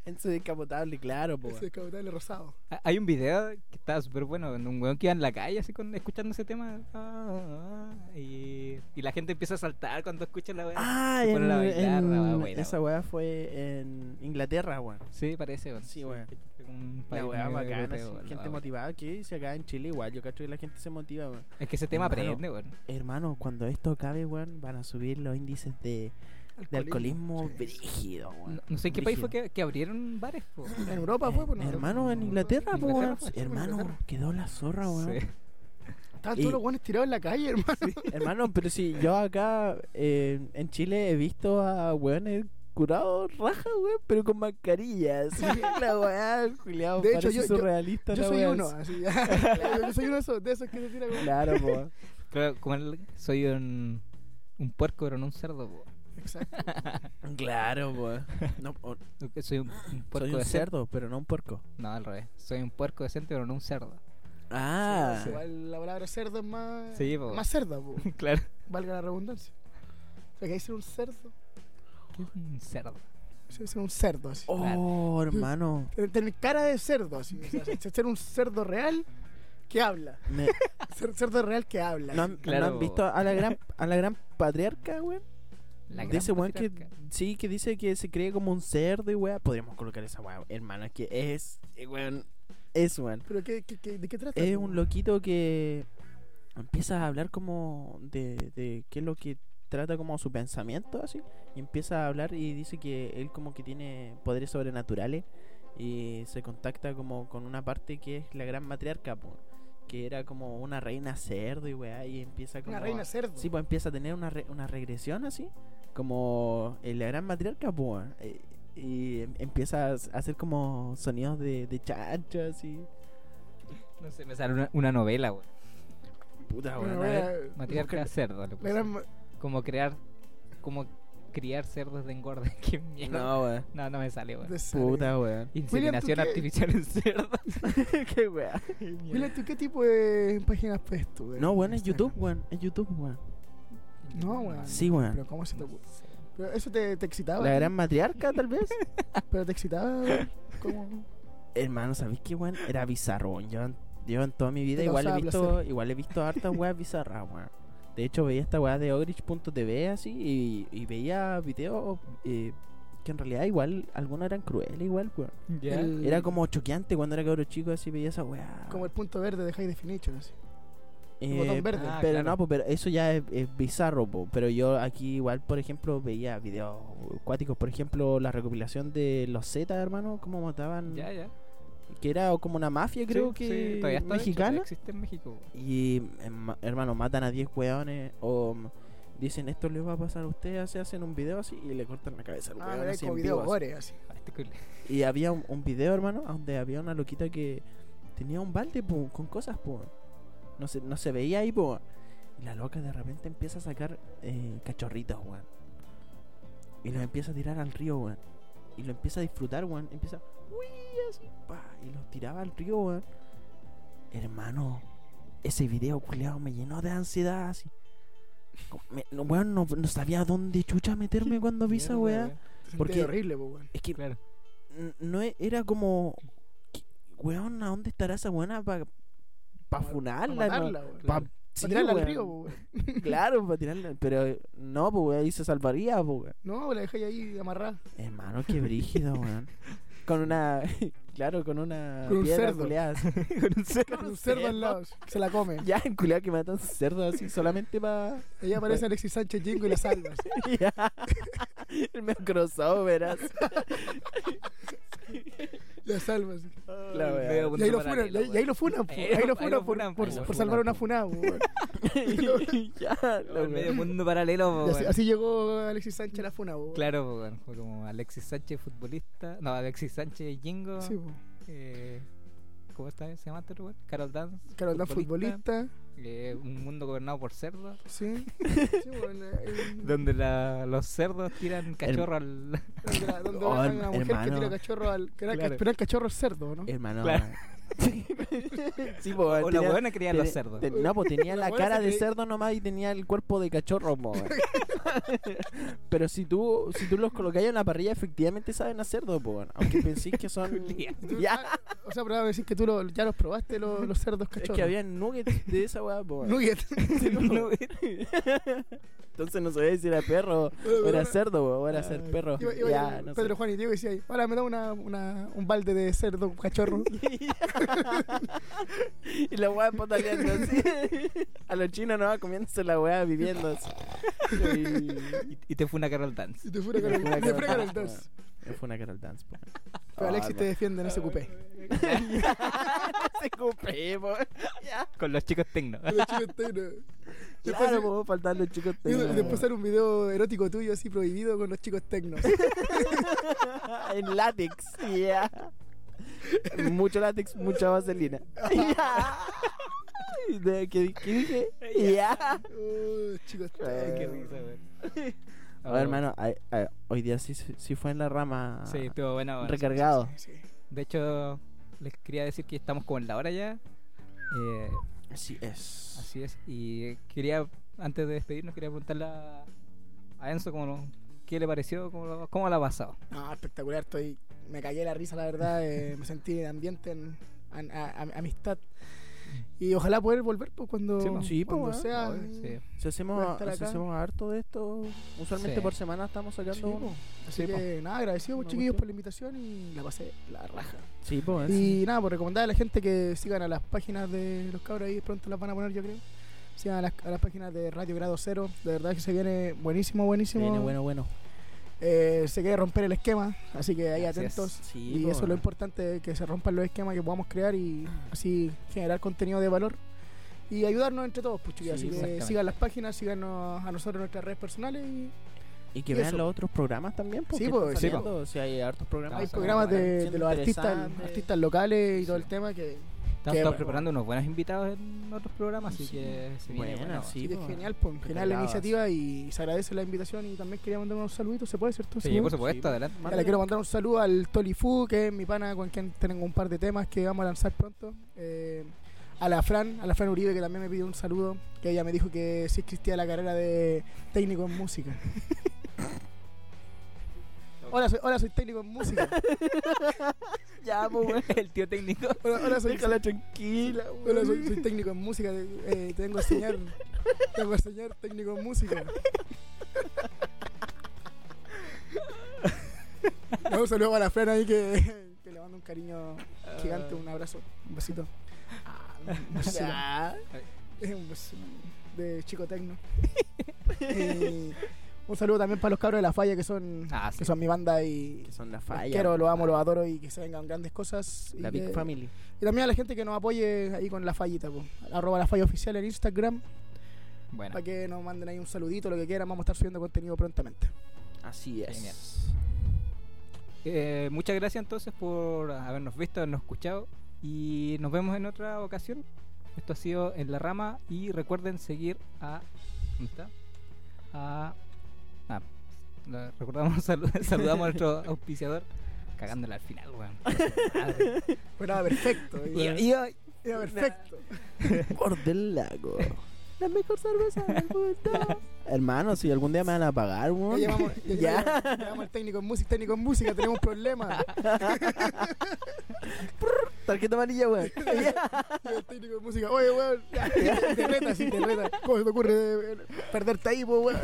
B: En su descapotable, claro, po.
C: Ese
B: weón.
C: descapotable rosado.
A: Ah, Hay un video que estaba súper bueno, en un weón que iba en la calle así con, escuchando ese tema. Ah, ah, y, y la gente empieza a saltar cuando escucha la weá.
B: Ah,
A: Se
B: en,
A: ponen a bailar, la
B: en-
A: weá buena,
B: esa weá fue en Inglaterra, weón.
A: Sí, parece, weón.
B: Sí, weón.
A: Un
B: La
A: país
B: weá
A: medio
B: bacana,
A: europeo,
B: así,
A: la
B: gente
A: weá.
B: motivada. que Si acá en Chile igual, yo cacho que la gente se motiva, weón.
A: Es que ese tema
B: Hermano.
A: aprende, weón.
B: Hermano, cuando esto acabe, weón, van a subir los índices de, de alcoholismo brígido, weón.
A: No, no sé en qué país fue
B: Brígido.
A: que, que abrieron bares, po.
C: En Europa fue,
B: Eh,
C: pues. no-
B: hermano, en Inglaterra, po,
A: Inglaterra
B: weón.
C: fue, sí, fue en
B: Hermano,
C: Inglaterra.
B: quedó la zorra, weón.
A: Sí.
C: Estaban
B: Y-
C: todos los buenos tirados en la calle, hermano.
B: Hermano, pero si yo acá eh, en Chile he visto a weones curados raja, weón, pero con mascarillas. La weá, el culiao,
C: De hecho,
B: parece
C: yo- yo-
B: surrealista
C: Yo
B: la
C: soy
B: weá.
C: uno, así. Claro, Yo soy uno de esos, de esos que se tira como.
B: Claro, po.
A: Claro, como el- soy un, un puerco, pero no un cerdo, po.
C: Exacto.
B: Claro, pues. No, o-
A: Soy un, un puerco
B: soy un
A: de cerdo.
B: cerdo, pero no un puerco.
A: No, al revés. Soy un puerco decente, pero no un cerdo.
B: Ah,
C: Igual la palabra cerdo es más,
A: Sí, po.
C: más cerda, po,
A: Claro.
C: valga la redundancia. O sea, que hay ser un cerdo.
A: ¿Qué es un cerdo?
C: Hay ser un cerdo así.
B: oh, hermano.
C: Tener- Tener cara de cerdo así. O sea, ser un cerdo real que habla.
B: Me-
C: Ser cerdo real que habla.
B: ¿No
C: así.
B: han, no
A: Claro.
B: han visto a la gran, a la gran patriarca, weón?
A: La
B: De
A: gran
B: ese weón que
A: patriarca.
B: sí, que dice que se cree como un cerdo y weón. Podríamos colocar esa weón, hermano. Es que es, eh, weón. Es weón.
C: ¿Pero qué, qué- qué- de qué trata?
B: Es
C: po?
B: un loquito que empieza a hablar como de, de qué es lo que trata como su pensamiento así. Y empieza a hablar y dice que él como que tiene poderes sobrenaturales y se contacta como con una parte que es la gran matriarca, po, que era como una reina cerdo y weá, y empieza como...
C: Una
B: a-
C: reina cerdo.
B: Sí, pues empieza a tener una, re- una regresión así, como eh, la gran matriarca, pues. eh, y em- empieza a s- a hacer como sonidos de, de chancho así.
A: No sé, me sale una, una novela, weón.
B: Puta,
C: Una
B: weón, a ver.
C: wea-
A: Matriarca cerdo. le
C: la
A: puse.
C: gran ma-
A: Como crear. Como criar cerdos de engorde. Qué mierda. No,
B: No, weón.
A: no, me sale, weón.
C: de cerdo.
B: Puta, weón.
A: Inseminación
C: William, ¿tú qué?
A: artificial en cerdo.
B: Qué weón.
C: Mira, ¿tú qué tipo de páginas ves tú? güey?
B: No, weón, es
C: Instagram.
B: YouTube, weón. Es YouTube, weón.
C: No, weón.
B: Sí, weón.
C: Pero ¿cómo se te ocurre?
A: No sé.
C: Pero eso te, te excitaba.
B: La gran matriarca, tal vez.
C: Pero te excitaba. ¿Cómo?
B: Hermano, ¿sabéis qué, weón? Era bizarrón. Yo, en- yo en toda mi vida
C: Te
B: igual he
C: causaba
B: visto,
C: placer.
B: igual he visto hartas weas bizarras, weón. De hecho, veía esta weá de Ogrich.tv así y, y veía videos eh, que en realidad igual algunos eran crueles, igual, weón.
C: El-
B: Era como choqueante cuando era cabro chico, así veía esa weá.
C: Mm. Como el punto verde de High Definition, así.
B: Eh,
C: botón verde.
A: Ah,
B: pero
A: claro.
B: no, po, pero eso ya es, es bizarro, po. pero yo aquí igual, por ejemplo, veía videos acuáticos, por ejemplo, la recopilación de los Z, hermano, cómo mataban,
A: Ya, ya.
B: que era como una mafia, creo
A: Sí, sí,
B: que
A: todavía está, de hecho,
B: mexicana.
A: todavía existe en México, weón.
B: Y, em, hermano, matan a 10 weones o mm, dicen esto le va a pasar a ustedes, se hacen un video así y le cortan la cabeza al
C: Ah,
B: weón
C: pero hay
B: así
C: como
B: en
C: video
B: vivo, así.
C: gore, así.
A: Ah, este culo.
B: Y había un, un video, hermano, donde había una loquita que tenía un balde po, con cosas, po. No se, no se veía ahí, po. Y la loca de repente empieza a sacar eh, cachorritos, weón. Y los empieza a tirar al río, weón. Y lo empieza a disfrutar, weón. Empieza, uy, así, pa. Y los tiraba al río, weón. Hermano, ese video culeado me llenó de ansiedad, así. Como me- no, weón, no, no sabía dónde chucha meterme cuando vi esa
A: Mierda,
B: weá.
A: weón.
C: Te
B: Porque-
C: sentí horrible, pues, weón.
B: Es que
A: Claro.
B: n- no e- era como ¿qué- weón, ¿a dónde estará esa buena para pa
C: Pa-
B: funarla?
C: Pa'
B: no?
C: matarla, weón.
B: Pa-
C: Pa'
B: sí,
C: tirarla al
B: weón.
C: río, pues, weón.
B: Claro, para tirarla, pero no, pues weón, ahí se salvaría, pues weón.
C: No, la dejé ahí amarrada.
B: Hermano, qué brígido, weón. Con una claro, con una
C: Con un
B: piedra
C: cerdo.
B: culeada así. con un cerdo,
C: Con un cerdo al lado. que Se la come.
B: Ya, el culeado que mata a un cerdo así solamente para
C: Ahí aparece Alexis Sánchez Jingo y la salva. así.
B: el medio crossover así.
C: La salva, así.
B: La weá.
A: Veo
C: Y
A: punto
C: ahí lo
A: paralelo,
C: funan, y ahí, y ahí
A: weón.
C: lo funan, po.
A: Eh,
C: ahí lo
A: ahí lo
C: funan
A: funan, po,
C: por, por,
A: weón.
C: por salvar una funada, po, weón.
B: ya, la
A: El medio
B: weá.
A: mundo paralelo, po,
C: Y así,
A: weón.
C: así llegó Alexis Sánchez a la funa, po, weón.
A: Claro, po, weón. Fue como Alexis Sánchez, futbolista. No, Alexis Sánchez, Jingo.
C: Sí, po.
A: eh, ¿Cómo está? se llama este otro, weón? Carol Dance.
C: Claro, andan futbolista,
A: eh, un mundo gobernado por cerdos.
C: sí. sí weón, eh, el-
A: Donde la- los cerdos tiran cachorro al.
C: donde la- donde
B: Oh,
C: hay una mujer
B: hermano. Eh,
C: que tira cachorro al. Que era,
A: Claro.
C: Pero el cachorro es cerdo, ¿no?
B: Hermano.
A: Claro.
B: weón. sí, po, weón,
A: O la
B: tenía-
A: buena crían los
B: Teni-
A: cerdos.
B: ten- no, pues tenía
C: La
B: la
C: buena
B: cara
C: se
B: de
C: cree-
B: cerdo nomás y tenía el cuerpo de cachorro, po, weón. Pero si tú, si tú los colocáis en la parrilla, efectivamente saben a cerdo, po, weón. Aunque penséis que son.
C: Tú-
B: ya,
C: ah, O sea, pero a decir que tú lo- ya los probaste, los, los cerdos
B: es
C: cachorros.
B: que había nuggets de esa weá, po, weón.
C: Nugget.
B: Entonces no sabía si era perro o era cerdo, po, o era ser perro.
C: Iba- iba
B: Ya,
C: el-
B: no sé.
C: Pedro Juan y Diego decía ahí, hola, me da una, una, un balde de cerdo, un cachorro.
B: y la weá pataleando así. A los chinos nomás comiéndose la weá viviendo así. Y-
A: Y, y te fue una Carol Dance.
C: y te fue con el,
B: Una
C: te fue
B: Carol
C: con el
B: Dance,
C: dos.
B: weón. Fue una Carol Dance, pues. po.
C: Pero
B: Ah,
C: Alexis te defiende en ese cupé.
B: Se cumplí, po.
A: Con los chicos tecno.
C: Pero chido está, ¿no? Después-
B: Claro, po, faltan los chicos
C: Y
B: tecno,
C: después
B: po.
C: sale un video erótico tuyo así prohibido con los chicos tecnos.
B: En látex, ya. Mucho látex, mucha vaselina. Ya. Y de- ¿Qué, qué dije? Ya.
C: Oh, chicos
B: Ay,
A: Qué
C: tecnos.
A: risa, weón.
B: A ver, hermano, ay, ay, hoy día sí, sí fue en la rama
A: Sí, estuvo buena. bueno.
B: recargado.
C: Sí, sí.
A: De hecho, les quería decir que estamos como en la hora ya. Eh,
B: Así es.
A: así es. Y quería, antes de despedirnos, quería preguntarle a, a Enzo cómo, lo- qué le pareció, cómo, lo- cómo la ha pasado.
C: No, espectacular, estoy. Me cagué la risa, la verdad. eh, me sentí en ambiente, en, an- a- a- amistad. Y ojalá poder volver pues, cuando,
A: Sí, pues.
B: Sí, pues,
C: cuando
B: weón.
C: sea. eh,
A: Sí.
B: Si
C: Voy a
B: hacemos,
C: estar
B: si
C: acá.
B: hacemos harto de esto, usualmente
A: Sí.
B: por semana estamos sacando
C: Sí,
B: uno.
C: pues. Así
A: Sí,
C: que
A: pues.
C: nada, agradecido pues,
B: Una
C: chiquillos
B: cuestión.
C: por la invitación y la pasé la raja.
B: Sí, pues.
C: Y nada, pues recomendar a la gente que sigan a las páginas de los cabros ahí, pronto las van a poner yo creo. Sigan a las, a las páginas de Radio Grado Cero, de verdad que se viene buenísimo,
B: Se
C: buenísimo.
B: viene bueno, bueno.
C: Eh, se quiere romper el esquema, así que ahí
A: Así es.
C: atentos.
B: Sí,
C: Y
B: po,
C: eso es lo
B: weón.
C: importante, que se rompan los esquemas que podamos crear y así generar contenido de valor y ayudarnos entre todos, pues chiquillos.
B: Sí,
C: así que
A: exactamente.
C: sigan las páginas, síganos a nosotros en nuestras redes personales y
B: Y que
C: y
B: vean
C: eso.
B: los otros programas también, porque
C: Sí, pues,
A: sí,
B: si hay hartos programas.
C: hay
A: Vamos a
C: programas
A: ver,
C: de, de
B: siendo
C: los artistas,
B: interesantes.
C: artistas locales y
A: Sí.
C: todo el tema que
A: Estamos,
C: Qué
A: estamos
C: bueno.
A: preparando unos buenos invitados en otros programas, así
B: Sí.
A: que se viene
B: Buena,
A: bueno.
B: sí,
C: así que
B: po.
C: genial, pues, genial la
B: Recargadas.
C: iniciativa y se agradece la invitación y también quería mandar unos saluditos, ¿se puede, cierto?
A: Sí,
C: señor?
A: por supuesto,
B: Sí.
A: adelante.
C: Ya le quiero mandar un saludo al Tolifu, que es mi pana con quien tengo un par de temas que vamos a lanzar pronto. Eh, a la Fran, a la Fran Uribe, que también me pidió un saludo, que ella me dijo que sí existía la carrera de técnico en música. Hola soy, hola, soy técnico en música.
B: Ya, pues,
A: El tío técnico.
C: Hola, hola, soy,
B: Déjala tranquila,
C: hola, soy- soy técnico en música. eh, tengo a enseñar. Tengo a enseñar técnico en música. No, Un saludo para la Fran ahí que, que le mando un cariño gigante, un abrazo, un besito.
B: Ah,
C: Un besito. Es un beso de chico tecno. Y un saludo también para los cabros de la falla que son,
A: Ah, sí.
C: que son mi banda y
B: Que son las
C: los
B: fallas.
C: quiero, los amo, los adoro y que se vengan grandes cosas. y eh,
B: La Big
C: que-
B: Family.
C: Y también a la gente que nos apoye ahí con la fallita, po. arroba la falla oficial en Instagram,
A: Bueno,
C: para que nos manden ahí un saludito, lo que quieran, vamos a estar subiendo contenido prontamente.
B: Así es.
A: Genial. eh, muchas gracias entonces por habernos visto, habernos escuchado y nos vemos en otra ocasión. Esto ha sido En la Rama y recuerden seguir a... ¿Dónde está? A... Ah, la- recordamos, salu- saludamos a nuestro auspiciador cagándola al final, weón. Ah, Madre.
C: Fuera perfecto.
B: Y-
C: Era
B: Y hoy,
C: perfecto.
B: por del lago. La mejor cerveza del mundo. Hermano, si algún día me van a pagar,
C: Ya
B: weón.
C: llevamos,
B: Ya.
C: ya llevamos- ya llevamos el técnico en música, técnico en música, tenemos problemas.
B: Tarjeta amarilla, weón.
C: Y el técnico de música, oye, weón, ya, te retas, sí, te retas. ¿Cómo se te ocurre eh, perderte ahí, po, weón?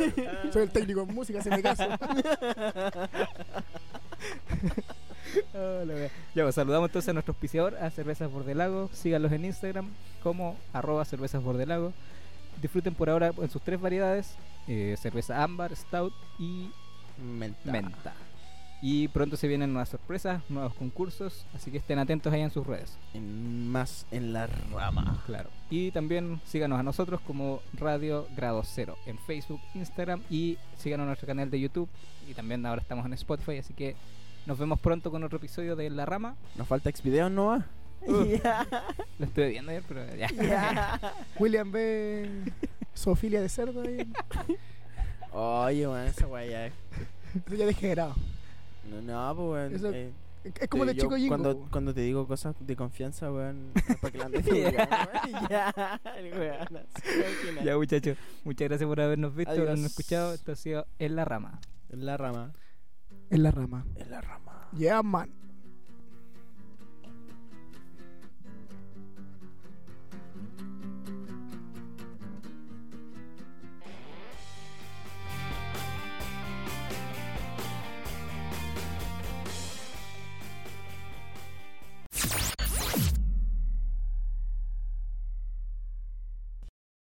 C: Soy el técnico en música, se me caso.
A: Ah, la wea. ya, pues, saludamos entonces a nuestro auspiciador, a Cervezas Bordelago. Síganlos en Instagram como arroba cervezas bordelago. Disfruten por ahora en sus tres variedades, eh, cerveza ámbar, stout y
B: Menta.
A: menta. Y pronto se vienen nuevas sorpresas, nuevos concursos, así que estén atentos ahí en sus redes.
B: En- más en la rama.
A: Claro. Y también síganos a nosotros como Radio Grado Cero en Facebook, Instagram y síganos en nuestro canal de YouTube. Y también ahora estamos en Spotify, así que nos vemos pronto con otro episodio de La Rama.
B: Nos falta Xvideos, ¿no va?
A: Uh.
B: Ya.
A: Lo estuve viendo ayer, pero ya.
C: William B. Sofilia de cerdo ahí.
B: Oye, weón, esa weá ya es.
C: Eso ya degenerado.
B: No, no, pues, weón.
C: Eso-
B: eh,
C: Es como
B: eh,
C: de
B: yo
C: chico Jingo.
B: Cuando,
C: po.
B: cuando te digo cosas de confianza, weón. es Para que la andes divulgando, weón. Ya, el weón, así, al final.
A: Ya, muchachos. Muchas gracias por habernos visto,
B: Adiós.
A: habernos escuchado. Esto ha sido En la Rama.
B: En la rama.
C: En la rama.
B: En la rama.
C: Yeah, man.